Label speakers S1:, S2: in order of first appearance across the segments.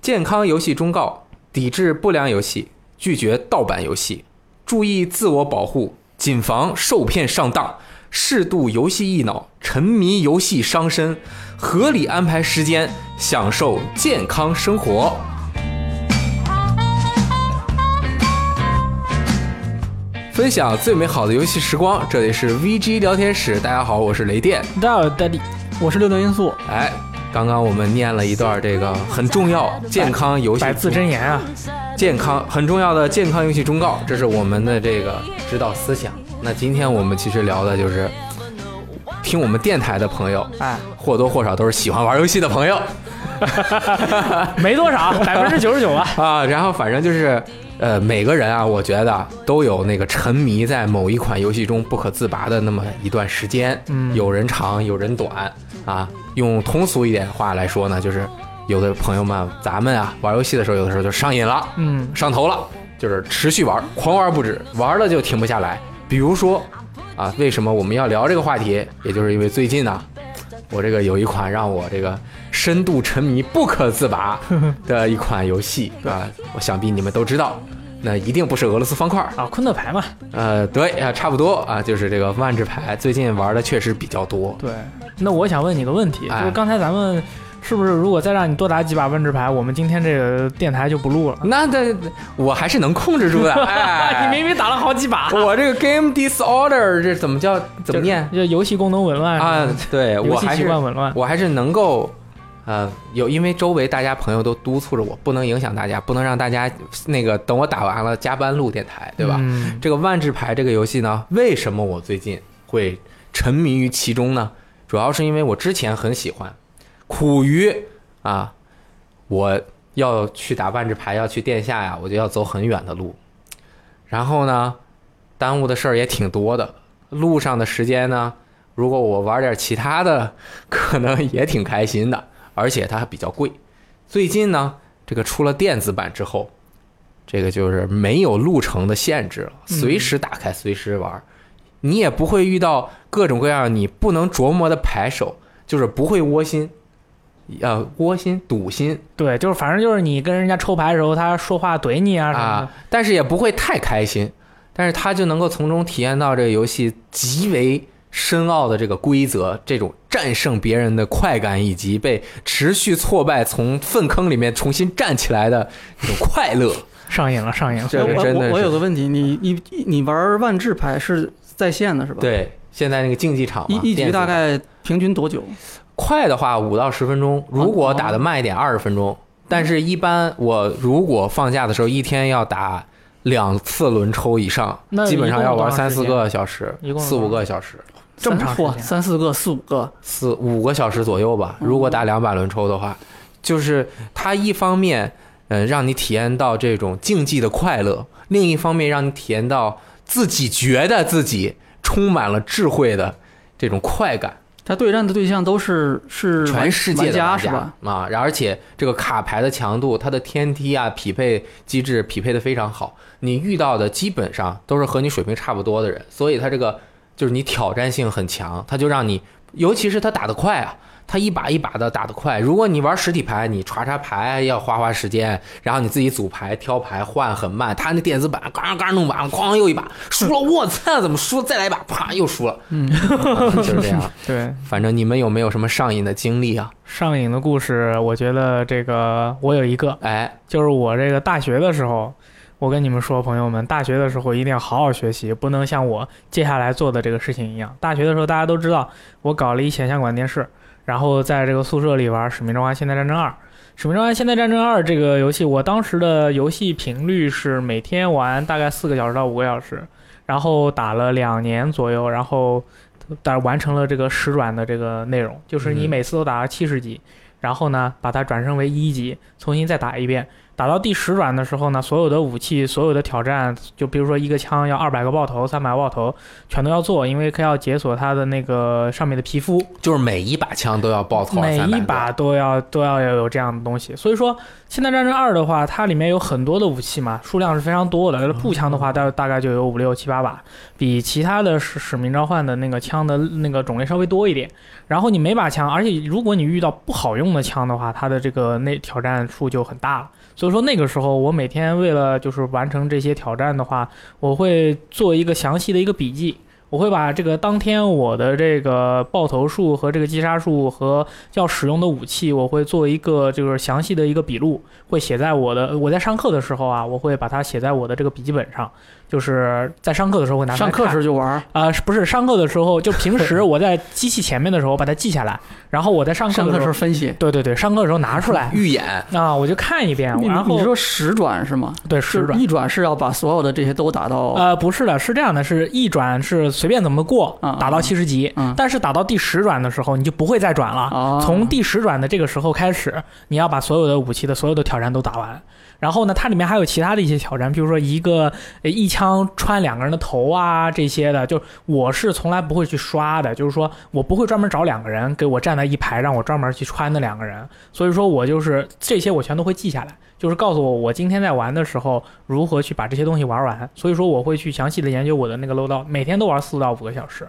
S1: 健康游戏忠告：抵制不良游戏，拒绝盗版游戏，注意自我保护，谨防受骗上当，适度游戏益脑，沉迷游戏伤身，合理安排时间，享受健康生活。分享最美好的游戏时光，这里是 VG 聊天室。大家好，我是雷电。
S2: 大家好，戴笠，我是六段因素，
S1: 哎，刚刚我们念了一段这个很重要健康游戏
S2: 百字真言啊，
S1: 健康很重要的健康游戏忠告，这是我们的这个指导思想。那今天我们其实聊的就是，听我们电台的朋友，
S2: 哎，
S1: 或多或少都是喜欢玩游戏的朋友
S2: 没 多少，百分之九十九吧。
S1: 啊。然后反正就是，呃，每个人啊，我觉得都有那个沉迷在某一款游戏中不可自拔的那么一段时间，
S2: 嗯
S1: 有人长，有人短啊。用通俗一点的话来说呢，就是有的朋友们，咱们啊玩游戏的时候，有的时候就上瘾了。
S2: 嗯，
S1: 上头了，就是持续玩，狂玩不止，玩了就停不下来。比如说，啊，为什么我们要聊这个话题？也就是因为最近呢、啊我这个有一款让我这个深度沉迷不可自拔的一款游戏啊，我想必你们都知道，那一定不是俄罗斯方块，
S2: 啊，昆特牌嘛，
S1: 呃，对啊，差不多啊，就是这个万智牌，最近玩的确实比较多。
S2: 对。那我想问你个问题，就
S1: 哎
S2: 是刚才咱们是不是如果再让你多打几把万智牌，我们今天这个电台就不录了？
S1: 那那我还是能控制住的，哎，
S2: 你明明打了好几把，
S1: 我这个 game disorder 这怎么叫怎么念？
S2: 就游戏功能紊乱
S1: 啊
S2: 什 么的，
S1: 对我
S2: 游戏
S1: 还
S2: 习
S1: 是
S2: 惯紊乱。
S1: 我还是能够，呃，有因为周围大家朋友都督促着我，不能影响大家，不能让大家那个等我打完了加班录电台，对吧？
S2: 嗯
S1: 这个万智牌这个游戏呢，为什么我最近会沉迷于其中呢？主要是因为我之前很喜欢，苦于啊，我要去打万智牌，要去殿下呀，我就要走很远的路，然后呢，耽误的事儿也挺多的，路上的时间呢，如果我玩点其他的，可能也挺开心的，而且它还比较贵。最近呢，这个出了电子版之后，这个就是没有路程的限制了，
S2: 嗯
S1: 随时打开，随时玩，你也不会遇到各种各样你不能琢磨的牌手，就是不会窝心，呃，窝心、堵心
S2: 对，就是反正就是你跟人家抽牌的时候，他说话怼你啊什么的
S1: 啊，，但是也不会太开心，但是他就能够从中体验到这个游戏极为深奥的这个规则，这种战胜别人的快感，以及被持续挫败从粪坑里面重新站起来的这种快乐。
S2: 上瘾了，上瘾了。嗯
S1: 这个
S3: 我
S1: 真的
S3: 我
S1: 是
S3: 我有个问题，你你你玩万智牌是在线的是 吧？，
S1: 对，现在那个竞技场嘛，
S3: 一一
S1: 电子
S3: 局大概平均多久？
S1: 快的话五到十分钟，如果打的慢一点二十分钟。但是，一般我如果放假的时候，一天要打两次轮抽以上
S2: 那，
S1: 基本上要
S2: 一共多
S1: 玩
S2: 长
S1: 三
S2: 时
S1: 四
S2: 间
S1: 个小时
S2: 一，共
S1: 四五
S2: 多
S1: 个小时，
S2: 这么长时间
S3: 哇三四个、四五个，
S1: 四五个小时左右吧。如果打两把轮抽的话，就是它一方面，呃，让你体验到这种竞技的快乐；另一方面，让你体验到自己觉得自己充满了智慧的这种快感。
S3: 他对战的对象都是是
S1: 全
S3: 玩
S1: 世界的
S3: 玩家
S1: 玩
S3: 是吧？？
S1: 啊，然而且这个卡牌的强度，它的天梯啊匹配机制匹配的非常好，你遇到的基本上都是和你水平差不多的人，所以它这个就是你挑战性很强，它就让你，尤其是它打得快啊。它一把一把的打得快，如果你玩实体牌，你查查牌要花花时间，然后你自己组牌、挑牌换很慢。它那电子版嘎嘎弄完了，哐又一把输了，我操，怎么输？再来一把，啪又输了，
S3: 嗯，
S1: 就是这样。
S2: 对，
S1: 反正你们有没有什么上瘾的经历啊？
S2: 上瘾的故事，我觉得这个我有一个，
S1: 哎，
S2: 就是我这个大学的时候，我跟你们说，朋友们，大学的时候一定要好好学习，不能像我接下来做的这个事情一样。大学的时候，大家都知道，我搞了一显像管电视，然后在这个宿舍里玩《使命召唤：现代战争二》。《使命召唤：现代战争二》这个游戏，我当时的游戏频率是每天玩大概四个小时到五个小时，然后打了两年左右，然后打完成了这个十转的这个内容，就是你
S1: 嗯
S2: 每次都打到七十级，然后呢把它转升为一级，重新再打一遍，打到第十转的时候呢，所有的武器、所有的挑战，就比如说一个枪要二百个爆头、三百个爆头，全都要做，因为可要解锁它的那个上面的皮肤，
S1: 就是每一把枪都要爆头，
S2: 每
S1: 300个
S2: 一把都要都要有这样的东西。所以说，《现代战争二》的话，它里面有很多的武器嘛，数量是非常多
S1: 嗯
S2: 的。步枪的话，大大概就有五六七八把，比其他的使使命召唤的那个枪的那个种类稍微多一点。然后你每把枪，而且如果你遇到不好用的枪的话，它的这个那挑战数就很大了。所以说那个时候，我每天为了就是完成这些挑战的话，我会做一个详细的一个笔记。我会把这个当天我的这个爆头数和这个击杀数和要使用的武器，我会做一个就是详细的一个笔录，会写在我的我在上课的时候啊，我会把它写在我的这个笔记本上，就是在上课的时候会拿出来
S3: 上课
S2: 看
S3: 时候就玩儿，
S2: 啊、是不是上课的时候，就平时 我在机器前面的时候把它记下来，然后我在上课
S3: 上
S2: 的
S3: 课
S2: 时
S3: 时
S2: 候，
S3: 候分析。
S2: 对对对，上课的时候拿出来
S1: 预演，
S2: 啊，我就看一遍，
S3: 你
S2: 然
S3: 你
S2: 后
S3: 说十转是吗？
S2: 对十
S3: 就是
S2: 转，
S3: 一转是要把所有的这些都打到，
S2: 呃，不是的，是这样的，是一转是随便怎么过
S3: 嗯，
S2: 打到七十级，
S3: 嗯，
S2: 但是打到第十转的时候，你就不会再转了。
S3: 啊，
S2: 从第十转的这个时候开始，你要把所有的武器的所有的挑战都打完。然后呢，它里面还有其他的一些挑战，比如说一个呃一枪穿两个人的头啊这些的，就是我是从来不会去刷的，就是说我不会专门找两个人给我站在一排，让我专门去穿那两个人。所以说我就是这些我全都会记下来，就是告诉我我今天在玩的时候如何去把这些东西玩完。所以说我会去详细的研究我的那个 loadout，每天都玩四到五个小时。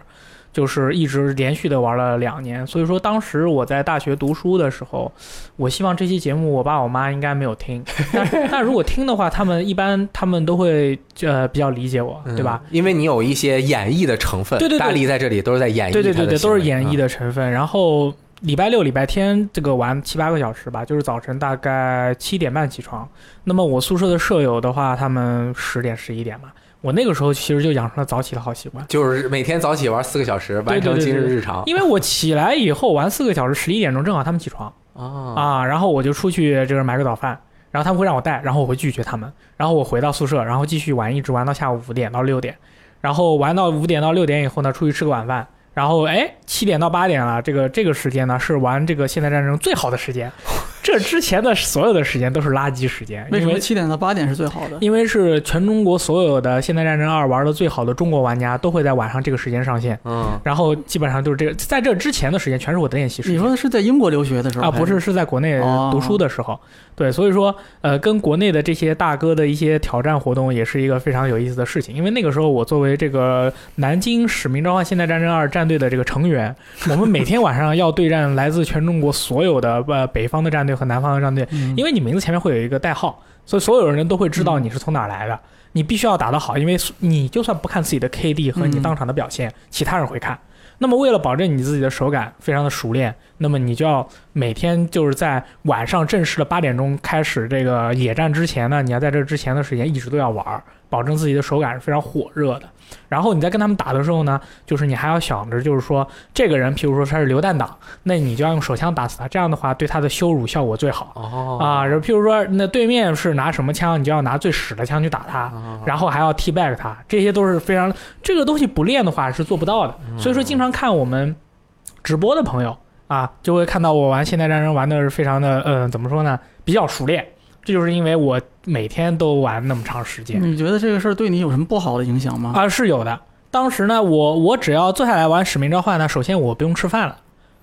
S2: 就是一直连续的玩了两年，所以说当时我在大学读书的时候，我希望这期节目我爸我妈应该没有听，但 但如果听的话，他们一般他们都会呃比较理解我，对吧？
S1: 嗯？因为你有一些演绎的成分，
S2: 对对对
S1: 大力在这里都是在演绎，
S2: 对对对对，都是演绎
S1: 哎的嗯
S2: 的成分。然后礼拜六、礼拜天这个玩七八个小时吧，就是早晨大概七点半起床。那么我宿舍的舍友的话，他们十点、十一点嘛，我那个时候其实就养成了早起的好习惯
S1: 行，嗯，就是每天早起玩四个小时，完成
S2: 对对对
S1: 今日
S2: 对对
S1: 日常
S2: 因为我起来以后玩四个小时，十一点钟正好他们起床。
S1: 啊。
S2: 啊，然后我就出去就是买个早饭，然后他们会让我带，然后我会拒绝他们，然后我回到宿舍，然后继续玩，一直玩到下午五点到六点，然后玩到五点到六点以后呢，出去吃个晚饭。然后哎，七点到八点了，这个这个时间呢是玩这个现代战争最好的时间，这之前的所有的时间都是垃圾时间。
S3: 为什
S2: 因
S3: 么七点到八点是最好的？
S2: 因为是全中国所有的《现代战争二》玩的最好的中国玩家都会在晚上这个时间上线，
S1: 嗯，
S2: 然后基本上就是这个，在这之前的时间全是我的练习时间。
S3: 你说的是在英国留学的时候
S2: 啊，不
S3: 拍
S2: 是，
S3: 的
S2: 是在国内
S3: 哦
S2: 读书的时候，对，所以说，呃，跟国内的这些大哥的一些挑战活动也是一个非常有意思的事情，因为那个时候我作为这个南京使命召唤现代战争二战队的这个成员，我们每天晚上要对战来自全中国所有的呃北方的战队和南方的战队，
S3: 嗯
S2: 因为你名字前面会有一个代号，所以所有人都会知道你是从哪儿来的。你必须要打得好，因为你就算不看自己的 KD 和你当场的表现，其他人会看。那么为了保证你自己的手感非常的熟练，那么你就要每天就是在晚上正式的八点钟开始这个野战之前呢，你要在这之前的时间一直都要玩儿，保证自己的手感是非常火热的。然后你在跟他们打的时候呢，就是你还要想着，就是说这个人，譬如说他是榴弹党，那你就要用手枪打死他，这样的话对他的羞辱效果最好。
S1: 哦
S2: 啊，然后譬如说那对面是拿什么枪，你就要拿最屎的枪去打他，
S1: 啊
S2: 然后还要 T back 他，这些都是非常这个东西不练的话是做不到的。
S1: 嗯
S2: 所以说，经常看我们直播的朋友啊，就会看到我玩现代战争玩的是非常的，嗯、怎么说呢，比较熟练。这就是因为我每天都玩那么长时间，
S3: 嗯你觉得这个事儿对你有什么不好的影响吗？
S2: 啊，是有的。当时呢，我我只要坐下来玩使命召唤呢，首先我不用吃饭了，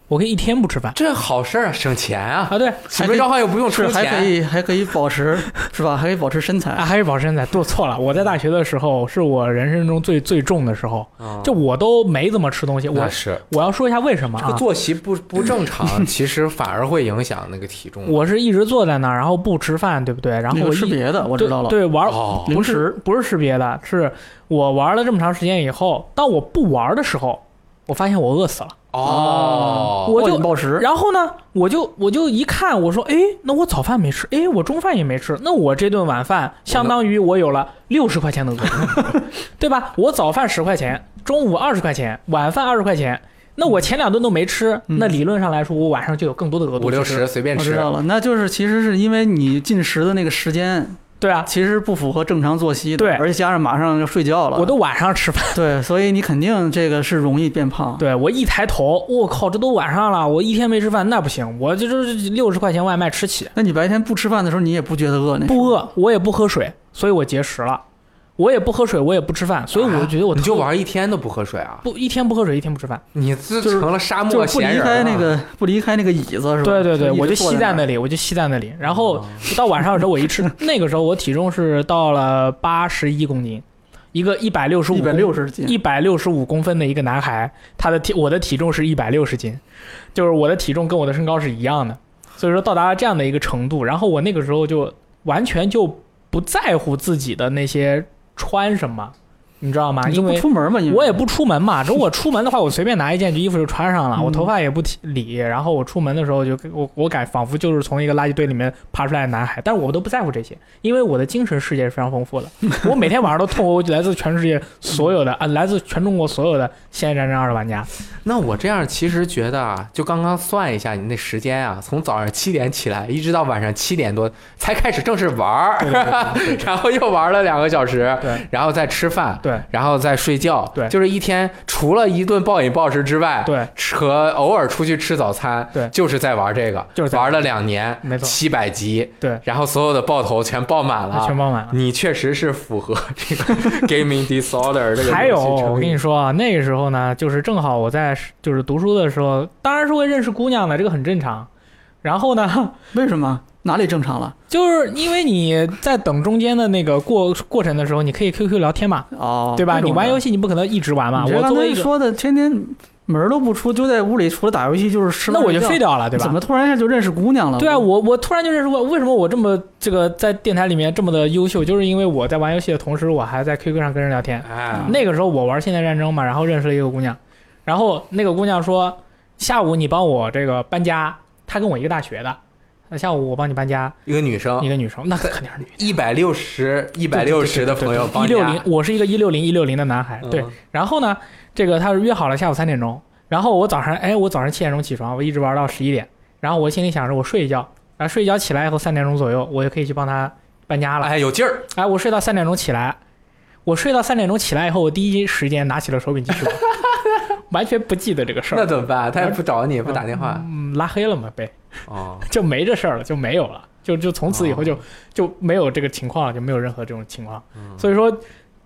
S2: 我可以一天不吃饭
S1: 这好事儿啊，省钱啊，
S2: 啊，对
S1: 使命召唤又不用
S3: 是
S1: 出
S3: 还可
S1: 钱，
S3: 以还可以保持是吧？还可以保持身
S2: 啊，
S3: 材。
S2: 还是保持身材，做错了。我在大学的时候是我人生中最最重的时候，
S1: 嗯
S2: 就我啊都没怎么吃东西。我
S1: 那是
S2: 我要说一下为什么
S1: 这个
S2: 啊？
S1: 作息不不正常，其实反而会影响那个体重。
S2: 我是一直坐在那儿，然后不吃饭，对不对？然后
S3: 那
S2: 我
S3: 个
S2: 一
S3: 吃别的，我知道了。
S2: 对对玩
S1: 哦
S2: 不是不是识别的，是我玩了这么长时间以后，当我不玩的时候，我发现我饿死了。
S1: 哦，
S2: 我
S3: 暴
S2: 就
S3: 饮暴食，
S2: 然后呢，我就我就一看，我说，哎，那我早饭没吃，哎，我中饭也没吃，那我这顿晚饭相当于我有了六十块钱的额度， 对吧？我早饭十块钱，中午二十块钱，晚饭二十块钱，那我前两顿都没吃，
S3: 嗯
S2: 那理论上来说，我晚上就有更多的额度
S1: 五六
S2: 去吃
S1: 十随便
S3: 我知
S1: 吃，
S3: 道了。那就是其实是因为你进食的那个时间
S2: 对啊，
S3: 其实不符合正常作息的，
S2: 对
S3: 而且加上马上要睡觉了，
S2: 我都晚上吃饭。
S3: 对，所以你肯定这个是容易变胖。
S2: 对我一抬头，我靠，这都晚上了，我一天没吃饭那不行，我这这六十块钱外卖吃起，
S3: 那你白天不吃饭的时候，你也不觉得饿呢？
S2: 不饿，我也不喝水，所以我节食了，我也不喝水，我也不吃饭，所以我觉得我
S1: 哎啊你就
S2: 特
S1: 玩一天都不喝水啊？
S2: 不一天不喝水，一天不吃饭。
S1: 你这
S3: 就是
S1: 成了沙
S3: 就
S1: 漠
S3: 是不
S1: 闲
S3: 离
S1: 人了
S3: 开那个不离开那个椅子是吧？
S2: 啊对对对，
S3: 一直
S2: 我就
S3: 坐
S2: 吸在
S3: 那儿
S2: 那里，我就吸在那里。然后
S1: 哦
S2: 到晚上的时候，我一吃， 那个时候我体重是到了八十一公斤，一个一百六十五
S3: 一百六十斤，
S2: 一百六十五公分的一个男孩，他的体我的体重是一百六十斤，就是我的体重跟我的身高是一样的，所以说到达了这样的一个程度，然后我那个时候就完全就不在乎自己的那些穿什么，你知道吗？
S3: 你就
S2: 因
S3: 不
S2: 为
S3: 出门嘛，因为
S2: 我也不出门嘛，这我出门的话，我随便拿一件衣服就穿上了，
S3: 嗯
S2: 我头发也不剃理，然后我出门的时候就我我感仿佛就是从一个垃圾堆里面爬出来的男孩，但是我都不在乎这些，因为我的精神世界是非常丰富的，我每天晚上都透过来自全世界所有的啊，来自全中国所有的现役战争二十玩家，
S1: 那我这样其实觉得啊，就刚刚算一下你那时间啊，从早上七点起来一直到晚上七点多才开始正式玩儿，
S2: 对对对
S1: 然后又玩了两个小时，
S2: 对
S1: 然后再吃饭，
S2: 对
S1: 然后再睡觉，
S2: 对
S1: 就是一天除了一顿暴饮暴食之外，
S2: 对，
S1: 吃和偶尔出去吃早餐，
S2: 对
S1: 就是在玩这个，
S2: 就是在玩
S1: 玩了两年，
S2: 没错
S1: 七百级，
S2: 对，
S1: 然后所有的爆头全爆满了，
S2: 全包满了。
S1: 你确实是符合 这个 gaming disorder 这个
S2: 还有，
S1: 游戏成
S2: 我跟
S1: 瘾
S2: 你说啊，那个时候呢，就是正好我在就是读书的时候，当然是会认识姑娘的，这个很正常。然后呢，
S3: 为什么哪里正常了？
S2: 就是因为你在等中间的那个过过程的时候，你可以 QQ 聊天嘛，
S3: 哦，
S2: 对吧？
S3: 这种
S2: 你玩
S3: 的
S2: 游戏你不可能一直玩嘛。
S3: 你
S2: 我
S3: 这
S2: 作
S3: 刚
S2: 为
S3: 才
S2: 一个，
S3: 说的，天天门儿都不出，就在屋里除了打游戏就是吃饭
S2: 那
S3: 睡
S2: 我
S3: 觉。
S2: 就废掉了，对
S3: 怎
S2: 吧？
S3: 么突然一下就认识姑娘了？
S2: 对啊，我我突然就认识过，为什么我这么这个在电台里面这么的优秀，就是因为我在玩游戏的同时，我还在 QQ 上跟人嗯聊天。
S1: 哎，
S2: 那个时候我玩《现代战争》嘛，然后认识了一个姑娘，然后那个姑娘说下午你帮我这个搬家，她跟我一个大学的，那下午我帮你搬家，
S1: 一个女生
S2: 一个女生，那肯定是女的。
S1: 一百六十一百六十的朋友帮
S2: 一
S1: 你
S2: 六
S1: 啊
S2: 零，我是一个一六零一六零的男孩，对。
S1: 嗯
S2: 然后呢，这个他是约好了下午三点钟，然后我早上，哎，我早上七点钟起床，我一直玩到十一点，然后我心里想着我睡一觉，然后睡一觉起来以后三点钟左右，我就可以去帮他搬家了。
S1: 哎，有劲儿，
S2: 哎，我睡到三点钟起来，我睡到三点钟起来以后，我第一时间拿起了手柄继 续玩，完全不记得这个事
S1: 那
S2: 儿。
S1: 怎么办？他也不找你，不打电话
S2: 嗯，拉黑了嘛呗，
S1: 哦。
S2: 就没这事儿了，就没有了，就就从此以后就、
S1: 哦
S2: 就没有这个情况了，就没有任何这种情况。
S1: 嗯
S2: 所以说，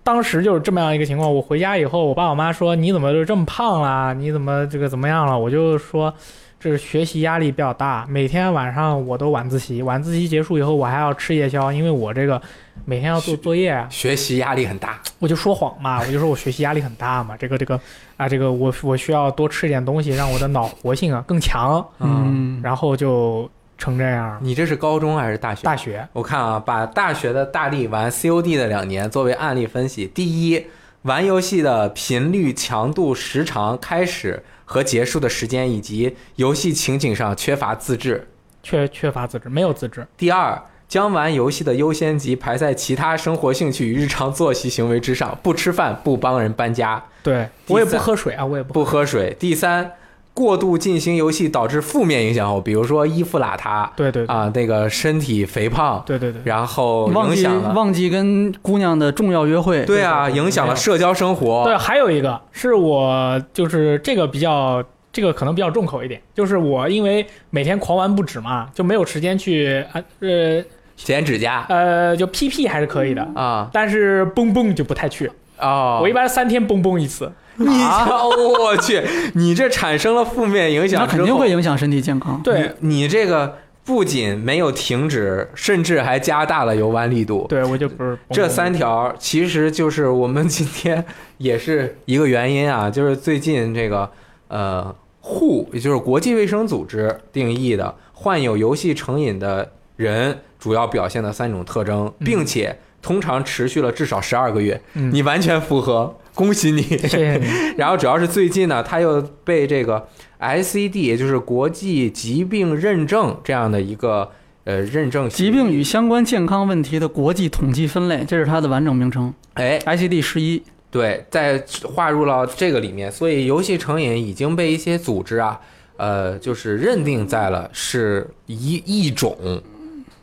S2: 当时就是这么样一个情况。我回家以后，我爸我妈说：“你怎么就这么胖啦？你怎么这个怎么样了？”我就说：“这是学习压力比较大，每天晚上我都晚自习，晚自习结束以后我还要吃夜宵，因为我这个每天要做作业啊。”
S1: 学习压力很大，
S2: 我就说谎嘛，我就说我学习压力很大嘛，这个这个啊，这个我我需要多吃一点东西，让我的脑活性啊更强，
S1: 嗯，
S3: 嗯，
S2: 然后就成这样。
S1: 你这是高中还是大学？
S2: 大学
S1: 我看啊，把大学的大力玩 COD 的两年作为案例分析，第一，玩游戏的频率、强度、时长、开始和结束的时间，以及游戏情景上缺乏自制；
S2: 缺缺乏自制，没有自制，
S1: 第二，将玩游戏的优先级排在其他生活兴趣与日常作息行为之上，不吃饭，不帮人搬家，
S2: 对
S1: 第
S2: 我也不
S1: 三
S2: 喝水啊，我也不
S1: 不喝水。第三，过度进行游戏导致负面影响后，比如说衣服邋遢
S2: 对对
S1: 啊，那个身体肥胖，
S2: 对对对，
S1: 然后
S3: 忘
S1: 哦影
S3: 记
S1: 响了，
S3: 忘记跟姑娘的重要约会。
S1: 对啊，
S2: 对对对
S1: 影响了社交生活。
S2: 对，还有一个是我就是这个比较，这个可能比较重口一点，就是我因为每天狂玩不止嘛，就没有时间去啊呃
S1: 剪指甲
S2: 呃就 PP 还是可以的，
S1: 啊
S2: 但是蹦蹦就不太去，
S1: 哦，
S2: 我一般三天蹦蹦一次，
S1: 你瞧我去，你这产生了负面影响
S3: 那
S1: 之后，
S3: 肯定会影响身体健康。
S2: 对。
S1: 你你这个不仅没有停止，甚至还加大了游玩力度。
S2: 对，我就不是蹦蹦
S1: 这三条其实就是我们今天 也是一个原因啊，就是最近这个呃，WHO 也就是国际卫生组织定义的患有游戏成瘾的人主要表现的三种特征，
S2: 嗯
S1: 并且通常持续了至少十二个月，
S2: 嗯
S1: 你完全符合，恭喜你！
S2: 谢谢你，
S1: 然后主要是最近呢，他又被这个 ICD，也就是国际疾病认证这样的一个呃认证
S3: 疾病与相关健康问题的国际统计分类，这是它的完整名称
S1: 哎
S3: ，ICD 十一。
S1: 对，在划入了这个里面，所以游戏成瘾已经被一些组织啊，呃，就是认定在了是一一种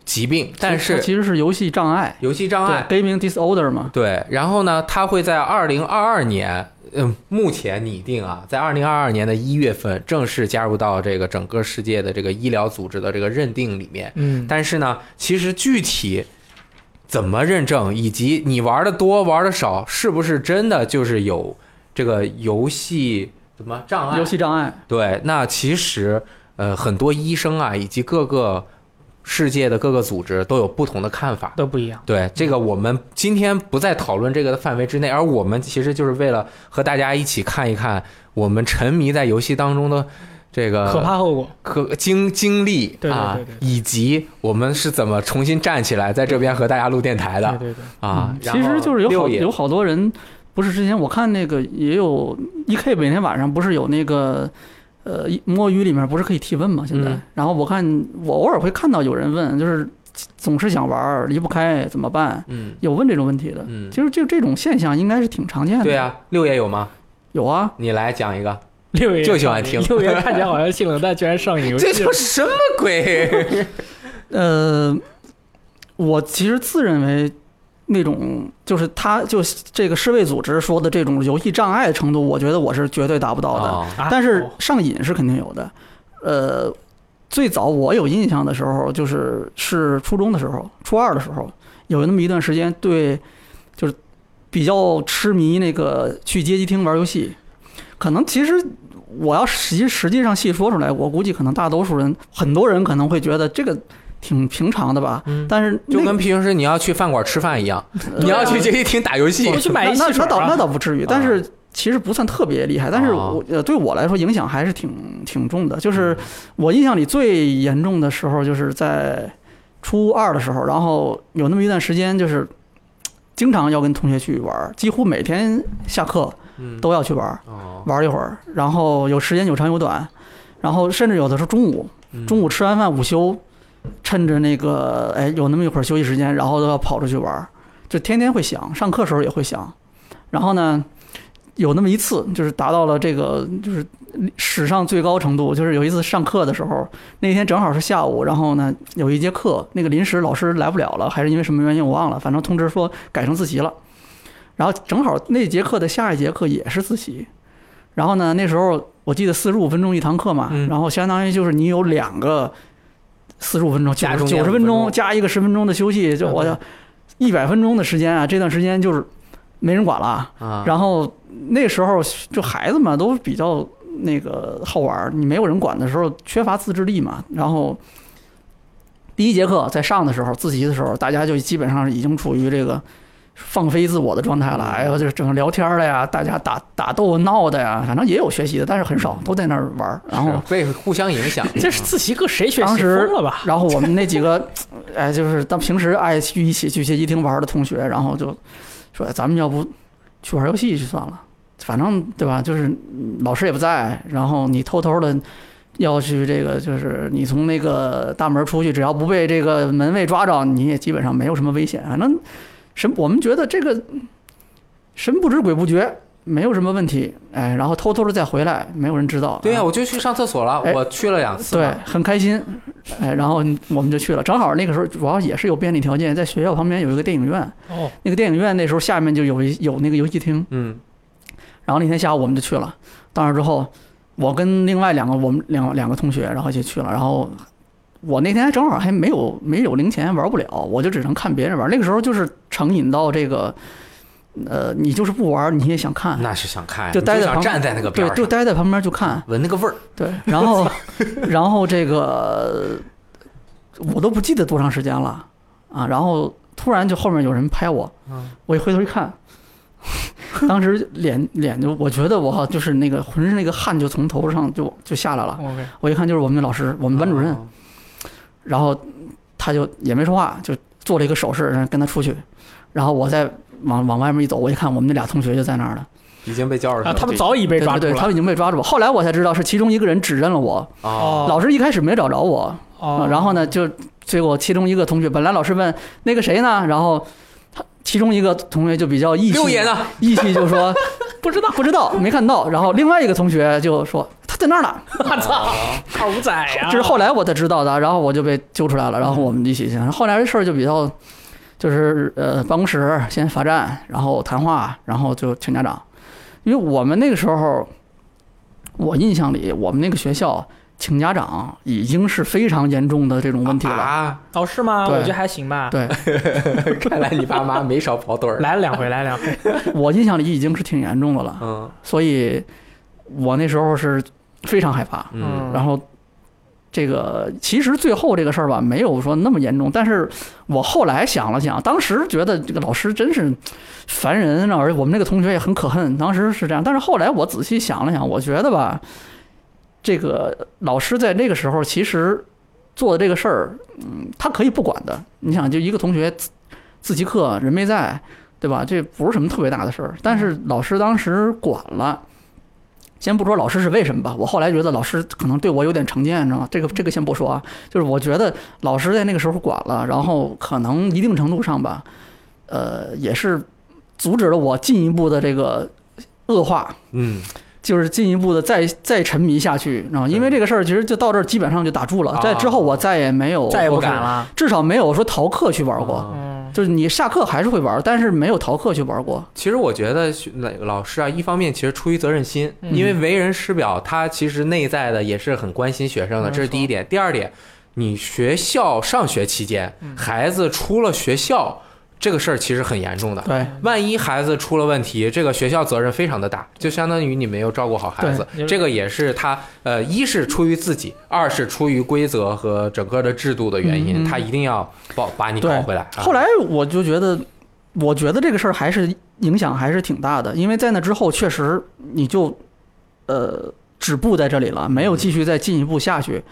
S1: 疾病，但
S3: 它
S1: 是
S3: 其实是游戏障碍，
S1: 游戏障碍
S3: 对，gaming disorder 嘛，
S1: 对，然后呢，它会在二零二二年，嗯，目前拟定啊，在二零二二年的一月份正式加入到这个整个世界的这个医疗组织的这个认定里面。
S2: 嗯，
S1: 但是呢，其实具体怎么认证，以及你玩的多玩的少，是不是真的就是有这个游戏怎么障碍？
S3: 游戏障碍，
S1: 对，那其实呃，很多医生啊，以及各个世界的各个组织都有不同的看法。
S2: 都不一样。
S1: 对，这个我们今天不在讨论这个的范围之内，而我们其实就是为了和大家一起看一看我们沉迷在游戏当中的这个
S2: 可怕后果，
S1: 可经经历
S2: 对对
S1: 啊
S2: 对对，
S1: 以及我们是怎么重新站起来，在这边和大家录电台
S2: 对
S1: 的
S2: 对对，
S1: 啊
S3: 嗯。其实就是有
S1: 六
S3: 好
S1: 爷
S3: 有好多人，不是之前我看那个也有 EK 每天晚上不是有那个。呃，摸鱼里面不是可以提问吗？现在，
S1: 嗯
S3: 然后我看我偶尔会看到有人问，就是总是想玩儿离不开怎么办？
S1: 嗯
S3: 有问这种问题的，
S1: 嗯，
S3: 其实就这种现象应该是挺常见的。
S1: 对，啊，六爷有吗？
S3: 有啊，
S1: 你来讲一个，
S2: 六爷
S1: 就喜欢听
S2: 六爷看起来好像性冷淡，居然上瘾游戏
S1: 这都什么鬼？
S3: 呃，我其实自认为那种就是他就这个世卫组织说的这种游戏障碍程度，我觉得我是绝对达不到的。
S1: 哦
S2: 啊
S3: 但是
S2: 哦
S3: 上瘾是肯定有的。呃，最早我有印象的时候，就是是初中的时候，初二的时候，有那么一段时间对，就是比较痴迷那个去街机厅玩游戏。可能其实我要实实际上细说出来，我估计可能大多数人，很多人可能会觉觉得这个挺平常的吧。
S2: 嗯
S3: 但是那呃啊
S1: 就跟平时你要去饭馆吃饭一样，你要去街机厅打游戏
S2: 我。去买一
S3: 那
S2: 汽
S3: 那
S2: 水
S3: 那
S2: 儿
S3: 倒
S2: 啊
S3: 那倒不至于，但是其实不算特别厉害，但是
S1: 哦
S3: 我呃对我来说影响还是挺挺重的。就是
S2: 嗯
S3: 我印象里最严重的时候，就是在初二的时候，然后有那么一段时间，就是经常要跟同学去玩儿，几乎每天下课
S1: 嗯
S3: 都要去玩儿，
S1: 哦，
S3: 玩儿一会儿，然后有时间有长有短，然后甚至有的时候中午
S1: 嗯
S3: 中午吃完饭午休，趁着那个哎有那么一会儿休息时间，然后都要跑出去玩儿，就天天会想，上课时候也会想。然后呢，有那么一次就是达到了这个就是史上最高程度，就是有一次上课的时候，那天正好是下午，然后呢有一节课，那个临时老师来不了了，还是因为什么原因我忘了，反正通知说改成自习了。然后正好那节课的下一节课也是自习，然后呢那时候我记得四十五分钟一堂课嘛，
S1: 嗯
S3: 然后相当于就是你有两个四十五分钟、
S1: 加
S3: 九
S1: 中
S3: 十
S1: 间五
S3: 九十
S1: 分
S3: 分
S1: 钟
S3: 钟加一个十分钟的休息，就我
S2: 嗯，
S3: 就一百分钟的时间啊，这段时间就是没人管了啊。
S1: 啊，
S3: 然后那时候就孩子嘛，都比较那个好玩儿，你没有人管的时候，缺乏自制力嘛。然后第一节课在上的时候，自习的时候，大家就基本上已经处于这个放飞自我的状态了。哎呦，就是整个聊天儿的呀，大家打打斗闹的呀，反正也有学习的，但是很少，都在那儿玩儿。然后
S1: 是被互相影 响
S2: 这是自习课谁学
S3: 当
S2: 习
S3: 时
S2: 疯了吧？
S3: 然后我们那几个， 哎，就是当平时爱去一起去街机厅玩的同学，然后就说哎咱们要不去玩游戏去算了，反正对吧？就是嗯老师也不在，然后你偷偷的要去这个，就是你从那个大门出去，只要不被这个门卫抓着，你也基本上没有什么危险。反正神，我们觉得这个神不知鬼不觉。没有什么问题，哎，然后偷偷的再回来，没有人知道。
S1: 对
S3: 啊
S1: 呀，我就去上厕所了，
S3: 哎
S1: 我去了两次
S3: 对
S1: 嘛，，
S3: 很开心。哎，然后我们就去了，正好那个时候主要也是有便利条件，在学校旁边有一个电影院，
S2: 哦，
S3: 那个电影院那时候下面就有一有那个游戏厅，
S1: 嗯，
S3: 然后那天下午我们就去了，到那儿之后，我跟另外两个我们两两个同学，然后一起去了，然后我那天正好还没有没有零钱玩不了，我就只能看别人玩，那个时候就是成瘾到这个，呃，你就是不玩你也想看，
S1: 那是想看，
S3: 啊就
S1: 你
S3: 待在
S1: 想
S3: 旁
S1: 站在那个边
S3: 对
S1: 儿，
S3: 就
S1: 上，
S3: 待在旁边就看，
S1: 闻那个味儿，
S3: 对， 然后，然后这个我都不记得多长时间了啊，然后突然就后面有人拍我，我一回头一看， 当时脸脸就我觉得我好就是那个浑身那个汗就从头上就就下来了，
S2: OK，
S3: 我一看就是我们的老师，我们班主任，
S1: 哦
S3: 然后他就也没说话，就做了一个手势，然后跟他出去，然后我再往往外面一走，我一看我们那俩同学就在那儿了，
S1: 已经被叫上去
S2: 啊，
S1: 了，
S2: 他们早已被抓住
S3: 对对对，他
S2: 了。
S3: 们已经被抓住了，后来我才知道是其中一个人指认了我，
S1: 哦，
S3: 老师一开始没找着我。啊，
S2: 哦，
S3: 然后呢，就结果其中一个同学，本来老师问那个谁呢，然后他其中一个同学就比较义气，
S1: 啊六爷呢？
S3: 义气就说不知道，不知道，没看到。然后另外一个同学就说他在那儿呢。
S2: 我操， 二五仔
S1: 啊
S2: 呀！
S3: 这是后来我才知道的，然后我就被揪出来了，然后我们一起去。后来这事儿就比较，就是呃，办公室先罚站，然后谈话，然后就请家长。因为我们那个时候，我印象里我们那个学校请家长已经是非常严重的这种问题了。
S1: 啊！
S2: 哦是吗？
S3: 对
S2: 我觉得还行吧，
S3: 对
S1: 看来你爸妈没少跑腿儿。
S2: 来了两回，来了两回，
S3: 我印象里已经是挺严重的了，
S1: 嗯
S3: 所以我那时候是非常害怕。
S1: 嗯
S3: 然后这个其实最后这个事儿吧，没有说那么严重，但是我后来想了想，当时觉得这个老师真是烦人，而且我们那个同学也很可恨，当时是这样。但是后来我仔细想了想，我觉得吧，这个老师在那个时候其实做的这个事儿，嗯，他可以不管的。你想，就一个同学自自习课人没在。对吧？这不是什么特别大的事儿，但是老师当时管了，先不说老师是为什么吧，我后来觉得老师可能对我有点成见，你知道吗？这个这个先不说啊，就是我觉得老师在那个时候管了，然后可能一定程度上吧，呃，也是阻止了我进一步的这个恶化，
S1: 嗯，
S3: 就是进一步的再再沉迷下去，然后因为这个事儿其实就到这儿基本上就打住了
S1: 啊，
S3: 在之后我再也没有，
S2: 再也不
S1: 不敢
S2: 敢了。
S3: 至少没有说逃课去玩过，
S1: 啊
S2: 嗯，
S3: 就是你下课还是会玩，但是没有逃课去玩过，
S1: 其实我觉得学那个老师啊，一方面其实出于责任心，
S2: 嗯
S1: 因为为人师表，他其实内在的也是很关心学生的，
S2: 没
S1: 这是第一点。第二点，你学校上学期间，孩子出了学校，这个事儿其实很严重的。
S3: 对。
S1: 万一孩子出了问题，这个学校责任非常的大，就相当于你没有照顾好孩子
S2: 对。
S1: 这个也是他呃，一是出于自己，二是出于规则和整个的制度的原因，
S3: 嗯嗯
S1: 他一定要保把你
S3: 对
S1: 搞回来。啊
S3: 后来我就觉得，我觉得这个事儿还是影响还是挺大的，因为在那之后确实你就呃止步在这里了，没有继续再进一步下去。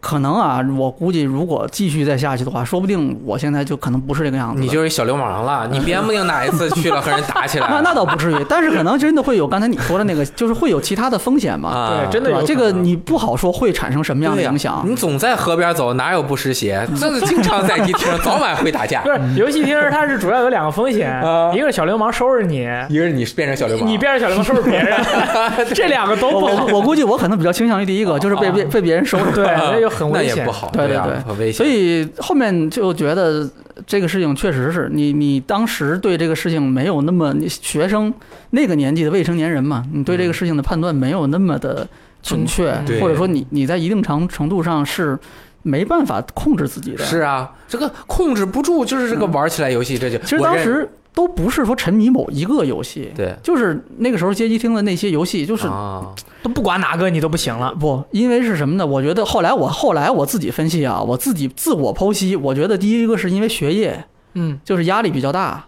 S3: 可能啊，我估计如果继续再下去的话，说不定我现在就可能不是这个样子了。
S1: 你就是一小流氓了，你编不定哪一次去了和人打起来，
S3: 那那倒不至于，但是可能真的会有刚才你说的那个，就是会有其他的风险嘛，
S1: 啊，
S2: 对真的
S3: 对吧
S2: 有？
S3: 这
S2: 可
S3: 个
S2: 能
S3: 你不好说会产生什么样的
S1: 对呀
S3: 影响。
S1: 你总在河边走，哪有不湿鞋？这个经常在迪厅，早晚会打架
S2: 不。是游戏厅，它是主要有两个风险
S1: 啊，
S2: 一个是小流氓收拾你，
S1: 一个是你变成小流氓，
S2: 你变成小流氓收拾别人， 这两个都
S3: 我
S2: 不好
S3: 我。我估计我可能比较倾向于第 一
S1: 啊
S3: 个，就是被被被别人收拾。
S2: 对，那就很
S1: 那
S2: 危
S1: 也
S2: 险
S1: 不。好，
S3: 对对
S1: 啊
S3: 对
S1: 很危险。
S3: 所以后面就觉得这个事情确实是你，你当时对这个事情没有那么，你学生那个年纪的未成年人嘛，你对这个事情的判断没有那么的准确，
S2: 嗯
S1: 嗯对
S3: 或者说你你在一定程程度上是没办法控制自己的。
S1: 是，啊，这个控制不住，就是这个玩起来游戏，这就
S3: 其实
S1: 我
S3: 当
S1: 认
S3: 时都不是说沉迷某一个游戏，
S1: 对，
S3: 就是那个时候街机厅的那些游戏，就是
S1: 啊，
S2: 都不管哪个你都不行了。
S3: 不，因为是什么呢？我觉得后来我后来我自己分析啊，我自己自我剖析，我觉得第一个是因为学业，
S2: 嗯
S3: 就是压力比较大，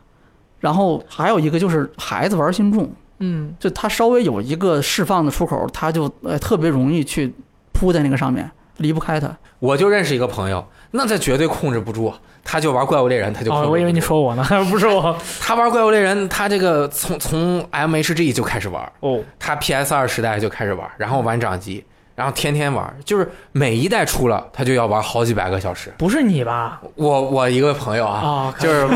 S3: 然后还有一个就是孩子玩心重，
S2: 嗯，
S3: 就他稍微有一个释放的出口，他就呃特别容易去扑在那个上面，离不开他。
S1: 我就认识一个朋友，那他绝对控制不住，他就玩怪物猎人，他就控制不
S2: 哦，
S1: 住。
S2: 我以为你说我呢， 不是我。
S1: 他玩怪物猎人，他这个从从 MHG 就开始玩，
S2: 哦，
S1: 他 PS 二时代就开始玩，然后玩掌机，然后天天玩，就是每一代出了，他就要玩好几百个小时。
S2: 不是你吧？
S1: 我我一个朋友啊，
S2: 啊，
S1: 就是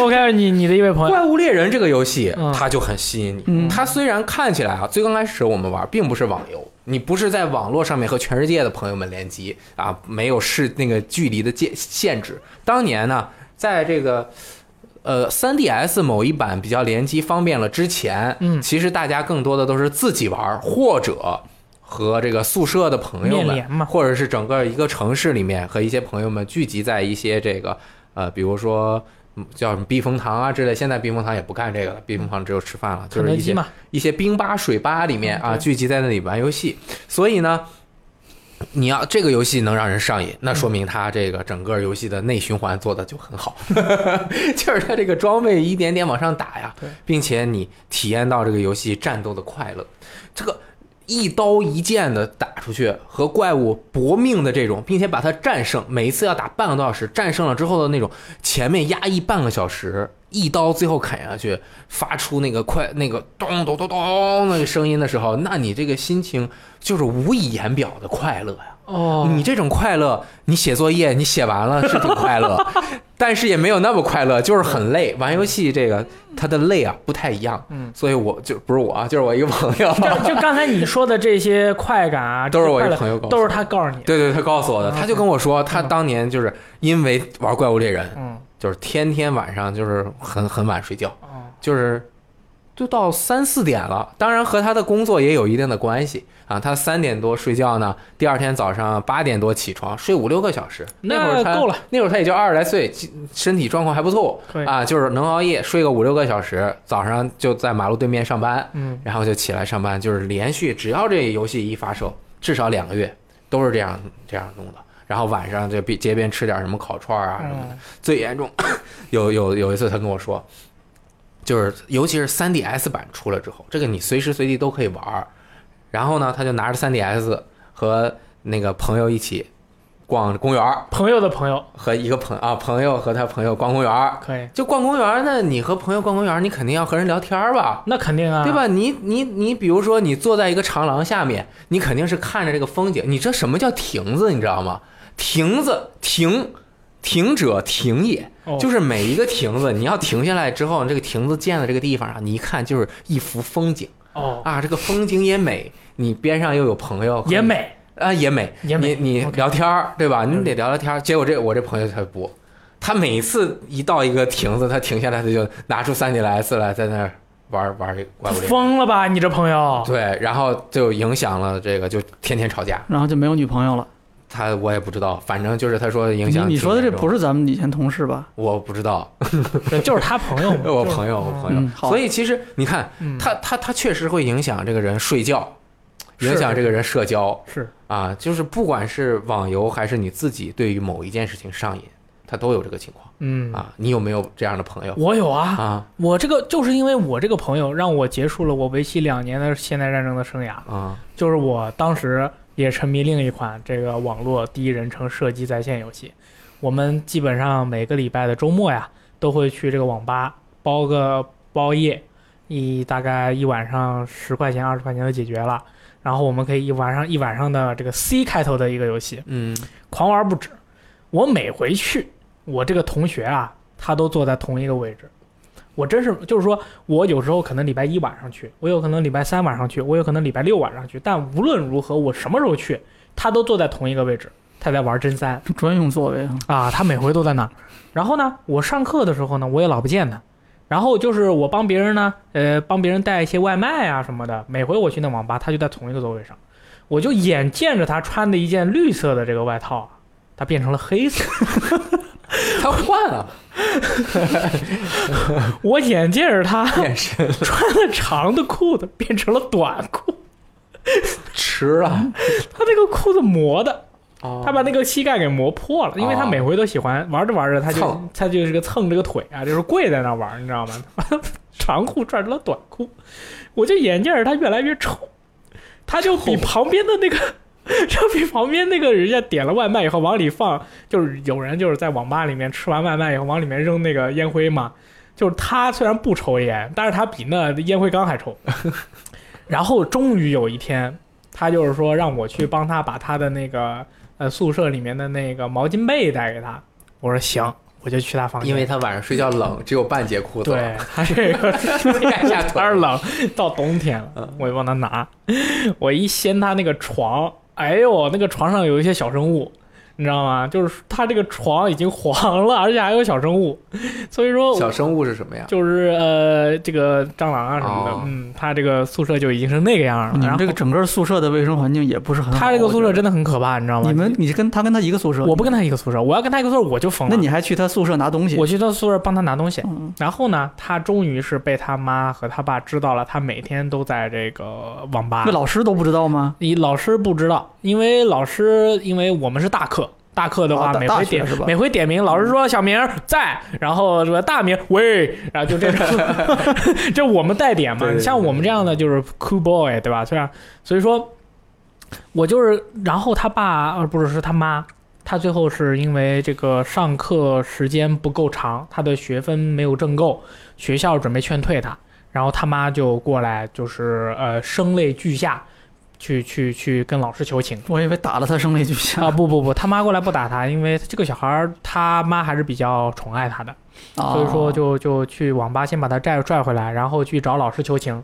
S2: OK，你你的一位朋友，
S1: 怪物猎人这个游戏
S2: 嗯，
S1: 它就很吸引你。
S3: 嗯
S1: 它虽然看起来啊，最刚开始我们玩并不是网游，你不是在网络上面和全世界的朋友们联机啊，没有是那个距离的界限制。当年呢，在这个。呃，3DS 某一版比较联机方便了之前，
S2: 嗯
S1: 其实大家更多的都是自己玩，或者和这个宿舍的朋友
S2: 面
S1: 们
S2: 联嘛，
S1: 或者是整个一个城市里面和一些朋友们聚集在一些这个呃，比如说嗯叫什么避风塘啊之类。现在避风塘也不干这个了，避风塘只有吃饭了，就
S2: 肯
S1: 是
S2: 德
S1: 一
S2: 基
S1: 些
S2: 嘛，
S1: 一些冰吧、水吧里面
S2: 嗯
S1: 啊
S2: 对
S1: 聚集在那里玩游戏。所以呢，你要这个游戏能让人上瘾，那
S2: 嗯
S1: 说明它这个整个游戏的内循环做的就很好， 就是它这个装备一点点往上打呀
S2: 对，
S1: 并且你体验到这个游戏战斗的快乐，这个。一刀一剑的打出去，和怪物搏命的这种，并且把它战胜，每一次要打半个多小时，战胜了之后的那种，前面压抑半个小时，一刀最后砍下去，发出那个快那个咚咚咚咚那个声音的时候，那你这个心情就是无以言表的快乐呀。
S2: 哦
S1: 你这种快乐，你写作业你写完了是挺快 乐，但是也没有那么快乐，就是很累。玩游戏这个它的累啊不太一样，
S2: 嗯，
S1: 所以我就不是我啊，就是我一个朋友，
S2: 就刚才你说的这些快感啊，
S1: 都是我
S2: 这
S1: 一
S2: 些
S1: 个
S2: 快
S1: 朋
S2: 乐
S1: 友告诉
S2: 都
S1: 我
S2: 是他告诉你的。
S1: 对对，他告诉我的，
S2: 嗯
S1: 他就跟我说，他当年就是因为玩怪物猎人，
S2: 嗯，
S1: 就是天天晚上就是很很晚睡觉，
S2: 哦，
S1: 就是就到三四点了。当然和他的工作也有一定的关系啊。他三点多睡觉呢，第二天早上八点多起床，睡五六个小时。那会儿他
S2: 够了，
S1: 那会儿他也就二十来岁，其身体状况还不错
S2: 可以。
S1: 啊，就是能熬夜睡个五六个小时，早上就在马路对面上班，
S2: 嗯，
S1: 然后就起来上班，就是连续只要这游戏一发售，至少两个月都是这样这样弄的。然后晚上就边街边吃点什么烤串啊什么的。
S2: 嗯
S1: 最严重， 有有有一次他跟我说，就是尤其是 3DS 版出了之后，这个你随时随地都可以玩儿。然后呢，他就拿着 3DS 和那个朋友一起逛公园儿，
S2: 朋友的朋友
S1: 和一个朋啊朋友和他朋友逛公园儿。
S2: 可以，
S1: 就逛公园儿，那你和朋友逛公园儿，你肯定要和人聊天儿吧？
S2: 那肯定啊，
S1: 对？吧？你你你，比如说你坐在一个长廊下面，你肯定是看着这个风景。你这什么叫亭子？你知道吗？亭子亭亭者亭也，
S2: 哦
S1: 就是每一个亭子，你要停下来之后，这个亭子建的这个地方啊，你一看就是一幅风景
S2: 哦，
S1: 啊，这个风景也美，你边上又有朋 友，
S2: 也美，
S1: 啊，也美，
S2: 也美
S1: 你你
S2: OK
S1: 聊天儿对吧？
S3: 嗯
S1: 你得聊聊天儿。结果这我这朋友他不，他每次一到一个亭子，他停下来，他就拿出三 DS 来，在那儿玩儿玩儿这个怪物猎 人。
S2: 疯了吧你这朋 友？
S3: 哦
S1: 对，然后就影响了这个，就天天吵架。
S3: 然后就没有女朋友了。
S1: 他我也不知道，反正就是他说影
S3: 你
S1: 响
S3: 你说的这不
S1: 是
S3: 是咱们以前同事吧？
S1: 我不知道，
S2: 对，就是他朋友嘛，
S1: 我
S2: 就是
S1: 朋友我朋友。
S3: 嗯，好
S1: 所，以其实你看，
S2: 嗯，
S1: 他他他确实会影响这个人睡觉，
S2: 是
S1: 影响这个人社交。
S2: 是
S1: 啊，就是不管是网游还是你自己对于某一件事情上瘾，它都有这个情况
S2: 嗯，
S1: 啊。你有没有这样的朋友
S2: 我有啊，
S1: 啊？
S2: 我这个就是因为我这个朋友让我结束了我为期两年的现代战争的生涯，
S1: 啊，
S2: 就是我当时也沉迷另一款这个网络第一人称射击在线游戏。我们基本上每个礼拜的周末呀，都会去这个网吧包个包夜，一大概一晚上十块钱二十块钱就解决了。然后我们可以一晚上一晚上的这个 C 开头的一个游戏，
S1: 嗯，
S2: 狂玩不止。我每回去，我这个同学啊，他都坐在同一个位置。我真是，就是说我有时候可能礼拜一晚上去，我有可能礼拜三晚上去，我有可能礼拜六晚上去，但无论如何，我什么时候去，他都坐在同一个位置，他在玩真三
S3: 专用座位啊。
S2: 啊，他每回都在那儿。然后呢，我上课的时候呢，我也老不见他。然后就是我帮别人呢，呃，帮别人带一些外卖啊什么的。每回我去那网吧，他就在同一个座位上，我就眼见着他穿的一件绿色的这个外套啊，他变成了黑色。
S1: 他换了
S2: 我眼见着他
S1: 变身，
S2: 穿的长的裤子变成了短裤，
S1: 吃 了。
S2: 他那个裤子磨的，
S1: 哦
S2: 他把那个膝盖给磨破了，因为他
S1: 哦
S2: 每回都喜欢玩着玩着，他就
S1: 蹭
S2: 他就是个蹭这个腿啊，就是跪在那玩，你知道吗？ 长裤转成了短裤，我就眼见着他越来越丑，他就比
S1: 臭
S2: 旁边的那个， 就比旁边那个人家点了外卖以后往里放，就是有人就是在网吧里面吃完外卖以后往里面扔那个烟灰嘛，就是他虽然不抽烟，但是他比那烟灰缸 还臭。然后终于有一天，他就是说让我去帮他把他的那个呃宿舍里面的那个毛巾被带给他，我说行，我就去他房间，
S1: 因为他晚上睡觉冷，只有半截裤子
S2: 对
S1: 了，
S2: 他这个
S1: 盖下腿
S2: 有点冷，到冬天
S1: 嗯
S2: 了，我就帮他拿。我一掀他那个床，哎呦，那个床上有一些小生物，你知道吗？就是他这个床已经黄了，而且还有小生物，所以说
S1: 小
S2: 我
S1: 生物是什么呀？
S2: 就是呃，这个蟑螂啊什么的，
S1: 哦
S2: 嗯，他这个宿舍就已经是那个样了。
S3: 你
S2: 然
S3: 们
S2: 后
S3: 这个整个宿舍的卫生环境也不是很好。
S2: 他这个宿舍
S3: 我觉
S2: 真的很可怕，你知道
S3: 得，
S2: 吗？
S3: 你们你跟他跟他一个宿舍，
S2: 我不跟他一个宿舍，我要跟他一个宿舍我就疯了。
S3: 那你还去他宿舍拿东西？
S2: 我去他宿舍帮他拿东西，
S3: 嗯，
S2: 然后呢，他终于是被他妈和他爸知道了，他每天都在这个网吧
S3: 那。老师都不知道吗？
S2: 你老师不知道，因为老师因为我们是大课，大课的话、
S3: 啊大
S2: 每回点
S3: 大学是吧
S2: 每回点名，老师说小明在，然后什么大名喂，然后就这种， 这我们带点嘛。
S1: 对对
S2: 你像我们这样的就是 cool boy 对吧？虽然所以说，我就是然后他爸呃不是是他妈，他最后是因为这个上课时间不够长，他的学分没有挣够，学校准备劝退他，然后他妈就过来，就是呃声泪俱下，去去去跟老师求情。
S3: 我以为打了他声泪俱下
S2: 啊不不不，他妈过来不打他，因为这个小孩儿他妈还是比较宠爱他的，
S3: 哦
S2: 所以说就就去网吧先把他拽拽回来，然后去找老师求情，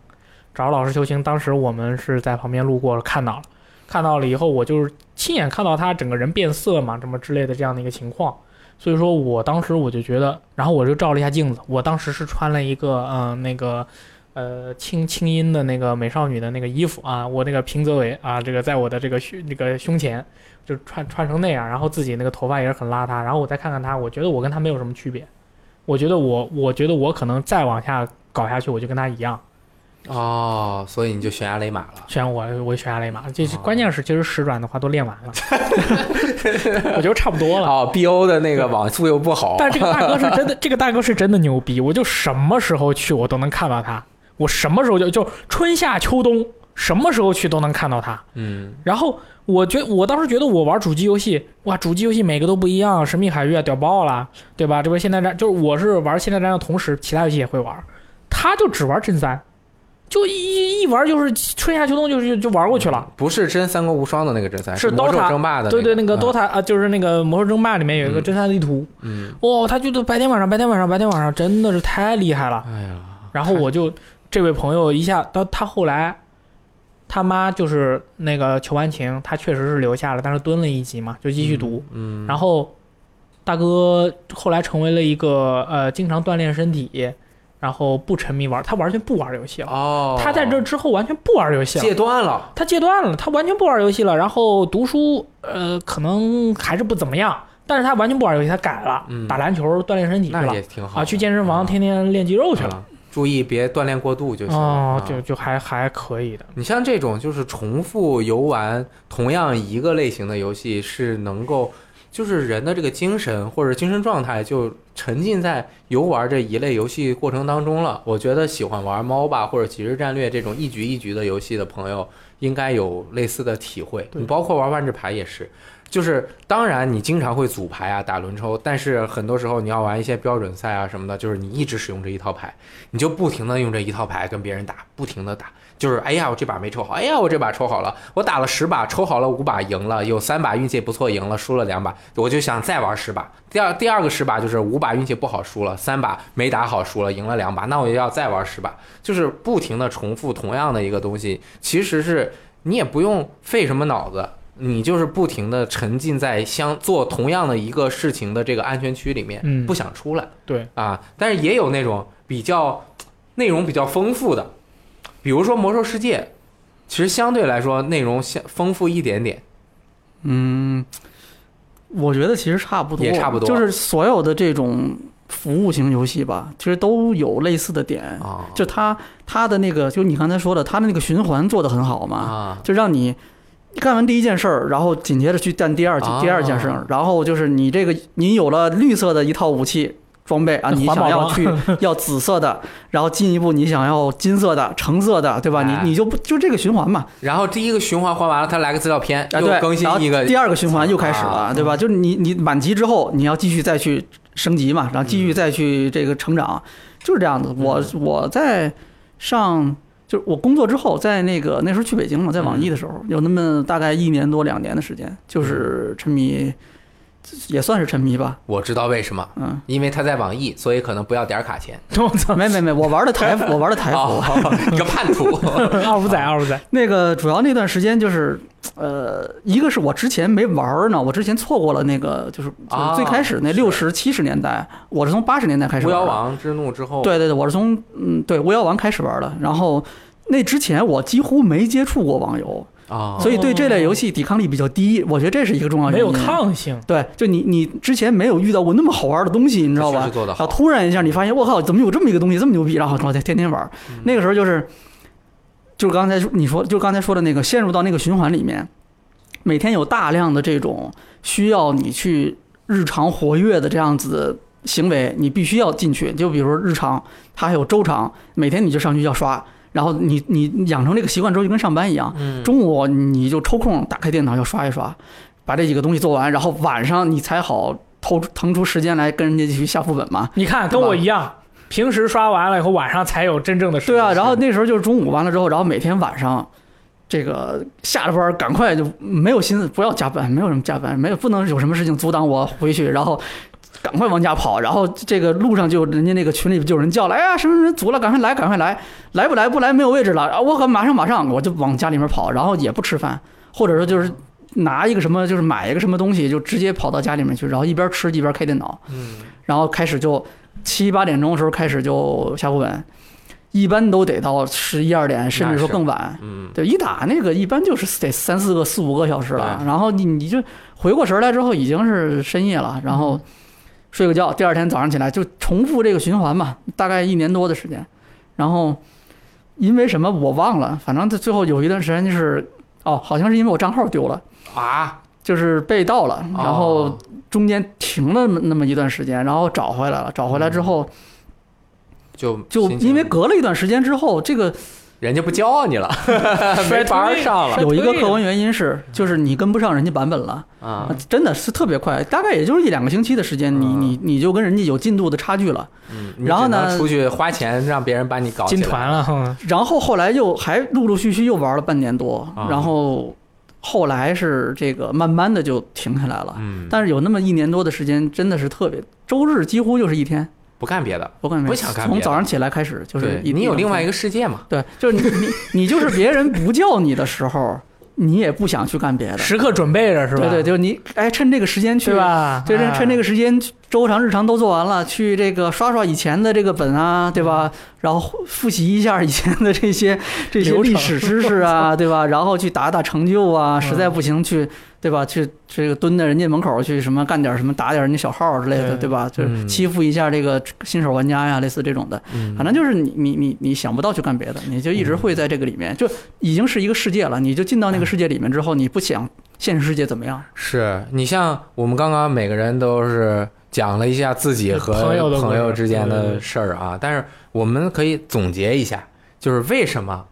S2: 找老师求情。当时我们是在旁边路过看到了，看到了以后，我就是亲眼看到他整个人变色嘛，什么之类的这样的一个情况。所以说我当时我就觉得，然后我就照了一下镜子，我当时是穿了一个嗯、呃那个。呃，清清音的那个美少女的那个衣服啊，我那个平泽尾啊，这个在我的这个胸那个胸前就穿穿成那样，然后自己那个头发也是很邋遢，然后我再看看他，我觉得我跟他没有什么区别，我觉得我，我觉得我可能再往下搞下去，我就跟他一样，
S1: 哦，所以你就悬崖勒马了。
S2: 虽然我我悬崖勒马，就是
S1: 哦
S2: 关键是其实十转的话都练完了， 我觉得差不多了。
S1: 哦，B O 的那个网速又不好，
S2: 但这个大哥是真的，这个大哥是真的牛逼，我就什么时候去我都能看到他，我什么时候就就春夏秋冬什么时候去都能看到他。
S1: 嗯，
S2: 然后我觉我当时觉得我玩主机游戏，哇，主机游戏每个都不一样，《神秘海域》啊，屌爆了，对吧？这不是现代战，就是我是玩现代战的同时，其他游戏也会玩，他就只玩真三，就一一玩就是春夏秋冬就是就玩过去了。
S1: 不是真三国无双的那个真三，
S2: 是
S1: 魔兽
S2: Dota，
S1: 争霸的，
S2: 对对，那个
S1: 嗯
S2: DOTA 啊，就是那个《魔兽争霸》里面有一个
S1: 嗯
S2: 真三地图，
S1: 嗯，
S2: 哦，他就是白天晚上，白天晚上，白天晚上，真的是太厉害了。
S1: 哎呀，
S2: 然后我就这位朋友一下，到他后来他妈就是那个求完情，他确实是留下了，但是蹲了一级嘛，就继续读。
S1: 嗯，
S2: 然后大哥后来成为了一个呃经常锻炼身体，然后不沉迷玩，他完全不玩游戏了。
S1: 哦，
S2: 他在这之后完全不玩游戏了。
S1: 戒断了，
S2: 他戒断了，他完全不玩游戏了，然后读书，呃，可能还是不怎么样，但是他完全不玩游戏，他改了，
S1: 嗯
S2: 打篮球锻炼身体去
S1: 那
S2: 了
S1: 也挺好
S2: 啊，去健身房天天练肌肉去了。
S1: 了，嗯注意别锻炼过度就行了。
S2: 哦，
S1: 嗯
S2: 就就还还可以的，
S1: 你像这种就是重复游玩同样一个类型的游戏，是能够就是人的这个精神或者精神状态就沉浸在游玩这一类游戏过程当中了。我觉得喜欢玩 MOBA 或者即时战略这种一局一局的游戏的朋友，应该有类似的体会。
S2: 对
S1: 你包括玩万智牌也是。就是，当然你经常会组牌啊，打轮抽，但是很多时候你要玩一些标准赛啊什么的，就是你一直使用这一套牌，你就不停的用这一套牌跟别人打，不停的打，就是哎呀，我这把没抽好，哎呀，我这把抽好了，我打了十把，抽好了五把，赢了，有三把运气不错，赢了，输了两把，我就想再玩十把。第二第二个十把就是五把运气不好，输了三把没打好，输了，赢了两把，那我就要再玩十把，就是不停的重复同样的一个东西，其实是你也不用费什么脑子。你就是不停的沉浸在相做同样的一个事情的这个安全区里面，
S2: 嗯
S1: 不想出来。
S2: 对
S1: 啊，但是也有那种比较内容比较丰富的，比如说《魔兽世界》，其实相对来说内容相丰富一点点。
S3: 嗯，我觉得其实差不多，
S1: 也差不多
S3: 就是所有的这种服务型游戏吧，其实都有类似的点。
S1: 啊
S3: 就它它的那个，就你刚才说的，它的那个循环做得很好嘛，
S1: 啊，
S3: 就让你干完第一件事儿，然后紧接着去干第二件、
S1: 啊
S3: 第二件事儿，然后就是你这个你有了绿色的一套武器。装备啊，你
S2: 环保
S3: 想要
S2: 装
S3: 去要紫色的，然后进一步你想要金色的、橙色的，对吧？
S1: 哎
S3: 你你就不就这个循环嘛，
S1: 然后第一个循环换完了，他来个资料片，
S3: 啊，
S1: 又
S3: 对，
S1: 更新
S3: 然后
S1: 一个
S3: 第二个循环又开始
S1: 啊
S3: 了，对吧？就是你你满级之后，你要继续再去升级嘛，然后继
S1: 嗯
S3: 续再去这个成长，就是这样子。我我在上就是我工作之后，在那个那时候去北京嘛，在网易的时
S1: 嗯
S3: 候，有那么大概一年多两年的时间，就是沉迷，也算是沉迷吧，
S1: 我知道为什么，
S3: 嗯。
S1: 因为他在网易，所以可能不要点卡钱。
S2: 我操，
S3: 没没没，我玩的台服，我玩的台服，
S1: 哦， 你个叛徒！
S2: 二五仔二五仔，
S3: 那个主要那段时间就是，呃，一个是我之前没玩儿呢，我之前错过了那个就是
S1: 啊
S3: 就是最开始那
S1: 是
S3: 六十七十年代，我是从八十年代开始
S1: 巫
S3: 玩
S1: 妖
S3: 儿的。
S1: 王之怒之后，，
S3: 对对对，我是从嗯对巫妖王开始玩儿的，然后那之前我几乎没接触过网游，
S1: 啊，
S3: 所以对这类游戏抵抗力比较低，我觉得这是一个重要
S2: 没
S3: 原因。
S2: 有抗性，
S3: 对，就你你之前没有遇到过那么好玩的东西，你知道吧？
S1: 确实做得
S3: 然
S1: 好
S3: 后突然一下，你发现我靠，怎么有这么一个东西这么牛逼？然后我再天天玩儿。
S1: 嗯
S3: 那个时候就是，就是刚才你说，就刚才说的那个，陷入到那个循环里面，每天有大量的这种需要你去日常活跃的这样子的行为，你必须要进去。就比如说日常，它还有周长，每天你就上去要刷，然后你你养成这个习惯之后，就跟上班一样。
S1: 嗯
S3: 中午你就抽空打开电脑要刷一刷，把这几个东西做完，然后晚上你才好抽出腾出时间来跟人家继续下副本嘛。
S2: 你看，跟我一样，平时刷完了以后，晚上才有真正的时间
S3: 对啊，然后那时候就是中午完了之后，然后每天晚上，这个下了班儿赶快就没有心思，不要加班，没有什么加班，没有不能有什么事情阻挡我回去，然后赶快往家跑，然后这个路上就有人家那个群里就有人叫来呀、什么什么足了，赶快来，赶快来，来不来不来没有位置了，啊，我可马上马上我就往家里面跑，然后也不吃饭，或者说就是。拿一个什么，就是买一个什么东西，就直接跑到家里面去，然后一边吃一边开电脑，
S1: 嗯，
S3: 然后开始就七八点钟的时候开始就下副本，一般都得到十一二点，甚至说更晚。
S1: 嗯，
S3: 对，一打那个一般就是得三四个、四五个小时了，
S1: 对
S3: 然后你你就回过神来之后已经是深夜了，然后睡个觉，第二天早上起来就重复这个循环嘛，大概一年多的时间。然后因为什么我忘了，反正最后有一段时间就是哦，好像是因为我账号丢了，
S1: 啊，
S3: 就是被盗了，然后
S1: 哦
S3: 中间停了那么一段时间，然后找回来了。找回来之后，
S1: 就
S3: 就
S1: 心情
S3: 因为隔了一段时间之后，这个
S1: 人家不教你了， 没法儿上了嗯
S2: 衰退
S3: 有一个客观原因是，就是你跟不上人家版本了，
S1: 啊
S3: 啊，真的是特别快，大概也就是一两个星期的时间，你
S1: 嗯
S3: 你你就跟人家有进度的差距了。
S1: 嗯你
S3: 然后
S1: 只能
S3: 呢
S1: 出去花钱让别人把你搞起
S2: 进
S1: 来嗯
S2: 团啊了，哼
S3: 然后后来又还陆陆续续又玩了半年多
S1: 啊，
S3: 然后后来是这个慢慢的就停下来了。
S1: 嗯，
S3: 但是有那么一年多的时间，真的是特别，周日几乎就是一天，
S1: 不干别的，
S3: 我感觉
S1: 不想干别
S3: 从
S1: 的
S3: 早上起来开始就是
S1: 对
S3: 一
S1: 你有另外
S3: 一
S1: 一个世界嘛，
S3: 对，就是你你你就是别人不叫你的时候，你也不想去干 别的，
S2: 时刻准备着是吧？
S3: 对对，就是你哎趁这个时间去
S2: 对，吧？
S3: 就是
S1: 啊
S3: 趁这
S2: 个
S3: 个时间周长日常都做完了，去这个刷刷以前的这个本啊，对
S1: 嗯
S3: 吧？然后复习一下以前的 这些这些
S2: 流程
S3: 历史知识啊，对吧？然后去打打成就啊，
S2: 嗯
S3: 实在不行去对吧？去这个蹲在人家门口去什么干点什么，打点人家小号之类的，
S2: 对
S3: 对吧？就
S1: 嗯
S3: 是欺负一下这个新手玩家呀，类似这种的。
S1: 嗯
S3: 反正就是你你你你想不到去干别的，你就一直会在这个里面，就已经是一个世界了。你就进到那个世界里面之后，你不想现实世界怎么样，
S1: 是你像我们刚刚每个人都是讲了一下自己和
S2: 朋友的故事
S1: 朋友之间
S2: 对对
S1: 的
S2: 对
S1: 事儿啊，但是我们可以总结一下，就是为什么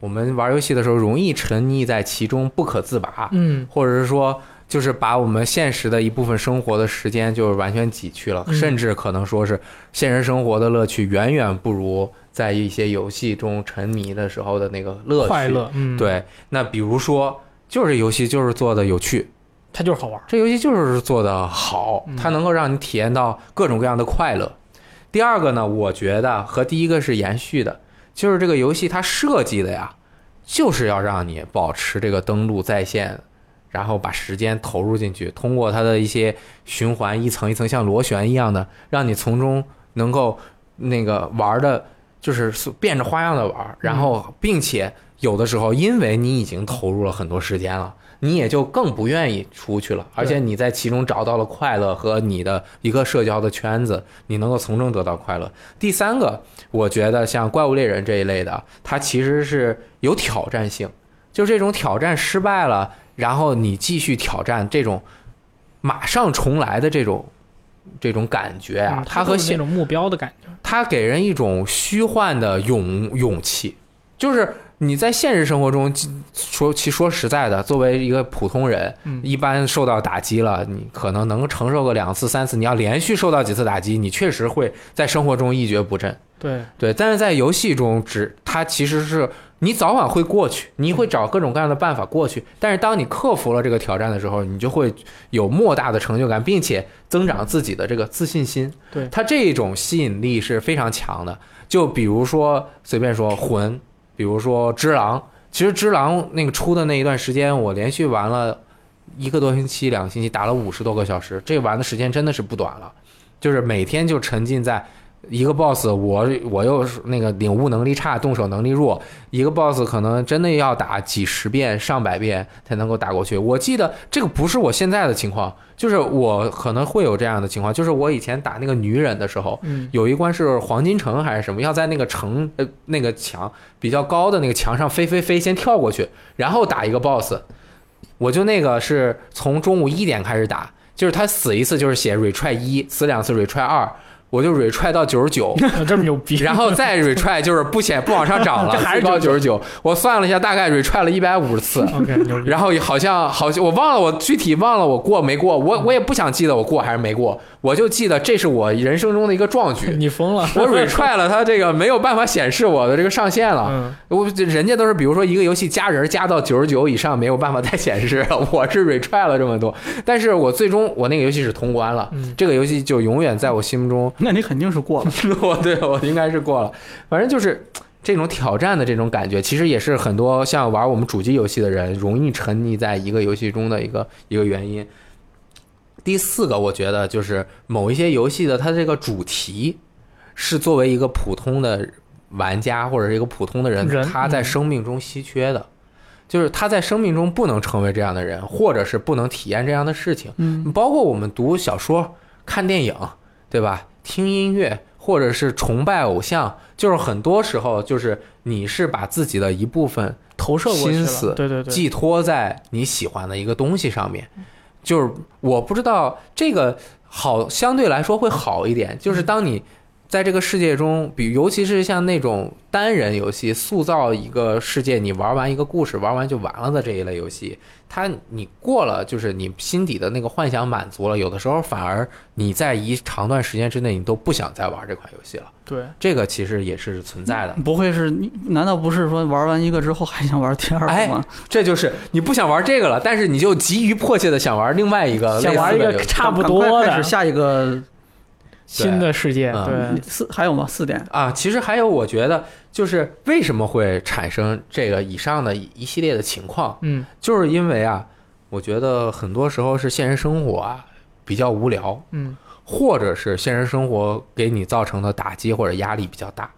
S1: 我们玩游戏的时候容易沉溺在其中不可自拔，
S2: 嗯
S1: 或者是说。就是把我们现实的一部分生活的时间就完全挤去了，
S2: 嗯
S1: 甚至可能说是现实生活的乐趣远远不如在一些游戏中沉迷的时候的那个乐趣。
S2: 快乐，嗯，，
S1: 对，那比如说，就是游戏就是做的有趣，
S2: 它就是好玩儿。
S1: 这游戏就是做的好
S2: 嗯，
S1: 它能够让你体验到各种各样的快乐。第二个呢，我觉得和第一个是延续的，就是这个游戏它设计的呀，就是要让你保持这个登录在线，然后把时间投入进去，通过它的一些循环，一层一层像螺旋一样的，让你从中能够那个玩的，就是变着花样的玩，然
S2: 嗯
S1: 后并且有的时候因为你已经投入了很多时间了。你也就更不愿意出去了，而且你在其中找到了快乐和你的一个社交的圈子，你能够从中得到快乐。第三个，我觉得像怪物猎人这一类的，它其实是有挑战性，就这种挑战失败了，然后你继续挑战这种马上重来的这种这种感觉啊
S2: 嗯，
S1: 它和
S2: 就是
S1: 现
S2: 那种目标的感觉，
S1: 它给人一种虚幻的勇勇气，就是你在现实生活中，说其说实在的，作为一个普通人，
S2: 嗯
S1: 一般受到打击了，你可能能承受个两次、三次，你要连续受到几次打击，你确实会在生活中一蹶不振。
S2: 对，
S1: 对，但是在游戏中，只它其实是你早晚会过去，你会找各种各样的办法过去。但是当你克服了这个挑战的时候，你就会有莫大的成就感，并且增长自己的这个自信心。
S2: 对
S1: 它这种吸引力是非常强的。就比如说随便说魂，比如说只狼，其实只狼那个出的那一段时间，我连续玩了一个多星期、两个星期，打了五十多个小时，这玩的时间真的是不短了。就是每天就沉浸在一个 boss，我我又是那个领悟能力差，动手能力弱，一个 boss 可能真的要打几十遍、上百遍才能够打过去。我记得这个不是我现在的情况，就是我可能会有这样的情况，就是我以前打那个女人的时候，
S2: 嗯，
S1: 有一关是黄金城还是什么，要在那个城呃那个墙比较高的那个墙上飞飞飞，先跳过去，然后打一个 boss。我就那个是从中午一点开始打，就是他死一次就是写 retry 一，死两次 retry 二，我就 retry 到九十九，
S2: 啊这么牛逼，
S1: 然后再 retry 就是不显不往上涨了，
S2: 这还是
S1: 最高九十九。我算了一下，大概 retry 了一百五十 次，
S2: OK 牛逼，
S1: 然后好像好像我忘了，我具体忘了我过没过，我我也不想记得我过还是没过，我就记得这是我人生中的一个壮举。
S2: 你疯了，
S1: 我 retry 了，它这个没有办法显示我的这个上限了。
S2: 嗯，
S1: 我人家都是比如说一个游戏加人加到九十九以上没有办法再显示， 我是 retry 了这么多，但是我最终我那个游戏是通关了，
S2: 嗯
S1: 这个游戏就永远在我心目中
S3: 那你肯定是过了。
S1: 我对我应该是过了，反正就是这种挑战的这种感觉，其实也是很多像玩我们主机游戏的人容易沉溺在一个游戏中的一个一个原因。第四个，我觉得就是某一些游戏的它这个主题是作为一个普通的玩家或者是一个普通的人，
S2: 人
S1: 他在
S2: 嗯
S1: 生命中稀缺的，就是他在生命中不能成为这样的人，或者是不能体验这样的事情。
S3: 嗯，
S1: 包括我们读小说、看电影，对吧？听音乐，或者是崇拜偶像，就是很多时候就是你是把自己的一部分
S2: 投射过去
S1: 心
S2: 了，
S1: 思
S2: 对对对，
S1: 寄托在你喜欢的一个东西上面。就是我不知道这个好，相对来说会好一点。就是当你在这个世界中，比尤其是像那种单人游戏，塑造一个世界，你玩完一个故事，玩完就完了的这一类游戏，它你过了，就是你心底的那个幻想满足了，有的时候反而你在一长段时间之内，你都不想再玩这款游戏了。
S2: 对，
S1: 这个其实也是存在的。
S3: 不会是你？难道不是说玩完一个之后还想玩第二
S1: 哎
S3: 个吗？
S1: 这就是你不想玩这个了，但是你就急于迫切的想玩另外一个
S2: 想
S1: 类似
S2: 玩一
S1: 的
S2: 个
S1: 游戏
S2: 差不
S3: 赶快
S2: 多的
S3: 开始下一个
S2: 新的世界，
S1: 嗯
S2: 对，
S3: 四还有吗？四点
S1: 啊。其实还有，我觉得就是为什么会产生这个以上的一一系列的情况，
S2: 嗯，
S1: 就是因为啊，我觉得很多时候是现实生活啊比较无聊，
S2: 嗯，
S1: 或者是现实生活给你造成的打击或者压力比较大，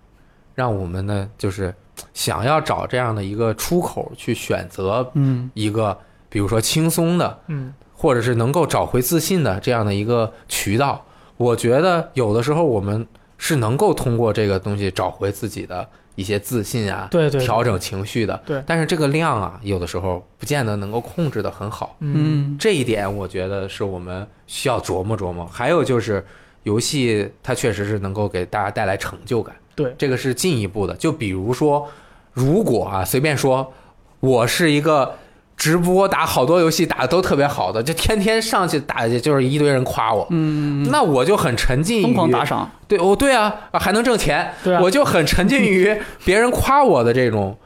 S1: 让我们呢就是想要找这样的一个出口去选择
S3: 嗯，
S1: 一个，比如说轻松的，
S2: 嗯，
S1: 或者是能够找回自信的这样的一个渠道。我觉得有的时候我们是能够通过这个东西找回自己的一些自信啊，
S2: 对对，
S1: 调整情绪的。
S2: 对
S1: 但是这个量啊，有的时候不见得能够控制的很好。
S2: 嗯，
S3: 嗯，
S1: 这一点我觉得是我们需要琢磨琢磨。还有就是，游戏它确实是能够给大家带来成就感，
S2: 对
S1: 这个是进一步的。就比如说，如果啊，随便说，我是一个直播打好多游戏打的都特别好的，就天天上去打，就是一堆人夸我，
S3: 嗯，
S1: 那我就很沉浸于
S3: 疯狂打赏，
S1: 对哦，对啊，啊还能挣钱，
S2: 对啊
S1: 我就很沉浸于别人夸我的这种，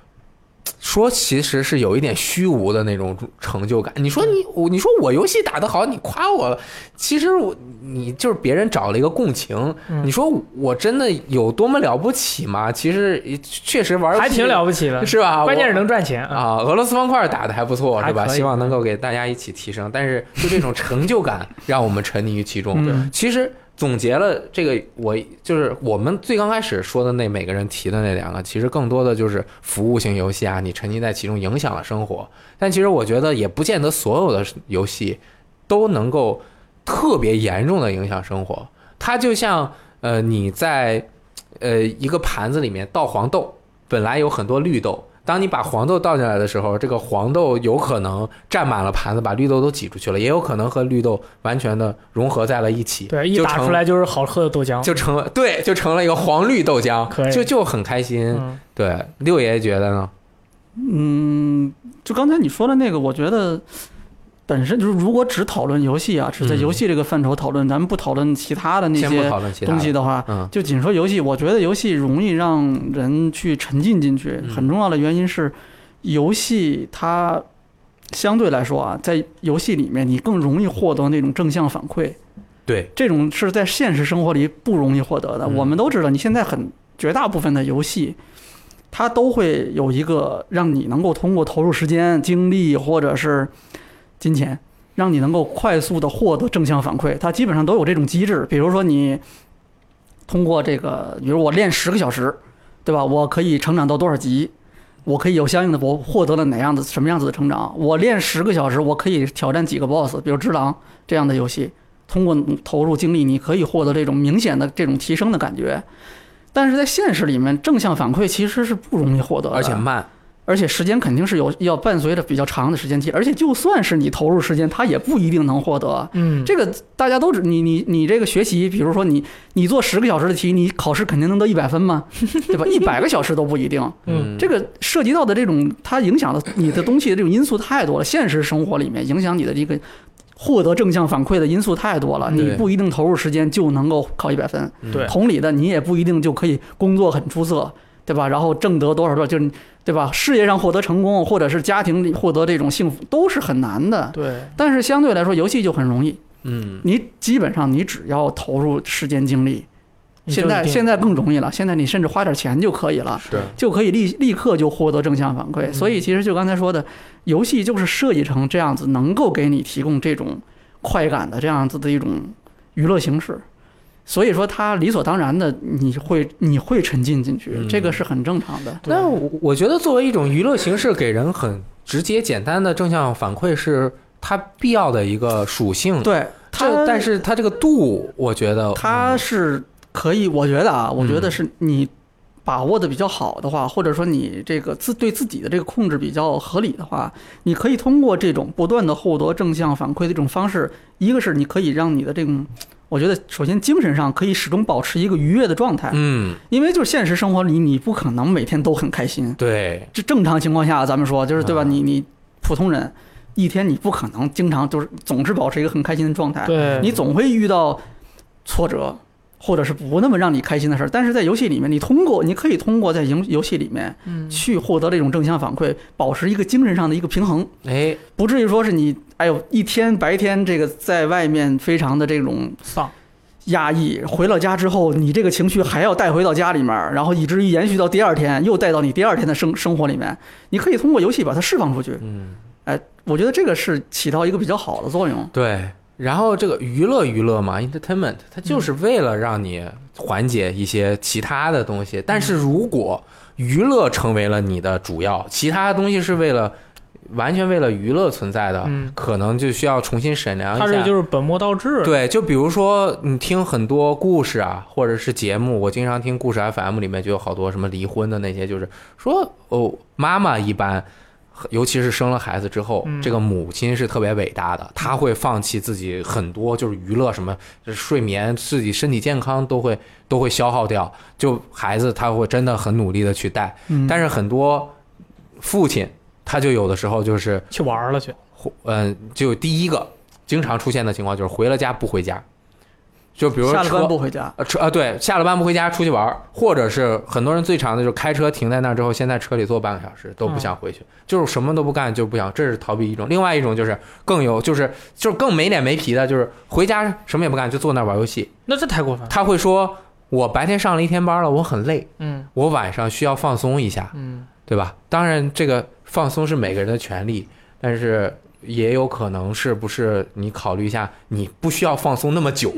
S1: 说其实是有一点虚无的那种成就感。你说你我，你说我游戏打得好，你夸我了，其实我你就是别人找了一个共情。
S2: 嗯
S1: 你说我真的有多么了不起吗？其实也确实玩游戏
S2: 还挺了不起的，
S1: 是吧？
S2: 关键
S1: 我
S2: 是能赚钱啊，
S1: 啊，俄罗斯方块打的还不错，
S2: 还
S1: 是吧？
S2: 可以嗯
S1: 希望能够给大家一起提升，但是就这种成就 感，让我们沉溺于其中。
S3: 嗯
S1: 其实总结了这个，我就是我们最刚开始说的那每个人提的那两个，其实更多的就是服务型游戏啊，你沉浸在其中影响了生活。但其实我觉得也不见得所有的游戏都能够特别严重的影响生活。它就像呃你在呃一个盘子里面倒黄豆，本来有很多绿豆。当你把黄豆倒进来的时候，这个黄豆有可能占满了盘子，把绿豆都挤出去了，也有可能和绿豆完全的融合在了一起，
S2: 对，一
S1: 就
S2: 打
S1: 成
S2: 出来就是好喝的豆浆，
S1: 就成了对，就成了一个黄绿豆浆
S2: 可，以
S1: 就就很开心。
S2: 嗯
S1: 对，六爷觉得呢？
S3: 嗯，就刚才你说的那个，我觉得本身就是，如果只讨论游戏啊，只在
S1: 嗯
S3: 游戏这个范畴讨论，咱们不讨论其他的那
S1: 先不
S3: 些
S1: 讨论其他
S3: 东
S1: 的
S3: 西的话，
S1: 嗯
S3: 就仅说游戏，我觉得游戏容易让人去沉浸进去，
S1: 嗯
S3: 很重要的原因是，游戏它相对来说啊，在游戏里面你更容易获得那种正向反馈，
S1: 对，
S3: 这种是在现实生活里不容易获得的。
S1: 嗯
S3: 我们都知道，你现在很绝大部分的游戏，它都会有一个让你能够通过投入时间、精力或者是金钱，让你能够快速的获得正向反馈。它基本上都有这种机制，比如说你通过这个，比如我练十个小时，对吧？我可以成长到多少级？我可以有相应的，我获得了哪样的什么样子的成长？我练十个小时，我可以挑战几个 BOSS，比如《只狼》这样的游戏。通过投入精力，你可以获得这种明显的这种提升的感觉。但是在现实里面，正向反馈其实是不容易获得的，
S1: 而且慢，
S3: 而且时间肯定是有要伴随着比较长的时间期，而且就算是你投入时间，它也不一定能获得。
S2: 嗯，
S3: 这个大家都知，你你你这个学习，比如说你你做十个小时的题，你考试肯定能得一百分吗？对吧？一百个小时都不一定。
S1: 嗯，
S3: 这个涉及到的这种它影响的你的东西的这种因素太多了，现实生活里面影响你的这个获得正向反馈的因素太多了，
S1: 嗯
S3: 你
S1: 对
S3: 不一定投入时间就能够考一百分。
S1: 嗯
S2: 对
S3: 同理的，你也不一定就可以工作很出色，对吧？然后挣得多少多少，就是你对吧？事业上获得成功，或者是家庭里获得这种幸福，都是很难的。
S2: 对，
S3: 但是相对来说，游戏就很容易，
S1: 嗯
S3: 你基本上你只要投入时间精力。现在现
S2: 在
S3: 在更容易了，现在你甚至花点钱就可以了。
S1: 是
S3: 就可以立立刻就获得正向反馈。
S2: 嗯
S3: 所以其实就刚才说的，游戏就是设计成这样子，能够给你提供这种快感的这样子的一种娱乐形式。所以说，它理所当然的，你会你会沉浸进去，
S1: 嗯
S3: 这个是很正常的。
S2: 对
S1: 那我我觉得作为一种娱乐形式，给人很直接简单的正向反馈是它必要的一个属性。
S3: 对，它
S1: 这但是它这个度，我觉得
S3: 它是可以，我觉得啊，我觉得是你把握的比较好的话，或者说你这个自对自己的这个控制比较合理的话，你可以通过这种不断的获得正向反馈的这种方式，一个是你可以让你的这种。我觉得，首先精神上可以始终保持一个愉悦的状态，
S1: 嗯，
S3: 因为就是现实生活里，你不可能每天都很开心。
S1: 对，
S3: 这正常情况下，咱们说就是对吧？
S1: 啊
S3: 你你普通人一天你不可能经常就是总是保持一个很开心的状态，
S2: 对
S3: 你总会遇到挫折，或者是不那么让你开心的事儿。但是在游戏里面，你通过你可以通过在游游戏里面
S2: 嗯
S3: 去获得这种正向反馈，保持一个精神上的一个平衡，
S1: 哎，
S3: 不至于说是你哎呦一天白天这个在外面非常的这种
S2: 丧，
S3: 压抑，回到家之后，你这个情绪还要带回到家里面儿，然后以至于延续到第二天，又带到你第二天的生生活里面。你可以通过游戏把它释放出去，哎
S1: 嗯，
S3: 我觉得这个是起到一个比较好的作用。
S1: 对。然后这个娱乐娱乐嘛，entertainment，它就是为了让你缓解一些其他的东西。但是如果娱乐成为了你的主要，其他的东西是为了完全为了娱乐存在的，
S2: 嗯
S1: 可能就需要重新审量一下。
S2: 他这就是本末倒置。
S1: 对，就比如说你听很多故事啊，或者是节目，我经常听故事 FM 里面就有好多什么离婚的那些，就是说哦，妈妈一般，尤其是生了孩子之后，
S2: 嗯
S1: 这个母亲是特别伟大的，她会放弃自己很多就是娱乐什么、就是睡眠、自己身体健康都会都会消耗掉，就孩子他会真的很努力的去带，
S3: 嗯
S1: 但是
S3: 是
S1: 很多父亲他就有的时候就是
S2: 去玩儿了去，
S1: 或嗯，就第一个经常出现的情况就是回了家不回家，就比如
S3: 下
S1: 说
S3: 了班
S1: 车
S3: 不回家，
S1: 呃车啊对，下了班不回家出去玩儿，或者是很多人最长的就是开车停在那儿之后，先在车里坐半个小时都不想回去，
S3: 嗯
S1: 就是什么都不干就不想，这是逃避一种。另外一种就是更有就是就是更没脸没皮的，就是回家什么也不干就坐那儿玩游戏。
S2: 那这太过分了。
S1: 他会说，我白天上了一天班了，我很累，
S2: 嗯
S1: 我晚上需要放松一下。
S2: 嗯，
S1: 对吧？当然，这个放松是每个人的权利，但是也有可能是不是你考虑一下，你不需要放松那么久，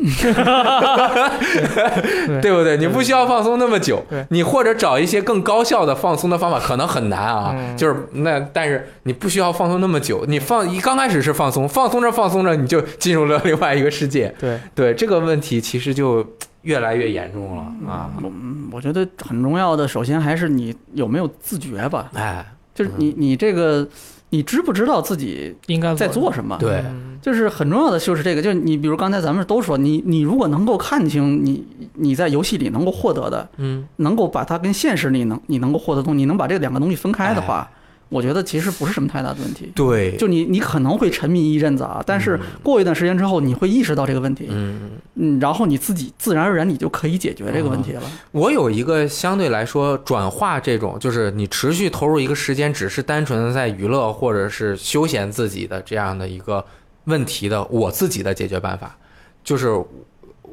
S1: 对不对？你不需要放松那么久
S2: 对，
S1: 你或者找一些更高效的放松的方法，可能很难啊。
S2: 嗯
S1: 就是那，但是你不需要放松那么久，你放一刚开始是放松，放松着放松着你就进入了另外一个世界。
S2: 对，
S1: 对这个问题，其实就越来越严重了啊！
S3: 嗯，我觉得很重要的，首先还是你有没有自觉吧，
S1: 哎，
S3: 就是你你这个你知不知道自己
S2: 应该
S3: 在做什么？
S1: 对
S2: 嗯
S3: 就是很重要的就是这个，就是你比如刚才咱们都说，你你如果能够看清你你在游戏里能够获得的，
S1: 嗯，
S3: 能够把它跟现实里能你能够获得的东西，你能把这两个东西分开的话，我觉得其实不是什么太大的问题。
S1: 对，
S3: 就你你可能会沉迷一阵子啊，但是过一段时间之后，你会意识到这个问题，
S1: 嗯。
S3: 嗯，然后你自己自然而然你就可以解决这个问题了。
S1: 我有一个相对来说转化这种，就是你持续投入一个时间，只是单纯的在娱乐或者是休闲自己的这样的一个问题的，我自己的解决办法，就是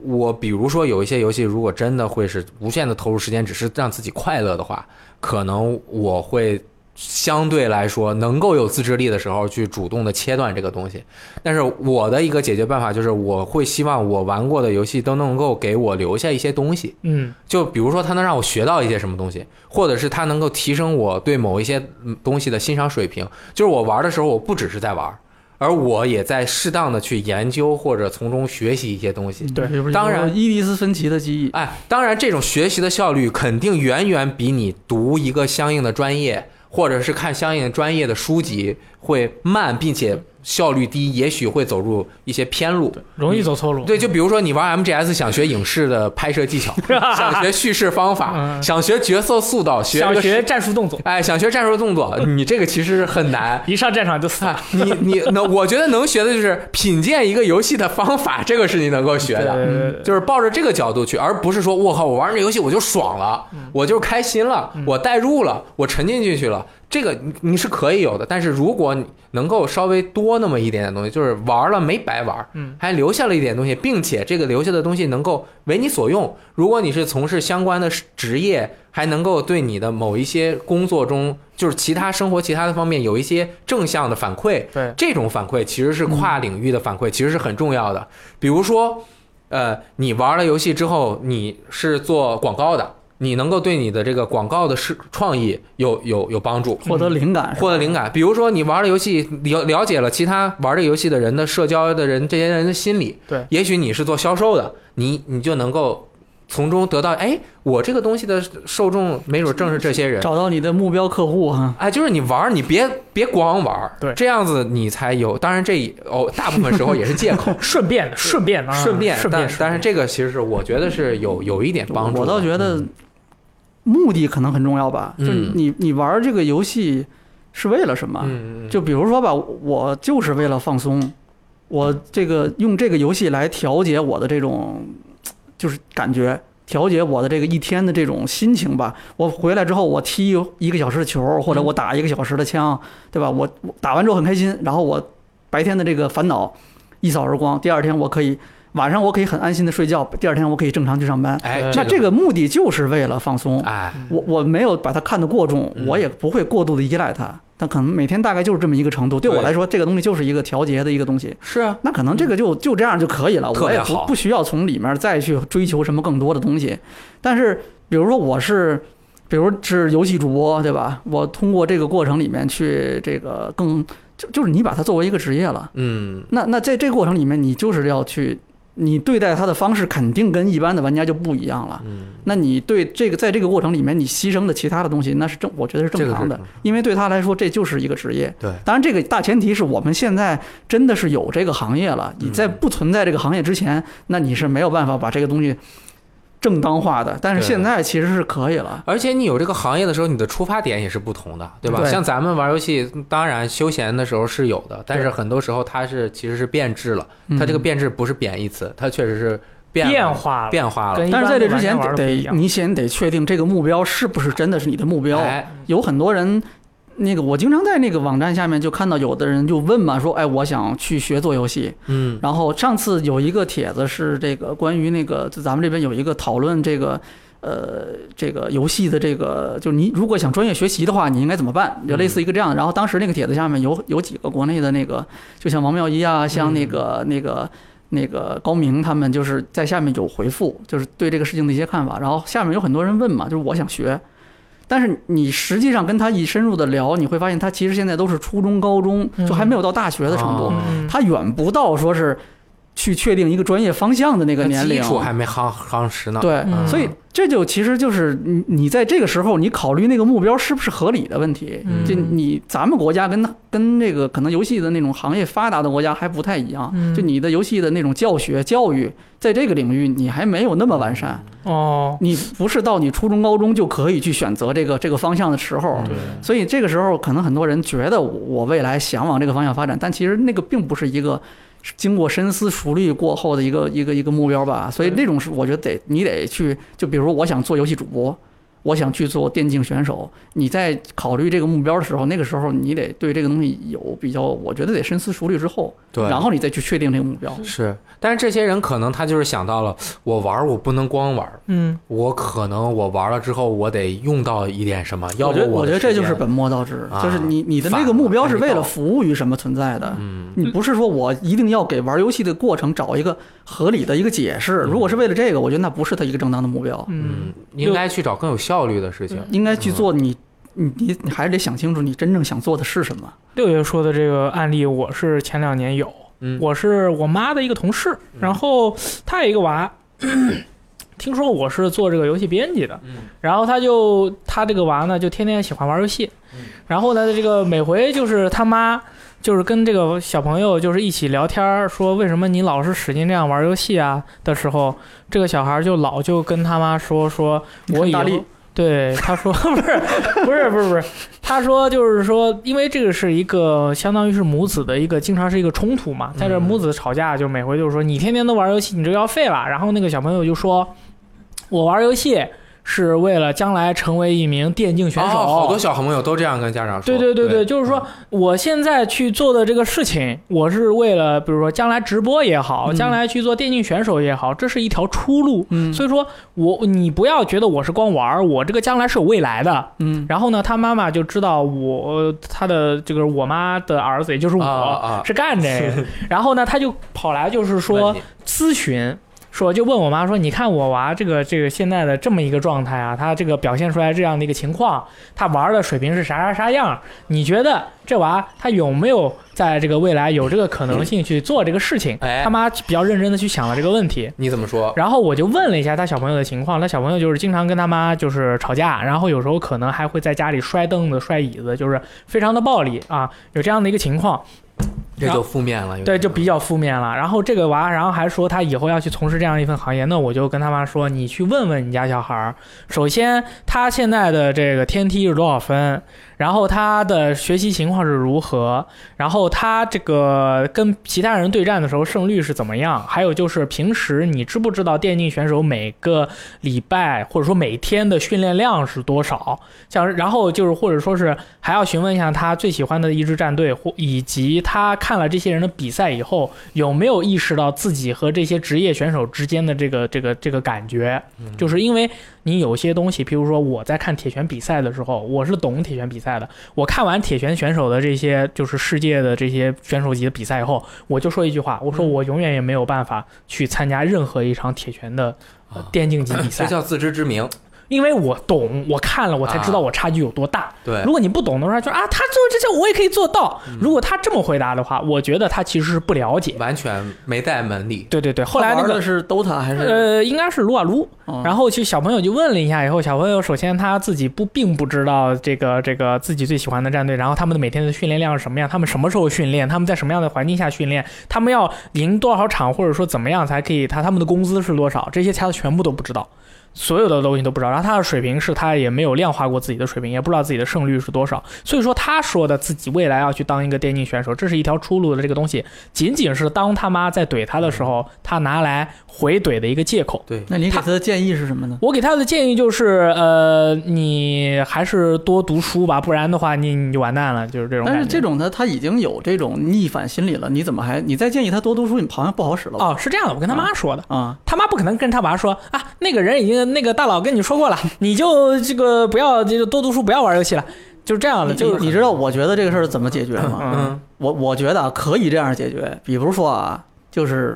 S1: 我比如说有一些游戏，如果真的会是无限的投入时间，只是让自己快乐的话，可能我会。相对来说，能够有自制力的时候，去主动的切断这个东西。但是我的一个解决办法就是，我会希望我玩过的游戏都能够给我留下一些东西。
S2: 嗯
S1: 就比如说，它能让我学到一些什么东西，或者是它能够提升我对某一些嗯东西的欣赏水平。就是我玩的时候，我不只是在玩，而我也在适当的去研究或者从中学习一些东西。
S2: 对
S3: 比如说
S1: 当然
S3: 伊迪丝·芬奇的记忆，
S1: 哎，当然，这种学习的效率肯定远远比你读一个相应的专业，或者是看相应专业的书籍会慢，并且效率低，也许会走入一些偏路。
S2: 容易走错路。
S1: 对，就比如说你玩 MGS 想学影视的拍摄技巧， 想学叙事方法，
S2: 嗯
S1: 想学角色塑造，学
S2: 想
S1: 个
S2: 学战术动作，
S1: 哎，想学战术动作，你这个其实很难。
S2: 一上战场就死了。
S1: 啊，你你能，我觉得能学的就是品鉴一个游戏的方法，这个是你能够学的。
S2: 对对对
S1: 就是抱着这个角度去，而不是说我靠，我玩这游戏我就爽了，我就开心了，我代入了，我沉浸进去了，这个你你是可以有的。但是如果你能够稍微多那么一点点东西，就是玩了没白玩，
S2: 嗯，
S1: 还留下了一点东西，并且这个留下的东西能够为你所用。如果你是从事相关的职业，还能够对你的某一些工作中，就是其他生活其他的方面有一些正向的反馈，
S2: 对，
S1: 这种反馈其实是跨领域的反馈，其实是很重要的。比如说，呃，你玩了游戏之后，你是做广告的，你能够对你的这个广告的是创意有有有帮助。
S3: 获得灵感是吧，
S1: 嗯获得灵感，比如说你玩了游戏，了了解了其他玩这游戏的人的社交的人这些人的心理，
S2: 对，
S1: 也许你是做销售的，你你就能够从中得到，哎，我这个东西的受众没准正是这些人，
S3: 找到你的目标客户哈。
S1: 哎，就是你玩儿，你别别光玩儿，
S2: 对，
S1: 这样子你才有。当然这也哦，大部分时候也是借口
S2: 顺便的，顺便的，啊
S1: 顺便，
S2: 顺
S1: 但
S2: 便。
S1: 但是这个其实是我觉得是有有一点帮助的。
S3: 我倒觉得目的可能很重要吧，
S1: 嗯
S3: 就是你你玩这个游戏是为了什么？
S1: 嗯，嗯，嗯
S3: 啊就比如说吧，我就是为了放松，我这个用这个游戏来调节我的这种就是感觉。调节我的这个一天的这种心情吧。我回来之后，我踢一个小时的球，或者我打一个小时的枪，对吧？我我打完之后很开心，然后我白天的这个烦恼一扫而光。第二天我可以晚上我可以很安心的睡觉，第二天我可以正常去上班。
S1: 哎，
S3: 呃那这个目的就是为了放松。
S1: 哎，
S3: 我我没有把它看得过重
S1: 嗯，
S3: 我也不会过度的依赖它。但可能每天大概就是这么一个程度，对我
S1: 对
S3: 来说，这个东西就是一个调节的一个东西。
S1: 是啊，
S3: 那可能这个就就这样就可以了，
S1: 特
S3: 我
S1: 别
S3: 也
S1: 好
S3: 不不需要从里面再去追求什么更多的东西。但是，比如说我是，比如是游戏主播，对吧？我通过这个过程里面去这个更就就是你把它作为一个职业了。
S1: 嗯，
S3: 那那在这个过程里面，你就是要去，你对待它的方式肯定跟一般的玩家就不一样了。
S1: 嗯，
S3: 那你对这个在这个过程里面，你牺牲的其他的东西，那是正，我觉得是正常的
S1: 这个是正常，
S3: 因为对他来说这就是一个职业。
S1: 对，
S3: 当然这个大前提是我们现在真的是有这个行业了，你在不存在这个行业之前，那你是没有办法把这个东西正当化的。但是
S1: 对
S3: 现在其实是可以了，
S1: 而且你有这个行业的时候，你的出发点也是不同的，对吧？
S3: 对
S1: 像咱们玩游戏，当然休闲的时候是有的，但是很多时候它是其实是变质了，它这个
S3: 嗯。
S1: 变质不是贬义词，它确实是变
S2: 变
S1: 变
S2: 化了，
S1: 变化了。
S2: 跟一
S3: 但
S2: 般的
S3: 是在这之
S2: 玩家
S3: 前
S2: 玩
S3: 得
S2: 的不一
S3: 得
S2: 样
S3: 你先得确定这个目标是不是真的是你的目标。
S1: 哎，
S3: 有很多人，那个我经常在那个网站下面就看到有的人就问嘛，说哎，我想去学做游戏，
S1: 嗯，
S3: 然后上次有一个帖子是这个关于那个，就咱们这边有一个讨论这个，呃，这个游戏的这个，就是你如果想专业学习的话，你应该怎么办？就类似一个这样的。然后当时那个帖子下面有有几个国内的那个，就像王妙一啊，像那个、那个那个高明他们，就是在下面有回复，就是对这个事情的一些看法。然后下面有很多人问嘛，就是我想学。但是你实际上跟他一深入的聊，你会发现他其实现在都是初中、高中，就还没有到大学的程度。
S1: 哦
S2: 嗯，
S3: 他远不到说是去确定一个专业方向的那个
S1: 它
S3: 年龄
S1: 基。础还没夯夯实呢。
S3: 对，
S2: 嗯
S3: 所以这就其实就是你你在这个时候你考虑那个目标是不是合理的问题。
S2: 嗯
S3: 就你咱们国家跟跟那个可能游戏的那种行业发达的国家还不太一样，
S2: 嗯
S3: 就你的游戏的那种教学教育在这个领域你还没有那么完善，
S2: 哦，
S3: 你不是到你初中高中就可以去选择这个这个方向的时
S1: 嗯
S3: 候。
S2: 对
S3: 所以这个时候，可能很多人觉得我我未来想往这个方向发展，但其实那个并不是一个经过深思熟虑过后的一个一个一个目标吧。所以那种是我觉得得你得去，就比如说我想做游戏主播，我想去做电竞选手，你在考虑这个目标的时候，那个时候你得对这个东西有比较，我觉得得深思熟虑之后，
S1: 对，
S3: 然后你再去确定这个目标。
S1: 是，但是这些人可能他就是想到了，我玩儿我不能光玩儿，
S2: 嗯，
S1: 我可能我玩了之后我得用到一点什么，要
S3: 我
S1: 不
S3: 觉得我
S1: 的
S3: 觉得这
S1: 时
S3: 就是
S1: 间
S3: 本末倒置，
S1: 啊
S3: 就是你你的
S1: 反
S3: 那
S1: 了
S3: 个目标是为
S1: 反了
S3: 了服务于什么存在的，
S1: 嗯
S3: 你不是说我一定要给玩游戏的过程找一个合理的一个解释。如果是为了这个，我觉得那不是他一个正当的目标，
S1: 嗯
S2: 嗯，，
S1: 应该去找更有效率的事情。
S3: 应该去做你你你你还是得想清楚你真正想做的是什么。
S2: 六爷说的这个案例，我是前两年有，
S1: 嗯
S2: 我是我妈的一个同事，然后她有一个娃，啊 听说我是做这个游戏编辑的，
S1: 嗯
S2: 然后他就他这个娃呢，就天天喜欢玩游戏
S1: 嗯，
S2: 然后呢，这个每回就是他妈就是跟这个小朋友就是一起聊天儿，说为什么你老是使劲这样玩游戏啊的时候，这个小孩就老就跟他妈说说，
S3: 你
S2: 我
S3: 看
S2: 以
S3: 大
S2: 后
S3: 力
S2: 对他说 不是不是不是不是，他说就是说，因为这个是一个相当于是母子的一个经常是一个冲突嘛，在这
S1: 嗯
S2: 母子吵架，就每回就是说你天天都玩游戏，你这个要废了。然后那个小朋友就说，我玩游戏是为了将来成为一名电竞选手，
S1: 哦好多小朋友都这样跟家长说。
S2: 对对对对，就是说我现在去做的这个事情，我是为了比如说将来直播也好，
S3: 嗯
S2: 将来去做电竞选手也好，这是一条出路。
S3: 嗯
S2: 所以说我你不要觉得我是光玩儿，我这个将来是有未来的。
S3: 嗯
S2: 然后呢，他妈妈就知道我呃他的这个我妈的儿子，也就是我，
S1: 啊啊啊
S2: 是干这 个。然后呢，他就跑来就是说
S1: 问你
S2: 咨询，说就问我妈说，你看我娃这个这个现在的这么一个状态啊，他这个表现出来这样的一个情况，他玩的水平是啥啥啥样？你觉得这娃他有没有在这个未来有这个可能性去做这个事情？
S1: 哎
S2: 他妈比较认真的去想了这个问题。
S1: 你怎么说？
S2: 然后我就问了一下他小朋友的情况，他小朋友就是经常跟他妈就是吵架，然后有时候可能还会在家里摔凳子、摔椅子，就是非常的暴力啊，有这样的一个情况。
S1: 这就负面了，有
S2: 对，
S1: 点
S2: 就比较负面了。然后这个娃，然后还说他以后要去从事这样一份行业，那我就跟他妈说，你去问问你家小孩儿，首先他现在的这个天梯是多少分，然后他的学习情况是如何，然后他这个跟其他人对战的时候胜率是怎么样，还有就是平时你知不知道电竞选手每个礼拜或者说每天的训练量是多少？像然后就是或者说是还要询问一下他最喜欢的一支战队，或以及他看了这些人的比赛以后，有没有意识到自己和这些职业选手之间的这个这个这个感觉？
S1: 嗯
S2: 就是因为你有些东西，譬如说我在看铁拳比赛的时候，我是懂铁拳比赛的。我看完铁拳选手的这些就是世界的这些选手级的比赛以后，我就说一句话，我说我永远也没有办法去参加任何一场铁拳的呃
S1: 啊
S2: 电竞级比
S1: 这
S2: 赛，
S1: 叫自知之明。
S2: 因为我懂，我看了我才知道我差距有多大。
S3: 哎
S1: 对
S2: 如，果你不懂的话，就啊，他做这些我也可以做到。
S3: 嗯
S2: 如果他这么回答的话，我觉得他其实是不了解。
S1: 完全没在门里。
S2: 对对对，后来那
S3: 他玩
S2: 个
S3: 的是 DOTA 还是？
S2: 呃，应该是撸啊撸，
S3: 嗯
S2: 然后去小朋友就问了一下，以后小朋友首先他自己不并不知道这个这个自己最喜欢的战队，然后他们的每天的训练量是什么样，他们什么时候训练，他们在什么样的环境下训练，他们要赢多少场，或者说怎么样才可以，他他们的工资是多少，这些他全部都不知道。所有的东西都不知道，然后他的水平是他也没有量化过自己的水平，也不知道自己的胜率是多少。所以说，他说的自己未来要去当一个电竞选手，这是一条出路的这个东西，仅仅是当他妈在怼他的时候，他拿来回怼的一个借口。
S1: 对，
S3: 那你给他的建议是什么呢？
S2: 我给他的建议就是，呃，你还是多读书吧，不然的话你你就完蛋了，就是这种感
S3: 但
S2: 觉。
S3: 是这种他他已经有这种逆反心理了，你怎么还你再建议他多读书，你好像不好使了吧？
S2: 哦，是这样的，我跟他妈说的，
S3: 啊，
S2: 他妈不可能跟他娃说啊，那个人已经那个大佬跟你说过了，你就这个不要这个多读书，不要玩游戏了，就是这样的，
S3: 你
S2: 就是
S3: 你知道我觉得这个事儿怎么解决吗？
S2: 嗯
S1: 嗯，
S3: 我我觉得啊可以这样解决，比如说啊，就是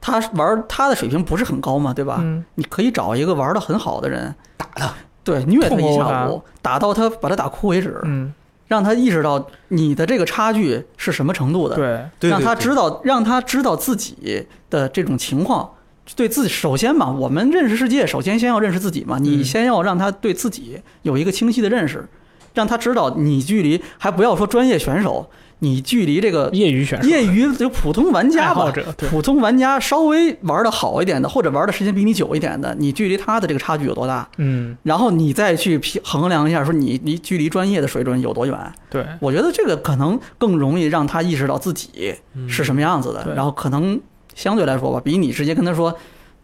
S3: 他玩他的水平不是很高嘛，对吧？
S2: 嗯
S3: 你可以找一个玩的很好的人打他，对，虐他一
S2: 痛
S3: 下
S2: 殴
S3: 午，打到他把他打哭为止，
S2: 嗯，
S3: 让他意识到你的这个差距是什么程度的，
S2: 对，
S1: 对
S3: 让他
S1: 对
S3: 知道，让他知道自己的这种情况。对自己，首先嘛，我们认识世界，首先先要认识自己嘛。
S2: 嗯
S3: 你先要让他对自己有一个清晰的认识，让他知道你距离，还不要说专业选手，你距离这个
S2: 业余选手，
S3: 业余就普通玩
S2: 爱
S3: 家
S2: 好
S3: 吧，
S2: 者，对，
S3: 普通玩家稍微玩的好一点的，或者玩的时间比你久一点的，你距离他的这个差距有多大？
S2: 嗯，
S3: 然后你再去平衡量一下，说你离距离专业的水准有多远？
S2: 对，
S3: 我觉得这个可能更容易让他意识到自己是什么样子的，
S2: 嗯对
S3: 然后可能相对来说吧，比你直接跟他说。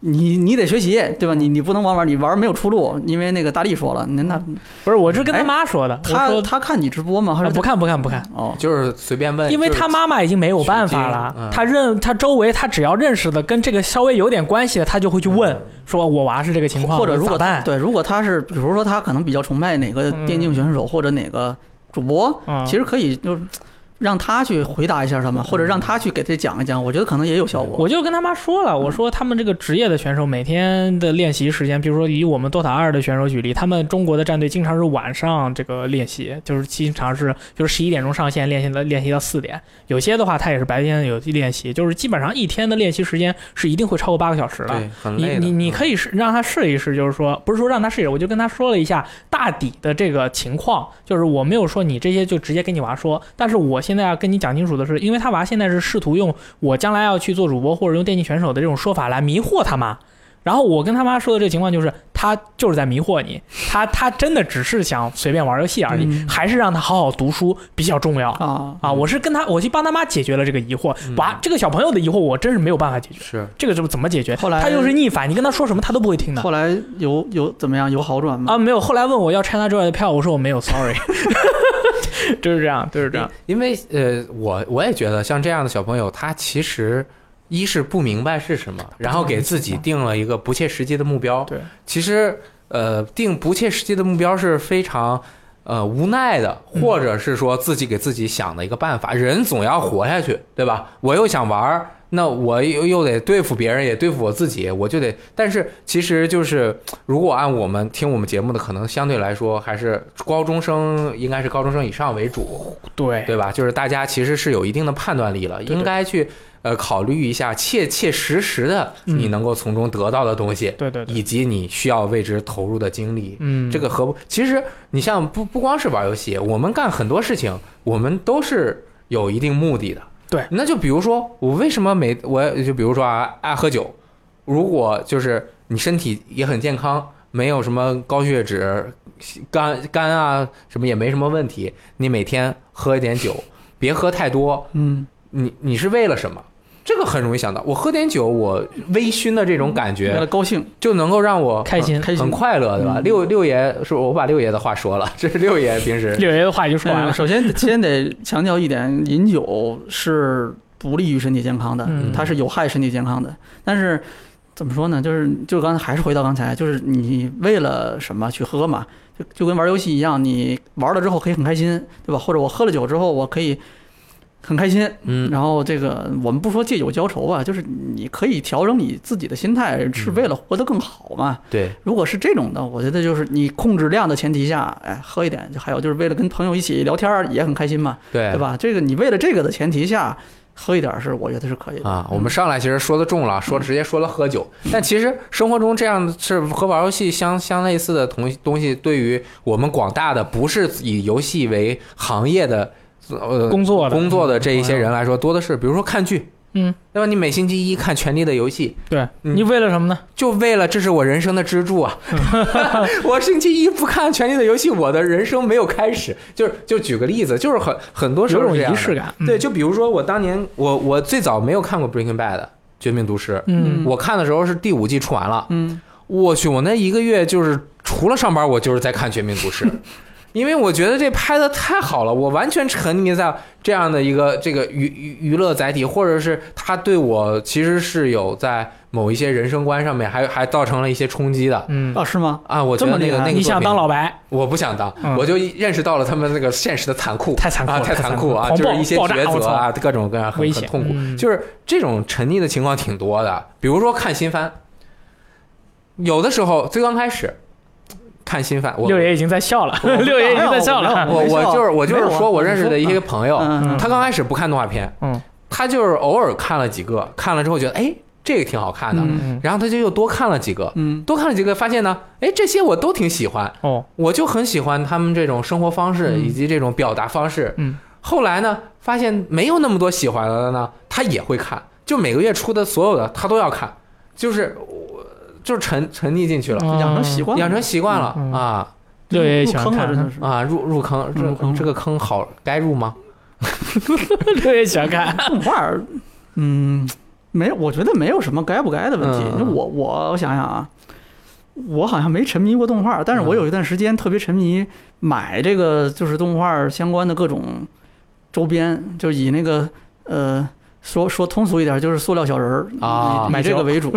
S3: 你你得学习，对吧？
S2: 嗯
S3: 你你不能玩玩，你玩没有出路，因为那个大力说了，那那
S2: 不是，我是跟他妈说的，我
S3: 哎他
S2: 说
S3: 他看你直播吗？还
S2: 啊
S3: 是
S2: 不看不看不看，
S3: 哦，
S1: 就是随便问，
S2: 因为
S1: 就是
S2: 他妈妈已经没有办法了，
S1: 取经嗯
S2: 他认他周围他只要认识的跟这个稍微有点关系的，他就会去问，
S1: 嗯
S2: 说我啊娃是这个情况，
S3: 或者如
S2: 我
S3: 果
S2: 咋办？
S3: 对，如果他是比如说他可能比较崇拜哪个电竞选手或者哪个主播，
S2: 嗯
S3: 其实可以就是让他去回答一下他们，或者让他去给他讲一讲，我觉得可能也有效果。
S2: 我就跟他妈说了，我说他们这个职业的选手每天的练习时间，比如说以我们 DOTA 二的选手举例，他们中国的战队经常是晚上这个练习，就是经常是就是十一点钟上线练习到练习到四点，有些的话他也是白天有练习，就是基本上一天的练习时间是一定会超过八个小时的。
S1: 对，很
S2: 你
S1: 累的。
S2: 你你
S1: 嗯
S2: 可以试让他试一试，就是说不是说让他试一试，我就跟他说了一下大抵的这个情况，就是我没有说你这些就直接跟你娃说，但是我现在要跟你讲清楚的是，因为他娃现在是试图用我将来要去做主播或者用电竞选手的这种说法来迷惑他妈。然后我跟他妈说的这个情况就是，他就是在迷惑你，他他真的只是想随便玩游戏而已，
S3: 嗯
S2: 还是让他好好读书比较重要
S3: 啊，
S2: 啊！我是跟他，我去帮他妈解决了这个疑惑，
S1: 嗯
S2: 娃这个小朋友的疑惑我真是没有办法解决。
S1: 是
S2: 这个怎么怎么解决？
S3: 后来
S2: 他又是逆反，你跟他说什么他都不会听的。
S3: 后来有有怎么样？有好转吗？
S2: 啊，没有。后来问我要 China Joy 的票，我说我没有，sorry。就是这样，就是这样。
S1: 因为呃，我我也觉得像这样的小朋友，他其实一是不明白是什么，然后给自己定了一个不切实际的目标。
S2: 对，
S1: 其实呃，定不切实际的目标是非常呃无奈的，或者是说自己给自己想的一个办法。人总要活下去，对吧？我又想玩儿，那我又又得对付别人，也对付我自己，我就得。但是其实就是，如果按我们听我们节目的，可能相对来说还是高中生，应该是高中生以上为主。
S2: 对，
S1: 对吧？就是大家其实是有一定的判断力了，
S2: 对
S1: 应该去呃考虑一下切切实实的
S2: 嗯
S1: 你能够从中得到的东西，
S2: 对对对，
S1: 以及你需要为之投入的精力。
S2: 嗯，
S1: 这个和其实你像不不光是玩游戏，我们干很多事情，我们都是有一定目的的。
S2: 对
S1: 那就比如说我为什么每我就比如说啊爱喝酒，如果就是你身体也很健康，没有什么高血脂、肝肝啊什么也没什么问题，你每天喝一点酒，别喝太多，
S3: 嗯，
S1: 你你是为了什么？这个很容易想到，我喝点酒，我微醺的这种感
S3: 为
S2: 嗯
S3: 了
S1: 觉
S3: 高兴，啊
S1: 就能够让我
S2: 开心。
S3: 开
S1: 很
S3: 心。
S1: 快乐，对吧？
S3: 嗯
S1: 六六爷是我把六爷的话说了， 这是六爷平时
S2: 六爷的话已经说完
S3: 嗯
S2: 了。
S3: 首先先得强调一点，饮酒是不利于身体健康的。
S2: 嗯，
S3: 它是有害身体健康的。但是怎么说呢？就是就刚才还是回到刚才，就是你为了什么去喝嘛？就就跟玩游戏一样，你玩了之后可以很开心，对吧？或者我喝了酒之后，我可以很开心。
S1: 嗯
S3: 然后这个我们不说借酒浇愁吧，就是你可以调整你自己的心态，是为了活得更好嘛。
S1: 对
S3: 如果是这种的，我觉得就是你控制量的前提下，哎，喝一点就还有就是为了跟朋友一起聊天儿也很开心嘛，
S1: 对
S3: 对吧？这个你为了这个的前提下，喝一点儿是我觉得是可以的。
S1: 啊，我们上来其实说的重了，说直接说了喝酒，但其实生活中这样是和玩游戏相相类似的同东西，对于我们广大的不是以游戏为行业的呃
S2: 工作的
S1: 工作的这一些人啊来说多的是，比如说看剧，
S2: 嗯，
S1: 对吧？你每星期一看《权力的游戏》，
S2: 对
S1: 嗯
S2: 你为了什么呢？
S1: 就为了这是我人生的支柱 啊！我星期一不看《权力的游戏》，我的人生没有开始。就是就举个例子，就是很很多时
S2: 有
S1: 候是
S2: 种
S1: 这样
S2: 仪
S1: 的
S2: 式感。嗯
S1: 对，，就比如说我当年我我最早没有看过《Breaking Bad》《绝命毒师》
S2: 嗯，
S1: 我看的时候是第五季出完了，
S3: 嗯，
S1: 我去，我那一个月就是除了上班，我就是在看《绝命毒 师》。因为我觉得这拍的太好了，我完全沉迷在这样的一个这个娱娱娱乐载体，或者是它对我其实是有在某一些人生观上面还还造成了一些冲击的
S2: 嗯，
S3: 啊，是吗？
S1: 啊！我觉
S3: 这
S1: 得
S3: 么
S1: 那个
S3: 厉害
S1: 那个
S2: 你
S1: 作
S2: 想
S1: 品
S2: 当老白，
S1: 我不想当，
S2: 嗯
S1: 我就认识到了他们那个现实的残酷，
S2: 太残酷
S1: 啊，
S2: 了
S1: 太
S2: 太残
S1: 酷
S2: 酷
S1: 啊，
S2: 狂
S1: 就
S2: 暴
S1: 是一些
S2: 爆炸
S1: 抉
S2: 我
S1: 择
S2: 操
S1: 啊，各种各样很
S2: 危
S1: 很
S2: 险
S1: 痛苦，
S2: 嗯
S1: 就是这种沉溺的情况挺多的。比如说看新番，有的时候最刚开始看新番，我
S2: 六爷已经在笑了，
S1: 我
S2: 六爷已经在笑
S3: 我
S2: 了。
S1: 我我就是我就
S3: 没有
S1: 是
S3: 啊
S1: 说我
S3: 你
S1: 认识
S3: 说
S1: 的一些朋友，
S3: 嗯
S2: 嗯
S1: 他刚开始不看动画片，
S2: 嗯
S1: 他就是偶尔看了几个，看了之后觉得哎这个挺好看的，
S3: 嗯
S2: 嗯，
S1: 然后他就又多看了几个，
S3: 嗯
S1: 多看了几个发现呢，哎这些我都挺喜欢。
S2: 哦，
S1: 我就很喜欢他们这种生活方式
S2: 嗯
S1: 以及这种表达方式。
S2: 嗯，
S1: 后来呢，发现没有那么多喜欢的呢，他也会看，就每个月出的所有的他都要看，就是我就是沉沉溺进去了，
S2: 嗯
S3: 养成习惯了，
S1: 养成习惯了、
S2: 嗯嗯
S1: 啊
S2: 六爷也喜欢
S3: 入坑了，真
S2: 看
S3: 的，是。
S1: 啊，入入坑，这
S3: 入坑了
S1: 这个坑好该入吗？
S2: 六爷喜欢 看。
S3: 动画儿，嗯，没有，我觉得没有什么该不该的问题。
S1: 嗯
S3: 因为我我我想想啊，我好像没沉迷过动画儿，但是
S1: 嗯
S3: 我有一段时间特别沉迷买这个就是动画儿相关的各种周边，就以那个呃。说说通俗一点，就是塑料小人儿
S1: 啊
S3: 以以这个为 主。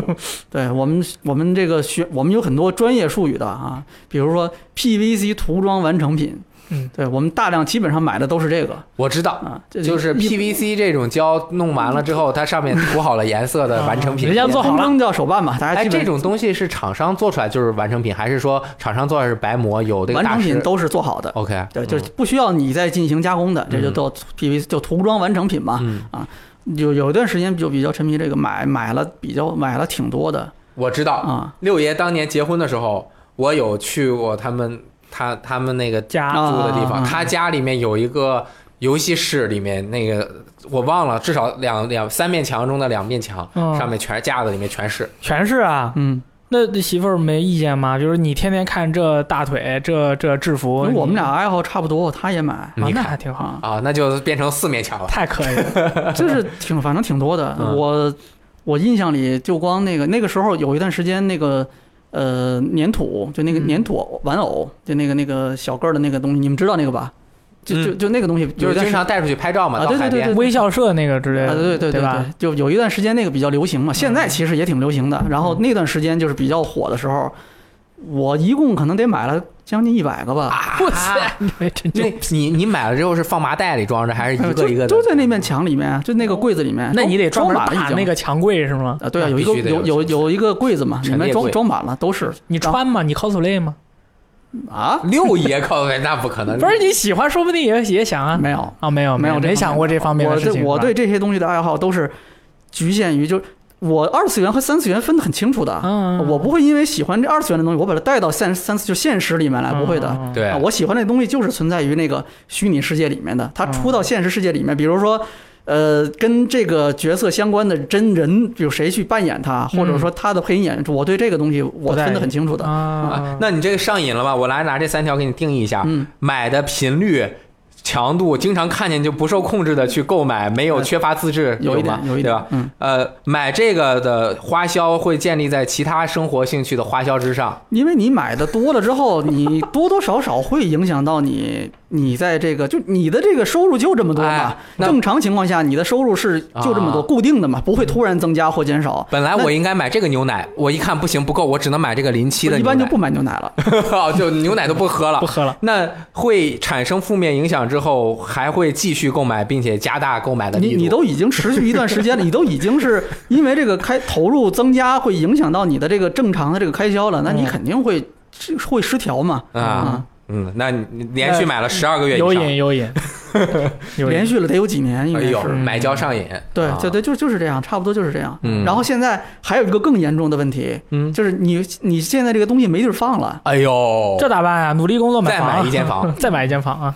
S3: 对我们，我们这个学，我们有很多专业术语的啊，比如说 PVC 涂装完成品，
S2: 嗯，
S3: 对我们大量基本上买的都是这个
S1: 我知道，
S3: 啊，这
S1: 就是 PVC 这种胶弄完了之后，它上面涂好了颜色 的完成
S2: 啊人
S1: 品。
S2: 家做好了
S3: 通称叫手办吧，大家
S1: 哎，
S3: 基
S1: 这
S3: 本
S1: 种东西是厂商做出来就是完成品，还是说厂商做的是白模？有这个
S3: 完
S1: 大
S3: 成品
S1: 师
S3: 都是做好的，
S1: OK，
S3: 对，就是不需要你再进行加工的，这就
S1: 嗯
S3: 叫 PVC，就涂装完成品嘛。
S1: 嗯，
S3: 有有一段时间就比较沉迷这个买买了比较买了挺多的
S1: 我知道。
S3: 啊
S1: 六爷当年结婚的时候，我有去过他们他他们那个
S2: 家
S3: 啊
S1: 住的地
S3: 啊
S1: 方，他家里面有一个游戏室，里面那个我忘了，至少两两三面墙中的两面墙
S2: 嗯
S1: 上面全是架子，里面全是。
S2: 全是啊。
S3: 嗯，
S2: 那那媳妇儿没意见吗？就是你天天看这大腿，这这制服，
S3: 因为我们
S2: 你
S3: 俩爱好差不多，他也买
S2: 啊
S1: 你，
S2: 那
S1: 看
S2: 还挺好，
S3: 啊，
S1: 啊，那就变成四面墙了。
S2: 太可以了。
S3: 就是挺反正挺多的。
S1: 嗯
S3: 我我印象里就光那个那个时候有一段时间那个。呃，粘土就那个
S2: 嗯
S3: 粘土玩偶，就那个那个小个儿的那个东西，你们知道那个吧？就就就那个东西，
S1: 就是经常带出去拍照嘛，
S3: 啊
S1: 到
S3: 对对
S1: 海
S3: 对
S1: 边。
S2: 微笑社那个之类
S3: 啊，
S2: 的，
S3: 对对
S2: 呃对
S3: 对
S2: 吧？，嗯
S3: 就有一段时间那个比较流行嘛，现在其实也挺流行的。然后那段时间就是比较火的时候，我一共可能得买了将近一百个吧，
S1: 啊
S2: 我操，你还真就
S1: 那你你买了之后是放麻袋里装着，还是
S3: 哎
S1: 一
S3: 就
S1: 个一个的？
S3: 就在那面墙里面，就那个柜子里面，
S2: 那你得
S3: 装
S2: 专门
S3: 啊装满了
S2: 打
S3: 已经
S2: 那个墙柜是吗？
S3: 啊，对啊，
S1: 那
S3: 有一个
S1: 必须得
S3: 有
S1: 有
S3: 有有一个柜子嘛，里
S1: 陈列
S3: 面装
S1: 柜
S3: 装满了都是
S2: 你穿吗？你 cosplay 吗？
S3: 啊？
S1: 六爷靠背，那不可能。
S2: 不是你喜欢，说不定也也想啊。
S3: 没有，
S2: 啊，没有
S3: 没有
S2: 有，
S3: 这
S2: 没
S3: 方
S2: 想
S3: 面
S2: 过这方面
S3: 我
S2: 的事
S3: 对
S2: 情。
S3: 我
S2: 是吧
S3: 对这些东西的爱好都是局限于就是我二次元和三次元分得很清楚的，
S2: 嗯，嗯
S3: 我不会因为喜欢这二次元的东西，我把它带到三三次就现实里面来，不会的。。
S2: 嗯嗯嗯
S1: 对
S3: 啊，我喜欢这东西就是存在于那个虚拟世界里面的，它出
S1: 嗯
S3: 到现实世界里面，比如说。呃，跟这个角色相关的真人，比如谁去扮演他，或者
S1: 嗯
S3: 说他的配音演出，我对这个东西我分得很清楚的。
S1: 啊
S2: 啊，，
S1: 那你这个上瘾了吧？我来拿这三条给你定义一下：
S3: 嗯，
S1: 买的频率、强度，经常看见就不受控制的去购买，没有
S3: 嗯
S1: 缺乏自制，
S3: 有一点
S1: 吗，？
S3: 有一
S1: 对
S3: 点
S1: 吧？，
S3: 嗯，
S1: 呃，买这个的花销会建立在其他生活兴趣的花销之上。
S3: 因为你买的多了之后，你多多少少会影响到你，你在这个就你的这个收入就这么多嘛
S1: 哎。那
S3: 正常情况下，你的收入是就这么多
S1: 啊
S3: 固定的嘛，不会突然增加或减少。
S1: 本来我应该买这个牛奶，我一看不行不够，我只能买这个临期的
S3: 一
S1: 牛奶，
S3: 般就不买牛奶了。
S1: 哦就牛奶都不喝了
S2: 不。喝了。
S1: 那会产生负面影响之后，还会继续购买，并且加大购买的力
S3: 你
S1: 度。
S3: 你都已经持续一段时间了，你都已 经是因为这个开投入增加会影响到你的这个正常的这个开销了，那你
S2: 嗯
S3: 肯定会是会失调嘛
S1: 啊，嗯，那你连续
S3: 哎
S1: 买了十二个月以
S2: 有
S1: 上
S2: 瘾，，有瘾，有瘾
S3: 连续了得有几年应
S1: 哎
S3: 该
S1: 呦，
S3: 嗯是。
S1: 买胶上瘾，
S3: 对
S1: 啊
S3: 对对，就就是这样，差不多就是这样。
S1: 嗯
S3: 然后现在还有一个更严重的问题，
S1: 嗯
S3: 就是你你现在这个东西没地儿放了，
S1: 哎呦，
S2: 这咋办呀？努力工作，买
S1: 再
S2: 房啊
S1: 买一间 房，
S2: 再买一间房啊？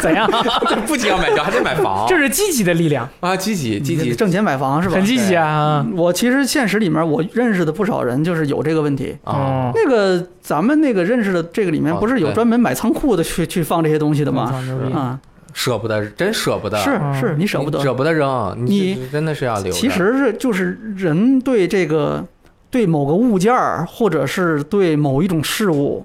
S2: 怎样？
S1: 这不仅要买胶，还得买房，
S2: 这是积极的力量，
S1: 啊，积
S3: 嗯
S1: 极积极，
S3: 挣钱买房是吧嗯
S2: 很？积极啊！
S3: 我其实现实里面我认识的不少人就是有这个问题。
S1: 啊，
S2: 嗯，
S3: 那个咱们那个认识的这个里面
S1: 哦
S3: 不是有
S1: 对嗯
S3: 专门买仓库的去去放这些东西的吗？
S2: 操牛逼
S1: 是
S3: 啊，
S1: 舍不得，真舍不得，
S3: 是
S2: 嗯
S3: 是，你舍不得
S1: 你。舍不得扔，
S3: 你
S1: 真的是要留着。
S3: 其实是就是人对这个对某个物件儿，或者是对某一种事物，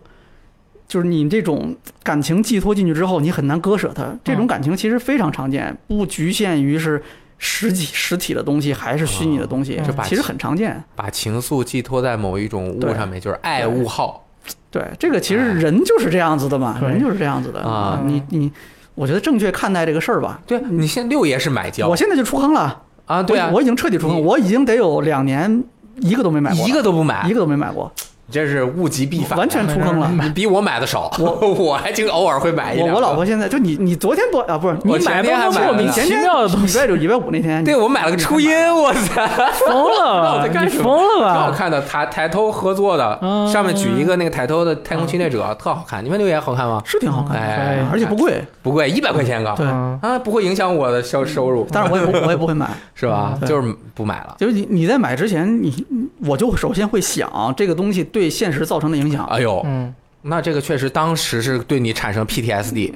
S3: 就是你这种感情寄托进去之后，你很难割舍它。这
S2: 嗯
S3: 种感情其实非常常见，不局限于是实体实体的东西还是虚拟的东西
S2: 哦这把，
S3: 其实很常见。
S1: 把情愫寄托在某一种物
S3: 对
S1: 上面，就是爱物好。
S3: 对，这个其实人就是这样子的嘛，
S2: 对嗯
S3: 人就是这样子的
S1: 啊
S3: 你你，我觉得正确看待这个事儿吧。
S1: 对你现在六爷是买胶
S3: 我现在就出坑了，
S1: 啊，对啊
S3: 我，我已经彻底出坑，
S1: 你
S3: 我已经得有两年，一个都没买过了，
S1: 一个都不买
S3: 一，个都没买过，
S1: 你这是物极必反，
S3: 完全出坑了。
S1: 你比我买的少，
S3: 我
S1: 我还经偶尔会买一
S3: 我
S1: 两个
S3: 我老婆现在就你你昨天不啊不是
S1: 我
S2: 你
S1: 前
S2: 买
S1: 天还
S2: 都是
S1: 买
S2: 莫
S1: 了
S2: 名
S1: 呢
S2: 其
S3: 前天
S2: 妙的东
S3: 礼
S2: 西，
S3: 拜六礼拜五那天，
S1: 对我买了个 初音，我操，
S2: 疯
S1: 那我
S2: 了
S1: 在
S2: 吧？
S1: 干
S2: 你
S1: 什么
S2: 疯了
S1: 挺好
S2: 吧？
S1: 看的，抬抬头合作的，
S2: 嗯
S1: 上面举一个那个抬头的太空侵略者，特好看。你们六爷好看吗？
S3: 是挺好看的，
S1: 哎，
S3: 而且不贵，
S1: 不贵，一百块钱一个
S3: 嗯对
S2: 嗯
S1: 啊，不会影响我的收收入，
S3: 但是 我也不我也不会买，
S1: 是吧？
S3: 对
S1: 就是不买了。
S3: 就是你你在买之前，你我就首先会想这个东西对现实造成的影响，
S1: 哎呦，
S2: 嗯，
S1: 那这个确实当时是对你产生 PTSD，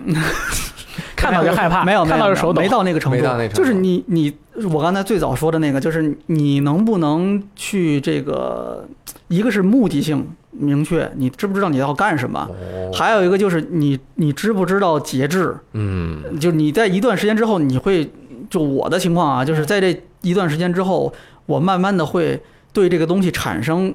S2: 看到就害怕，
S3: 没有没有
S2: 看到就手抖
S3: 没。到那个程度，
S1: 没到那程度
S3: 就是你你我刚才最早说的那个，就是你能不能去这个，一个是目的性明确，你知不知道你要干什么，
S1: 哦，
S3: 还有一个就是你你知不知道节制，
S1: 嗯，
S3: 就你在一段时间之后，你会就我的情况啊，就是在这一段时间之后，我慢慢的会对这个东西产生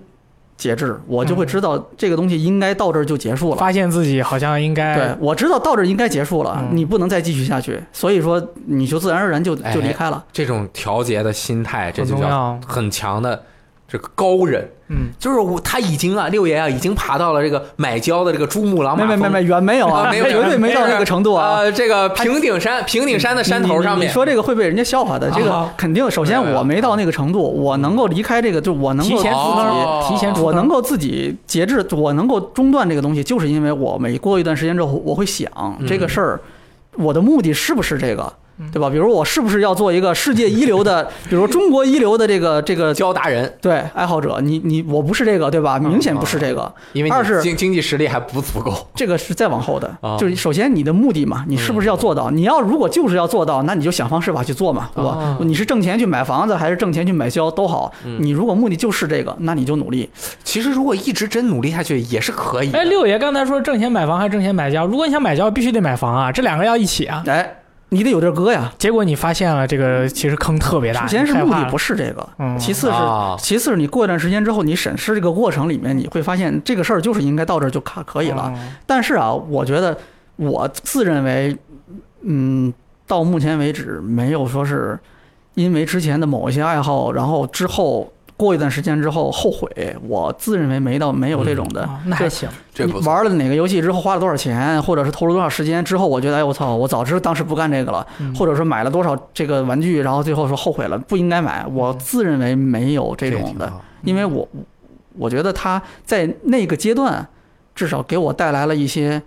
S3: 节制，我就会知道这个东西应该到这儿就结束了。
S2: 发现自己好像应
S1: 嗯
S3: 对
S1: 哎
S2: 该，
S3: 我知道到这儿应该结束了，
S2: 嗯
S3: 你不能再继续下去，所以说你就自然而然就
S1: 哎
S3: 就离开了。
S1: 这种调节的心态，这
S2: 很
S1: 就
S2: 重
S1: 叫
S2: 要。
S1: 很强的这个高人。
S2: 嗯，
S1: 就是我他已经啊，六爷啊，已经爬到了这个买胶的这个珠穆朗
S3: 没
S1: 玛
S3: 没
S1: 峰，
S3: 没没，远没有啊，
S1: 哎 啊没有
S3: 绝对没到这个程度啊。
S1: 呃，这个平顶山，平顶山的山头上
S3: 你你
S1: 面，
S3: 你说这个会被人家笑话的，这个
S1: 啊
S3: 肯定。首先
S1: 对
S3: 我没到那个程度，我能够离开这个，就我能够
S2: 提前出
S1: 哦
S2: 坑，提前出
S3: 我
S2: 坑
S3: 能够自己节制，我能够中断这个东西，就是因为我每过一段时间之后，我会想
S1: 嗯
S3: 这个事儿，我的目的是不是这个
S2: 嗯，
S3: 对吧？比如我是不是要做一个世界一流的，比如中国一流的这个这个
S1: 胶达人，
S3: 对爱好者？你你我不是这个，对吧？明显不是这个，
S1: 因为
S3: 二是
S1: 你经经济实力还不足够，
S3: 这个是再往后的
S1: 啊。嗯
S3: 就是首先你的目的嘛，你是不是要做到？你要如果就是要做到，那你就想方设法去做嘛，对吧
S1: 啊？嗯
S3: 你是挣钱去买房子，还是挣钱去买胶都好，你如果目的就是这个，那你就努力。
S1: 其实如果一直真努力下去也是可以的。
S2: 哎，六爷刚才说挣钱买房还是挣钱买胶？如果你想买胶，必须得买房啊，这两个要一起啊。
S3: 哎，你得有地儿搁呀。
S2: 结果你发现了这个其实坑特别大，
S3: 首先是
S2: 你害
S3: 目
S2: 怕
S3: 的
S2: 了
S3: 不是这个，
S2: 嗯
S3: 其次是、
S1: 啊
S3: 其次是你过一段时间之后，你审视这个过程里面，你会发现这个事儿就是应该到这儿就卡可以了。。
S2: 嗯
S3: 但是啊，我觉得我自认为，嗯，到目前为止没有说是因为之前的某一些爱好，然后之后过一段时间之后后悔，我自认为没到没有这种的。
S2: 啊那还行，
S1: 这
S3: 你
S1: 不错
S3: 玩了哪个游戏之后花了多少钱，或者是投入多少时间之后，我觉得哎我操，我早知道当时不干这个了，
S2: 嗯
S3: 或者说买了多少这个玩具，然后最后说后悔了，不应该买。我自认为没有这
S1: 也
S3: 种
S1: 挺
S3: 的，
S1: 好嗯
S3: 因为我我觉得他在那个阶段至少给我带来了一些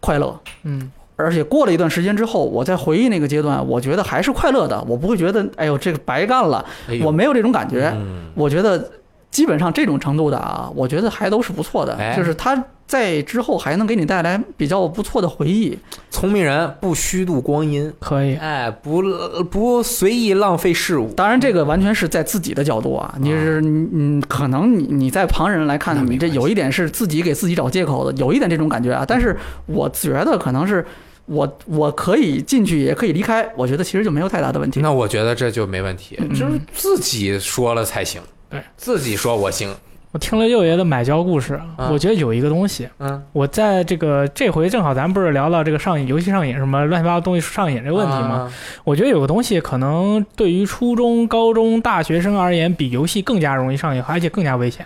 S3: 快乐，
S2: 嗯，
S3: 而且过了一段时间之后，我再回忆那个阶段，我觉得还是快乐的，我不会觉得哎呦这个白干了，
S1: 哎呦
S3: 我没有这种感觉。
S1: 嗯
S3: 我觉得基本上这种程度的啊，我觉得还都是不错的，
S1: 哎
S3: 就是他在之后还能给你带来比较不错的回忆。
S1: 聪明人不虚度光阴，
S2: 可以。
S1: 哎，不不随意浪费事物。
S3: 当然，这个完全是在自己的角度啊，你是
S1: 哦
S3: 嗯，可能你你在旁人来
S1: 那
S3: 看，
S1: 没
S3: 你这
S1: 关系
S3: 有一点是自己给自己找借口的，有一点这种感
S1: 嗯
S3: 觉啊。但是我觉得可能是我我可以进去，也可以离开，我觉得其实就没有太大的问题。
S1: 那我觉得这就没问题，
S3: 嗯
S1: 就是自己说了才行。
S2: 对，
S1: 自己说我行。
S2: 我听了六爷的买胶故事啊，
S1: 嗯
S2: 我觉得有一个东西，
S1: 嗯，
S2: 我在这个这回正好咱们不是聊到这个上瘾、游戏上瘾什么乱七八糟东西上瘾这个问题吗？
S1: 啊？
S2: 我觉得有个东西可能对于初中、高中、大学生而言，比游戏更加容易上瘾，而且更加危险。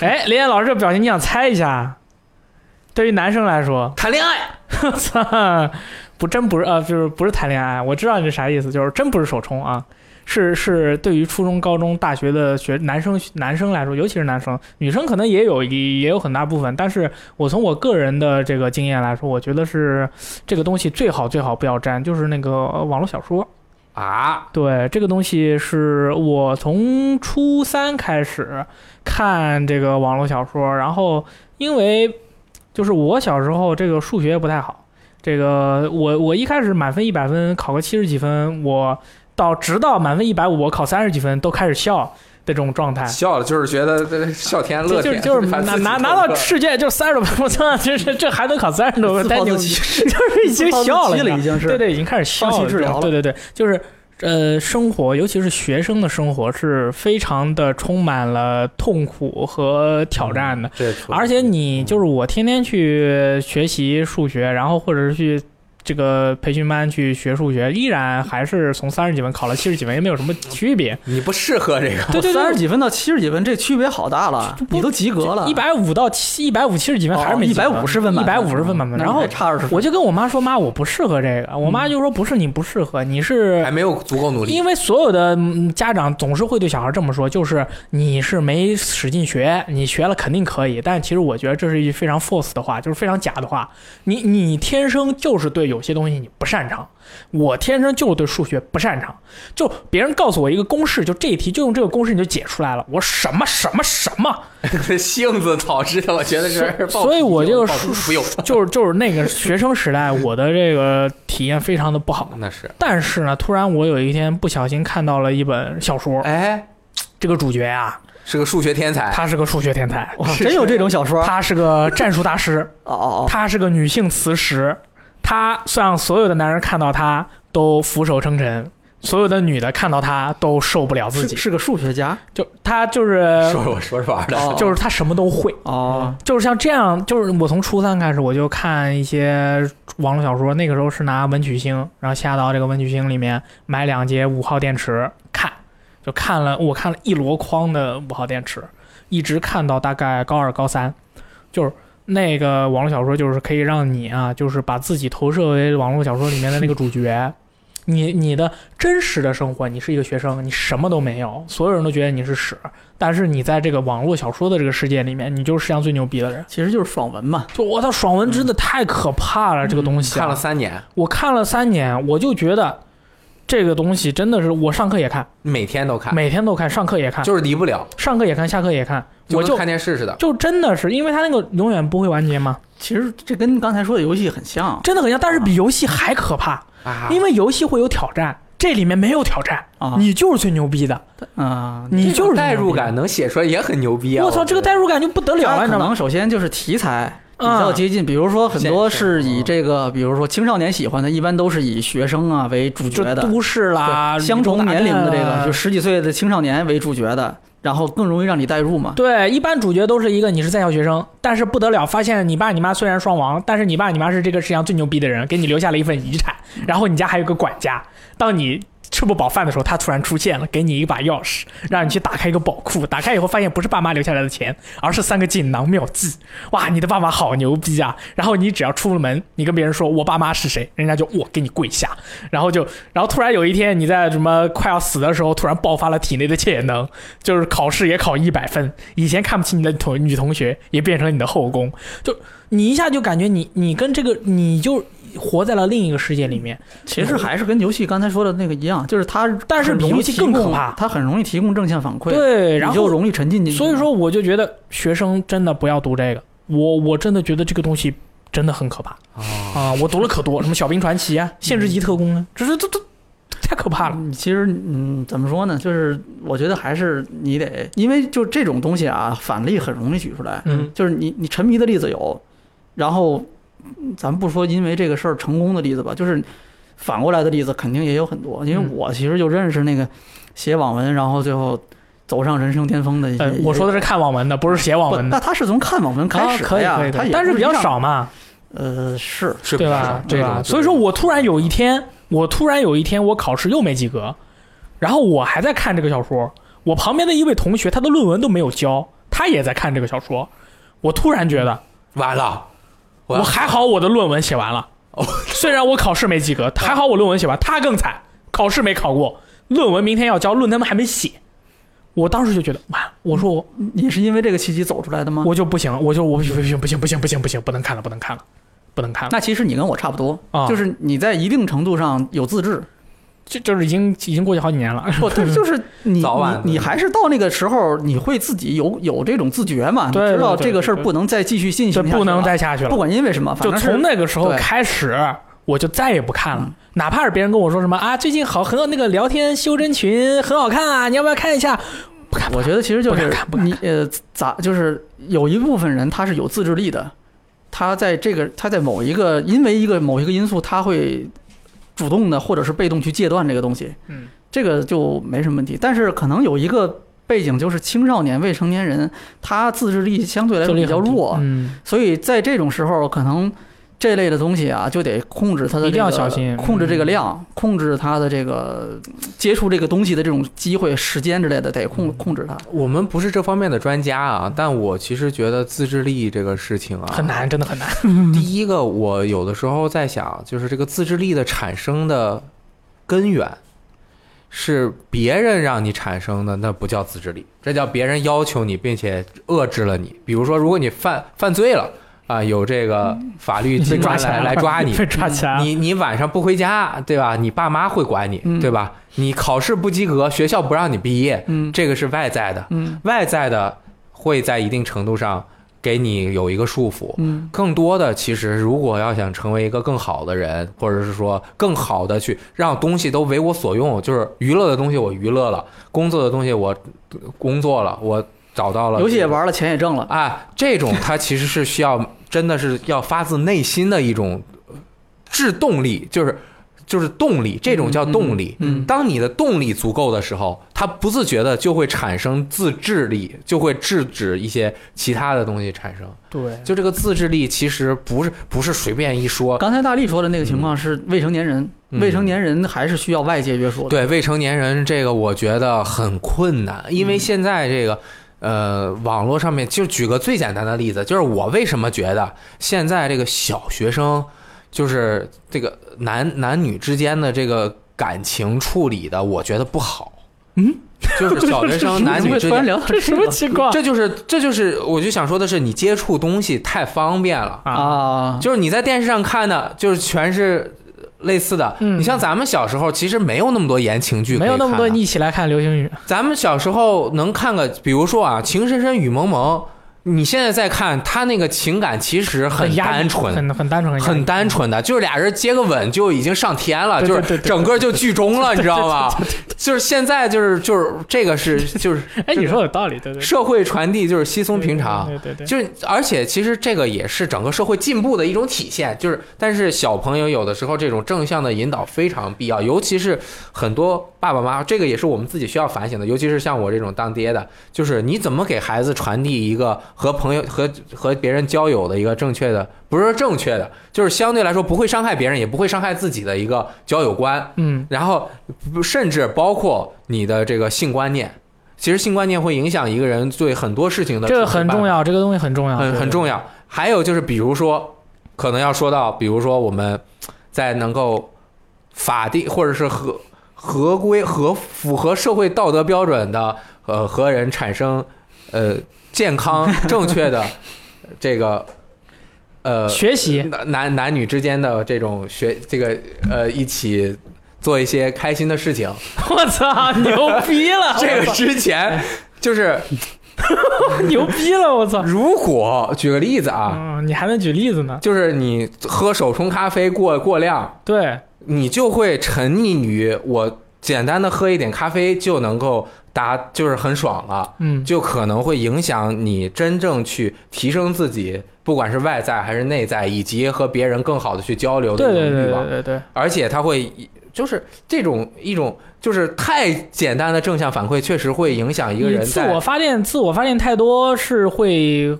S2: 哎，林岩老师这表情，你想猜一下？对于男生来说，
S1: 谈恋
S3: 哎
S1: 爱，
S2: 操，不真不是呃，就是不是谈恋爱，我知道你是啥意思，就是真不是手冲啊，是是对于初中、高中、大学的学男生男生来说，尤其是男生，女生可能也有也也有很大部分，但是我从我个人的这个经验来说，我觉得是这个东西最好最好不要沾，就是那个呃网络小说。
S1: 啊，
S2: 对，这个东西是我从初三开始看这个网络小说，然后因为就是我小时候这个数学不太好，这个我我一开始满分一百分考个七十几分，我到直到满分一百五我考三十几分都开始笑的这种状态。
S1: 笑了，就是觉得这笑天乐
S2: 就就
S1: 天，
S2: 是就是拿
S1: 反思
S2: 拿
S1: 自己
S2: 拿到
S1: 的
S2: 世界就三十多分，我操，这这这还能考三十多分，
S3: 自
S2: 太
S3: 暴
S2: 牛
S3: 自
S2: 逼！
S3: 弃，
S2: 就是已经笑了，你
S3: 自暴自弃
S2: 知道
S3: 了，
S2: 吗
S3: 已经
S2: 对
S3: 是。
S2: 对，已经开始笑
S3: 放弃
S2: 了。
S3: 治疗了
S2: 对对对，就是呃，生活，尤其是学生的生活，是非常的充满了痛苦和挑战
S3: 嗯
S2: 的。
S1: 嗯这出
S2: 而且你就是我天天去学习数学，然后或者是去。这个培训班去学数学，依然还是从三十几分考了七十几分，也没有什么区 别。
S1: 你不适合这个，
S2: 对对对，
S3: 三十几分到七十几分，这区别好大了
S2: 就，不
S3: 你都及格了，哦
S2: 一百五到七一百五七十几分还是没
S3: 一百五十分
S2: 一
S3: 满分，
S2: 百五十分满分。
S3: 那
S2: 然后
S3: 还差二十分，嗯
S2: 我就跟我妈说，妈，我不适合这个。我妈就说，不是你不适合，你是
S1: 还没有足够努力。
S2: 因为所有的嗯家长总是会对小孩这么说，就是你是没使劲学，你学了肯定可以。但其实我觉得这是一句非常 false 的话，就是非常假的话。你你天生就是对有些东西你不擅长，我天生就是对数学不擅长。就别人告诉我一个公式，就这一题就用这个公式你就解出来了，我什么什么什么，
S1: 性子草吃的，我觉得是 暴脾气。
S2: 所所以我这个
S1: 暴脾气
S2: 数
S1: 不用，
S2: 就是 就是那个学生时代我的这个体验非常的不好。
S1: 那是
S2: 但是呢，突然我有一天不小心看到了一本小说，
S1: 哎，
S2: 这个主角啊，
S1: 是个数学天才，
S2: 他是个数学天才，
S3: 哇真有这种小说，哦
S2: 他是个战术大师，
S3: 哦哦，
S2: 他是个女性磁石，他让所有的男人看到他都俯首称臣。所有的女的看到他都受不了哦自
S3: 是
S2: 己，
S3: 是个数学家
S2: 就他就是
S1: 说我说着玩的，
S3: 哦
S2: 就是他什么都会。
S3: 哦，
S2: 就是像这样，就是我从初三开始我就看一些网络小说，那个时候是拿文曲星，然后下到这个文曲星里面买两节五号电池看，就看了我看了一箩筐的五号电池，一直看到大概高二高三，就是那个网络小说就是可以让你啊，就是把自己投射为网络小说里面的那个主角。你你的真实的生活，你是一个学生，你什么都没有，所有人都觉得你是屎，但是你在这个网络小说的这个世界里面，你就是世界上最牛逼的人。
S3: 其实就是爽文嘛。
S2: 就我操，爽文真的太可怕了，这个东西、啊
S1: 嗯看了，三年，
S2: 我看了三年，我就觉得这个东西真的是，我上课也看，
S1: 每天都看，
S2: 每天都看，上课也看，
S1: 就是离不了，
S2: 上课也看，下课也看，我
S1: 跟
S2: 就
S1: 看电视似的。
S2: 就真的是，因为它那个永远不会完结嘛，
S3: 其实这跟刚才说的游戏很像
S2: 真的很像，但是比游戏还可怕，
S1: 啊，
S2: 因为游戏会有挑战，这里面没有挑战，
S3: 啊
S2: 你就是最牛逼的，
S3: 啊。
S2: 你就是最
S1: 代
S2: 牛逼
S1: 入
S2: 的
S1: 感。能写出来也很牛逼啊！
S2: 我操，这个代入感就不得了了，啊
S3: 它
S2: 你知
S3: 可
S2: 道吗？
S3: 能首先就是题材比
S2: 啊
S3: 较接近，比如说很多
S1: 现实
S2: 嗯
S3: 是以这个，比如说青少年喜欢的，一般都是以学生啊为主角
S2: 就
S3: 的，
S2: 都市啊啦，
S3: 对相同年龄的这
S2: 啊
S3: 个，就是十几岁的青少年为主角的，然后更容易让你代入嘛。
S2: 对，一般主角都是一个你是在校学生，但是不得了，发现你爸你妈虽然双亡，但是你爸你妈是这个世界上最牛逼的人，给你留下了一份遗产，然后你家还有个管家，当你。吃不饱饭的时候，他突然出现了，给你一把钥匙，让你去打开一个宝库。打开以后，发现不是爸妈留下来的钱，而是三个锦囊妙计。哇，你的爸妈好牛逼啊！然后你只要出了门，你跟别人说“我爸妈是谁”，人家就我给你跪下。然后就，然后突然有一天你在什么快要死的时候，突然爆发了体内的潜能，就是考试也考一百分，以前看不起你的同女同学也变成了你的后宫，就你一下就感觉你你跟这个你就活在了另一个世界里面，
S3: 其实还是跟游戏刚才说的那个一样，就是它，
S2: 但是比游戏更可怕
S3: 它很容易提供正向反馈，，
S2: 对，然
S3: 你就
S2: 后
S3: 容易沉浸进去。
S2: 所以，说我就觉得学生真的不要读这个，我我真的觉得这个东西真的很可怕
S1: 啊，
S2: 啊、我读了可多，什么小兵传奇啊、限制级特工啊，这这这这太可怕了，
S3: 嗯其实，嗯，怎么说呢？就是我觉得还是你得，因为就这种东西啊，反例很容易举出来。
S2: 嗯，
S3: 就是你你沉迷的例子有，然后嗯咱不说因为这个事儿成功的例子吧，就是反过来的例子肯定也有很多。因为
S2: 嗯
S3: 我其实就认识那个写网文，然后最后走上人生巅峰的也。
S2: 呃，我说的是看网文的，不是写网
S3: 不，
S2: 文的
S3: 那。他是从看网文开
S2: 啊
S3: 始
S2: 可
S3: 的
S2: 以
S3: 呀，
S2: 可以
S3: 他
S2: 的
S3: 也，
S2: 但
S3: 不
S2: 是
S3: 是
S2: 比较
S3: 一上
S2: 少嘛，
S3: 呃，是
S1: 是
S2: 对
S1: 不
S2: 吧
S1: 是？
S2: 对吧？
S1: 这种
S2: 所以说我突然有一天，我突然有一天我考试又没及格，然后我还在看这个小说，我旁边的一位同学他的论文都没有交，他也在看这个小说，我突然觉得
S1: 完了，我
S2: 嗯我还好我的论文写完了
S1: 哦，
S2: 虽然我考试没及格，还好我论文写完，他更惨，考试没考过，论文明天要交，论文还没写。我当时就觉得完了，我说我
S3: 你是因为这个契机走出来的吗？
S2: 我就不行了，我就我不行不行不行不行不行不行，不能看了不能看了，不能看了。
S3: 那其实你跟我差不多，
S2: 啊
S3: 就是你在一定程度上有自制，
S2: 就就是已经已经过去好几年了，
S3: 不，但是就是你
S1: 早晚的
S3: 你你还是到那个时候，你会自己有有这种自觉嘛？你
S2: 对
S3: 知道
S2: 对对
S3: 这个事儿不能再继续进
S2: 就
S3: 行下去了，
S2: 不能再下去
S3: 不
S2: 了。
S3: 管因为什么，反
S2: 就
S3: 正
S2: 从
S3: 是
S2: 那个时候
S3: 对
S2: 开始，我就再也不看了
S3: 嗯。
S2: 哪怕是别人跟我说什么啊，最近好很好，那个聊天修真群很好看啊，你要不要看一下？不看，不
S3: 我
S2: 看
S3: 觉得其实就
S2: 不
S3: 是
S2: 敢看不敢
S3: 你呃咋就是有一部分人他是有自制力的，他在这个他在某一个因为一个某一个因素，他会主动的或者是被动去戒断这个东西，
S2: 嗯，
S3: 这个就没什么问题。但是可能有一个背景就是青少年未成年人，他自制力相对来说比较弱，
S2: 嗯，
S3: 所以在这种时候，可能这类的东西啊，就得控制它的、这个、
S2: 一定要小心嗯
S3: 控制这个量，控制它的这个嗯接触这个东西的这种机会、时间之类的，得
S2: 嗯
S3: 控控制它。
S1: 我们不是这方面的专家啊，但我其实觉得自制力这个事情啊
S2: 很难，真的很难。
S1: 第一个，我有的时候在想，就是这个自制力的产生的根源是别人让你产生的，那不叫自制力，这叫别人要求你并且遏制了你。比如说，如果你犯犯罪了啊、有这个法律
S2: 被
S1: 机
S2: 抓
S1: 关
S2: 起来
S1: 来
S2: 了
S1: 来抓 你，
S2: 被抓起来了，
S1: 你你晚上不回家，对吧？你爸妈会管你，
S3: 嗯
S1: 对吧？你考试不及格，学校不让你毕业，
S3: 嗯
S1: 这个是外在的，
S3: 嗯
S1: 外在的会在一定程度上给你有一个束缚。
S3: 嗯
S1: 更多的，其实如果要想成为一个更好的人，或者是说更好的去让东西都为我所用，就是娱乐的东西我娱乐了，工作的东西我呃工作了，我找到了
S3: 游戏也玩了，钱也挣了。
S1: 啊，这种它其实是需要真的是要发自内心的一种呃制动力，就是就是动力，这种叫动力。
S3: 嗯
S1: 当你的动力足够的时候，它不自觉的就会产生自制力，就会制止一些其他的东西产生。
S2: 对，
S1: 就这个自制力，其实不是不是随便一说。
S3: 刚才大力说的那个情况是未成年人，
S1: 嗯
S3: 未成年人还是需要外界约束的。
S1: 对未成年人这个，我觉得很困难，因为现在这个。呃，网络上面就举个最简单的例子，就是我为什么觉得现在这个小学生，就是这个男男女之间的这个感情处理的，我觉得不好。
S3: 嗯，
S1: 就是小学生男
S3: 怎
S1: 女
S3: 么会
S1: 之
S3: 突然
S1: 间，
S3: 聊到
S2: 这什
S3: 个
S2: 么情况
S1: 这就是这就是我就想说的是，你接触东西太方便了。
S2: 啊？
S3: 啊？
S1: 就是你在电视上看的，就是全是类似的。
S2: 嗯
S1: 你像咱们小时候，其实没有那么多言情剧，
S2: 没有那么多，你。一起来看流星雨，
S1: 咱们小时候能看个，比如说啊，《情深深雨蒙蒙》，你现在再看，他那个情感其实
S2: 很压抑
S1: 单纯。
S2: 很很单纯，压抑
S1: 很单纯的，就是俩人接个吻就已经上天了，
S2: 对
S1: 就
S2: 对
S1: 是
S2: 对对
S1: 整个就剧终了，你知道吗？就是现在就是就是这个是就是
S2: 哎，你说有道理，对对，
S1: 社会传递就是稀松平常，
S2: 对对对对，
S1: 就是，而且其实这个也是整个社会进步的一种体现，就是，但是小朋友有的时候这种正向的引导非常必要，尤其是很多爸爸妈妈，这个也是我们自己需要反省的，尤其是像我这种当爹的，就是你怎么给孩子传递一个和朋友和和别人交友的一个正确的，不是说正确的，就是相对来说不会伤害别人，也不会伤害自己的一个交友观，
S2: 嗯，
S1: 然后不甚至包括你的这个性观念。其实性观念会影响一个人对很多事情的
S2: 这个
S1: 处理
S2: 很
S1: 办法
S2: 重要，这个东西很重要，
S1: 很
S2: 啊对
S1: 很重，要。还有就是，比如说，可能要说到，比如说我们在能够法定或者是合合规合符合社会道德标准的呃和人产生呃健 康正确的这个呃
S2: 对学习，
S1: 男男男女之间的这种学这个呃一起。做一些开心的事情，
S2: 我操，牛逼了，
S1: 这
S2: 啊我
S1: 个
S2: 操
S1: 之前就是，
S2: 牛逼了，我操，
S1: 如果举个例子啊，
S2: 嗯，你还能举例子呢？
S1: 就是你喝手冲咖啡过过量，
S2: 对，
S1: 你就会沉溺于我简单的喝一点咖啡就能够达，就是很爽了，
S2: 嗯，
S1: 就可能会影响你真正去提升自己，不管是外在还是内在，以及和别人更好的去交流的
S2: 对
S1: 一种
S2: 对对
S1: 欲望
S2: 对。对对，
S1: 而且它会就是这种一种就是太简单的正向反馈，确实会影响一个
S2: 你
S1: 人
S2: 自
S1: 在
S2: 我发电，自我发电太多是会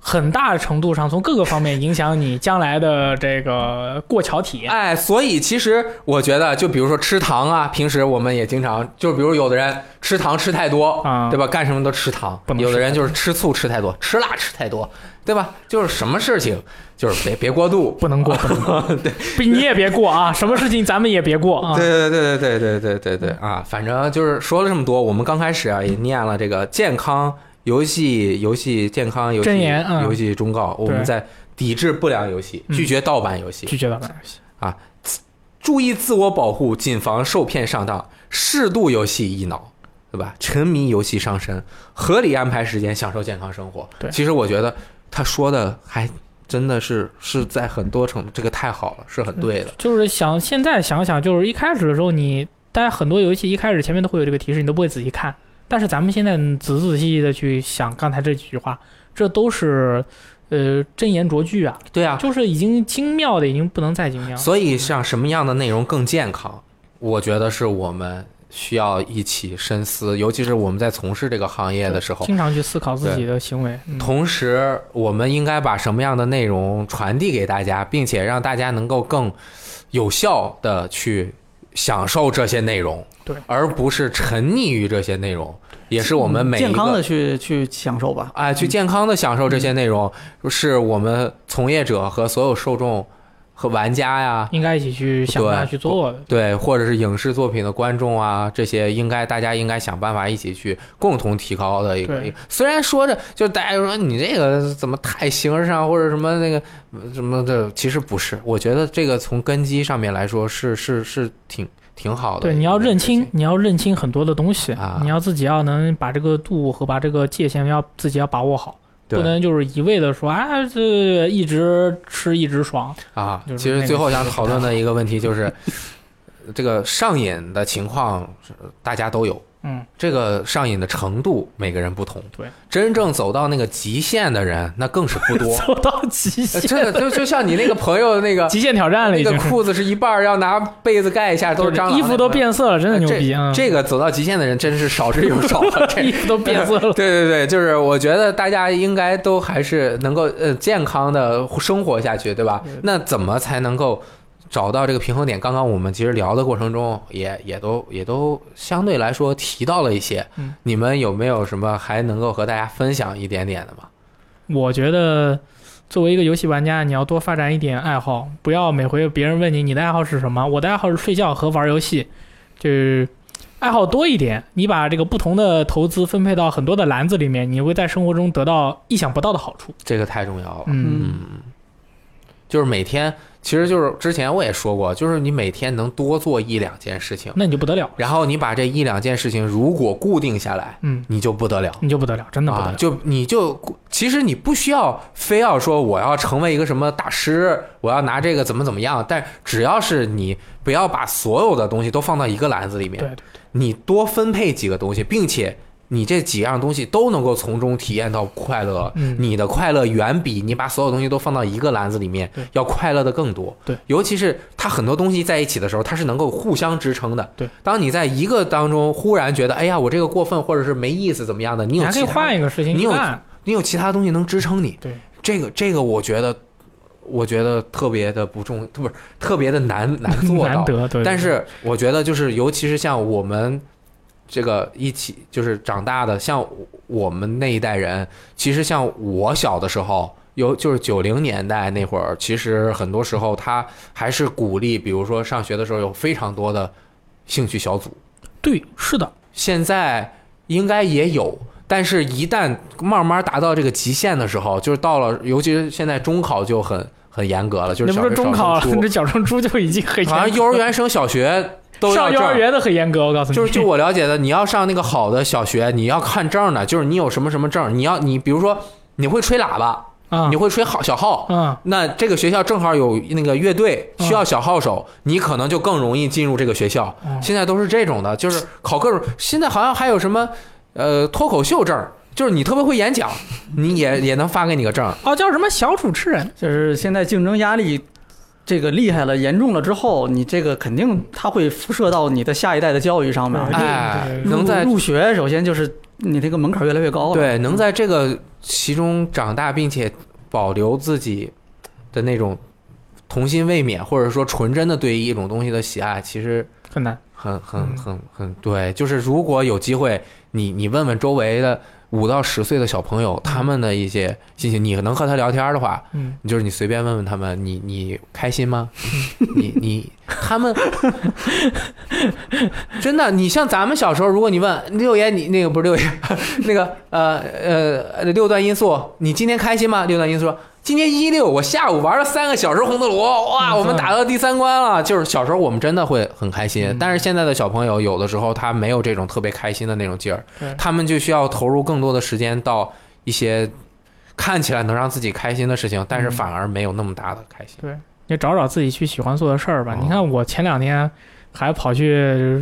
S2: 很大程度上从各个方面影响你将来的这个过桥体验。
S1: 哎，所以其实我觉得，就比如说吃糖啊，平时我们也经常，就比如有的人吃糖吃太多，
S2: 啊
S1: 对吧？干什么都吃糖
S2: 不，能吃
S1: 有的人就是吃醋吃太多，吃辣吃太多，对吧？就是什么事情就是别别过度。
S2: 不 能过，不能过对，你也别过啊！什么事情咱们也别过啊！
S1: 对对对对对对对对对啊！反正就是说了这么多，我们刚开始啊也念了这个健康游戏、游戏健康游戏
S2: 真言嗯
S1: 游戏忠告，我们
S2: 对
S1: 在抵制不良游戏，
S2: 嗯
S1: 拒绝盗版游戏，
S2: 拒绝盗版游戏，
S1: 注意自我保护，谨防受骗上当，适度游戏益脑，对吧？沉迷游戏伤身，合理安排时间，享受健康生活。
S2: 对
S1: 其实我觉得他说的还真的是是在很多程度，这个太好了，是很对的。
S2: 就是想现在想想，就是一开始的时候你，但很多游戏一开始前面都会有这个提示，你都不会仔细看。但是咱们现在仔仔细细的去想刚才这几句话，这都是呃真言卓句啊，
S1: 对啊，
S2: 就是已经精妙的已经不能再精妙了。
S1: 所以像什么样的内容更健康，我觉得是我们需要一起深思，尤其是我们在从事这个行业的时候。
S2: 经常去思考自己的行为。嗯
S1: 同时，我们应该把什么样的内容传递给大家，并且让大家能够更有效的去享受这些内容，
S2: 对
S1: 而不是沉溺于这些内容，也是我们每一
S3: 健康的
S1: 个。
S3: 去去享受吧。
S1: 哎，去健康的享受这
S2: 嗯
S1: 些内容，是我们从业者和所有受众和玩家呀，
S2: 应该一起去想办法
S1: 对
S2: 去做的。
S1: 对，或者是影视作品的观众啊，这些应该大家应该想办法一起去共同提高的一个。
S2: 对
S1: 一个虽然说着，就大家说你这个怎么太形而上或者什么那个呃什么的，其实不是。我觉得这个从根基上面来说是是是挺挺好的。
S2: 对，你要认清，。你要认清很多的东西，
S1: 啊
S2: 你要自己要能把这个度和把这个界限要自己要把握好，
S1: 对
S2: 不能就是一味的说啊，这一直吃一直爽。
S1: 啊，
S2: 就是
S1: 其
S2: 那
S1: 实
S2: 个
S1: 最后想
S2: 是
S1: 讨论的一个问题就是，这个上瘾的情况是大家都有，
S2: 嗯，
S1: 这个上瘾的程度每个人不同。
S2: 对，
S1: 真正走到那个极限的人，那更是不 多。
S2: 走到极
S1: 呃
S2: 限，
S1: 这个就就像你那个朋友 那个
S2: 极限挑战了，
S1: 那
S2: 已
S1: 个
S2: 经是
S1: 裤子是一半儿要拿被子盖一下，都是
S2: 对
S1: 蟑螂，
S2: 衣服都。变色了，真的牛逼啊！
S1: 哎这这个走到极限的人真是少之又少了。这
S2: 衣服都变色
S1: 对，
S2: 了
S1: 对对，就是我觉得大家应该都还是能够呃健康的生活下去，对吧
S2: 嗯？
S1: 那怎么才能够找到这个平衡点？刚刚我们其实聊的过程中也，也都也都相对来说提到了一些。
S2: 嗯
S1: 你们有没有什么还能够和大家分享一点点的吗？
S2: 我觉得作为一个游戏玩家，你要多发展一点爱好，不要每回别人问你你的爱好是什么，我的爱好是睡觉和玩游戏，就是爱好多一点。你把这个不同的投资分配到很多的篮子里面，你会在生活中得到意想不到的好处。
S1: 这个太重要了。
S2: 嗯，
S1: 嗯，就是每天，其实就是之前我也说过，就是你每天能多做一两件事情，
S2: 那你就不得了，
S1: 然后你把这一两件事情如果固定下来，
S2: 嗯，
S1: 你就不得了。
S2: 你就不得了，真的不得
S1: 啊
S2: 了，。
S1: 就你就其实你不需要非要说我要成为一个什么大师，我要拿这个怎么怎么样，但只要是你不要把所有的东西都放到一个篮子里
S2: 对
S1: 面，
S2: 对对，
S1: 你多分配几个东西，并且你这几样东西都能够从中体验到快乐，
S2: 嗯
S1: 你的快乐远比你把所有东西都放到一个篮子里面
S2: 对
S1: 要快乐的更多。
S2: 对，
S1: 尤其是它很多东西在一起的时候，它是能够互相支撑的。
S2: 对，
S1: 当你在一个当中忽然觉得哎呀我这个过分或者是没意思怎么样的，你有
S2: 还可以
S1: 其他
S2: 换一个事情
S1: 你
S2: 去
S1: 有
S2: 干，
S1: 你有其他东西能支撑你。
S2: 对，
S1: 这个这个我觉得，我觉得特别的不重，不是特别的难难做
S2: 难
S1: 到。
S2: 得，对。对
S1: 但是我觉得就是，尤其是像我们这个一起就是长大的，像我们那一代人，其实像我小的时候。有就是九零年代那会儿，其实很多时候他还是鼓励，比如说上学的时候有非常多的兴趣小组，
S2: 对，是的，
S1: 现在应该也有，但是一旦慢慢达到这个极限的时候，就是到了，尤其是现在中考就很很严格了，就是
S2: 那
S1: 小
S2: 不是
S1: 学
S2: 中考，
S1: 小升
S2: 这
S1: 初
S2: 小升初就已经很严格
S1: 好像幼儿园升小学都要
S2: 上
S1: 这
S2: 幼
S1: 样
S2: 儿。园的很严格，我告诉 你，
S1: 就是就我了解的，你要上那个好的小学，你要看证的，就是你有什么什么证，你要你比如说你会吹喇叭，
S2: 啊
S1: 你会吹号小号，
S2: 啊，
S1: 那这个学校正好有那个乐队需要小号手，你可能就更容易进入这个学校。
S2: 嗯
S1: 现在都是这种的，就是考各种。现在好像还有什么呃脱口秀证儿，就是你特别会演讲，你也也能发给你个证儿。
S2: 哦，叫什么小主持人？
S3: 就是现在竞争压力这个厉害了、严重了之后，你这个肯定它会辐射到你的下一代的教育上面。
S2: 对
S1: 哎，
S2: 对对
S1: 能在
S3: 入入学，首先就是你这个门槛越来越高了。，
S1: 对能在这个其中长大，并且保留自己的那种童心未泯，或者说纯真的对于一种东西的喜爱，其实
S2: 很难，
S1: 很很
S2: 嗯
S1: 很很对，就是如果有机会，你你问问周围的五到十岁的小朋友，他们的一些心情，你能和他聊天的话，
S2: 嗯，
S1: 就是你随便问问他们，你你开心 吗？你你他们真的，你像咱们小时候，如果你问六爷，你那个不是六爷， 那个呃呃六段音速，你今天开心吗？六段音速说。今天一六，我下午玩了三个小时红斗罗，哇，
S2: 嗯
S1: 我们打到第三关了。就是小时候我们真的会很开心
S2: 嗯，
S1: 但是现在的小朋友有的时候他没有这种特别开心的那种劲儿
S2: 对，
S1: 他们就需要投入更多的时间到一些看起来能让自己开心的事情，但是
S2: 嗯
S1: 反而没有那么大的开心。
S2: 对，你找找自己去喜欢做的事儿吧。
S1: 哦
S2: 你看我前两天还跑去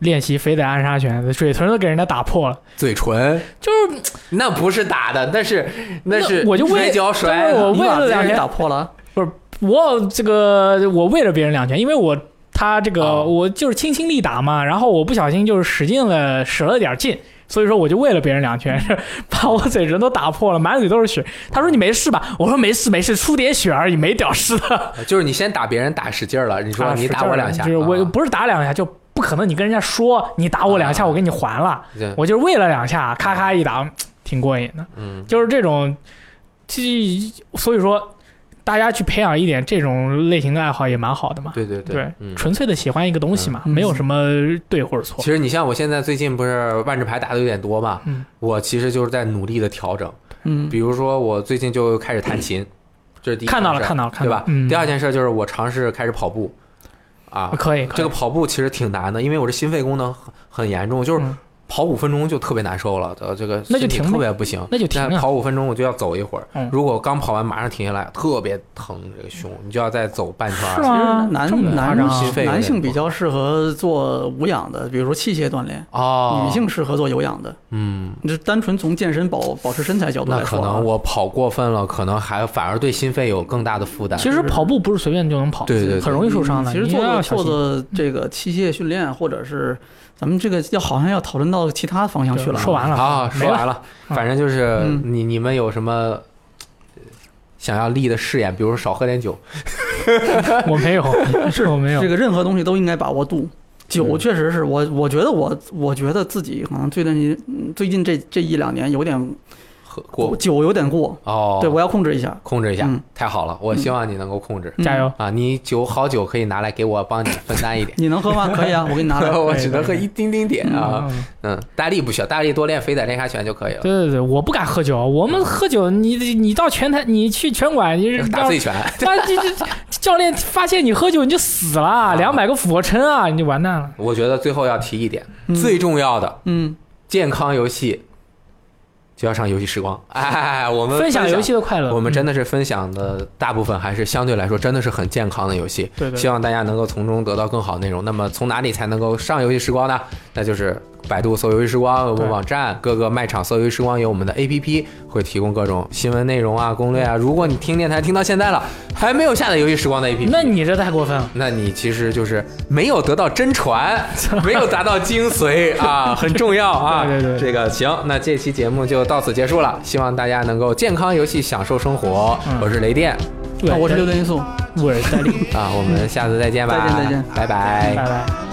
S2: 练习飞的暗杀拳，嘴唇都给人家打破了，
S1: 嘴唇
S2: 就是
S1: 那不是打的，那是
S2: 那
S1: 是
S2: 我就为
S1: 摔跤摔
S2: 但是
S1: 的。
S2: 我
S3: 你
S2: 为
S3: 把
S2: 了
S3: 自
S2: 两
S3: 己
S2: 天
S3: 打破了，
S2: 我这个我为了别人两拳，因为我他这个、
S1: 哦
S2: 我就是轻轻力打嘛，然后我不小心就是使劲了，使了点劲。所以说，我就为了别人两拳， 把我嘴唇都打破了，满嘴都是血。他说：“你没事吧？”我说：“没事，没事，出点血而已，没屌丝的。”
S1: 就是你先打别人打使劲儿了，你说
S2: 啊
S1: 你
S2: 是
S1: 打
S2: 这
S1: 我
S2: 儿
S1: 两
S2: 的
S1: 下，
S2: 就是我
S1: 啊
S2: 不是打两下，就不可能你跟人家说你打我两下，
S1: 啊
S2: 我给你还了，
S1: 对
S2: 我就是为了两下，咔咔一打，挺过瘾的，
S1: 嗯
S2: 就是这种，这所以说大家去培养一点这种类型的爱好也蛮好的嘛，
S1: 对对
S2: 对
S1: 嗯。
S2: 纯粹的喜欢一个东西嘛，
S3: 嗯
S2: 没有什么对或者错
S1: 其，实你像我现在最近不是万智牌打的有点多嘛，
S2: 嗯
S1: 我其实就是在努力的调整。
S3: 嗯
S1: 比如说我最近就开始弹琴，这是第一
S2: 看到了
S1: 件事
S2: 看到了看
S1: 对
S2: 到
S1: 吧
S2: 了？嗯
S1: 第二件事就是我尝试开始跑步，啊，
S2: 可以，可以
S1: 这个跑步其实挺难的，因为我这心肺功能很很严重，就是
S2: 嗯
S1: 跑五分钟就特别难受了，呃，这个
S2: 那就
S1: 身体
S2: 停呗
S1: 特别不行。
S2: 那就停
S1: 但
S2: 啊。
S1: 跑五分钟我就要走一会儿，
S2: 嗯
S1: 如果刚跑完马上停下来，特别疼这个胸，你就要再走半圈
S2: 是
S1: 儿。
S2: 吗啊
S3: 男
S2: 这么夸
S3: 男
S2: 张
S1: 心肺有点
S3: 男性
S1: 不
S3: 比
S1: 好
S3: 较适合做无氧的，比如说器械锻炼；
S1: 哦，
S3: 女性适合做有氧的。
S1: 嗯，
S3: 你就单纯从健身保保持身材角度
S1: 那
S3: 来
S1: 可
S3: 说啊，
S1: 能我跑过分了，可能还反而对心肺有更大的负担。
S2: 其实跑步不是随便就能跑，
S1: 对对对
S2: 很容易受伤的。
S3: 其实
S2: 你
S3: 做
S2: 要
S3: 做
S2: 小
S3: 做
S2: 心。
S3: 做这个器械训练，或者是咱们这个要好像要讨论到其他方向去了啊。
S2: 说完了
S1: 啊，
S2: 没
S1: 说
S2: 了
S1: 完了，
S2: 嗯
S1: 反正就是
S3: 嗯
S1: 你你们有什么呃想要立的誓言，比如说少喝点酒，
S2: 我没有，是我没有
S3: 这。个任何东西都应该把握度。酒
S1: 嗯
S3: 确实是我，我觉得我，我觉得自己可能最近嗯最近这这一两年有点
S1: 喝过
S3: 酒有点过，
S1: 哦，
S3: 对我要控制一下。
S1: 控制一下
S3: 嗯，
S1: 太好了，我希望你能够控制
S3: 嗯，
S2: 加油！
S1: 啊，你酒好酒可以拿来给我帮你分担一点
S3: 你能 喝吗？可以 啊，我给你拿来。
S1: 我只能喝一丁丁点啊，
S2: 嗯
S1: 嗯，大力不需要，大力多练肥仔练下拳就可以了，
S2: 对对对，我不敢喝酒。我们喝酒，你你到拳台，你去拳馆，你
S1: 打
S2: 让
S1: 醉拳，
S2: 他这这教练发现你喝酒，你就死了，两百个俯卧撑啊，你就完蛋了。
S1: 我觉得最后要提一点，
S3: 嗯
S1: 最重要的
S3: 嗯，
S1: 健康游戏就要上游戏时光，哎，我们
S2: 分享游。戏的快乐，
S1: 我们真
S2: 的
S1: 的是分享的大部分还是相对来说真的是很健康的游戏，
S2: 对
S1: 希
S2: 对，
S1: 望大家能够从中得到更好内容。那么从哪里才能够上游戏时光呢？那就是百度搜游戏时光，有我
S2: 对
S1: 们网站，各个卖场搜游戏时光有我们的 APP，会提供各种新闻内容啊、攻略啊。如果你听电台听到现在了，还没有下载游戏时光的 APP，
S2: 那你这太过分了。
S1: 那你其实就是没有得到真 传，没有达到精髓 啊，很重要啊。
S2: 对对对
S1: 这个行，那这期节目就到此结束了，希望大家能够健康游戏，享受生活。
S2: 嗯
S1: 我是雷电
S2: 对
S3: 啊我是刘，德因素。
S2: 我是戴笠，
S1: 啊，我们下次再见吧，
S3: 再见再见
S1: 拜拜
S2: 拜拜。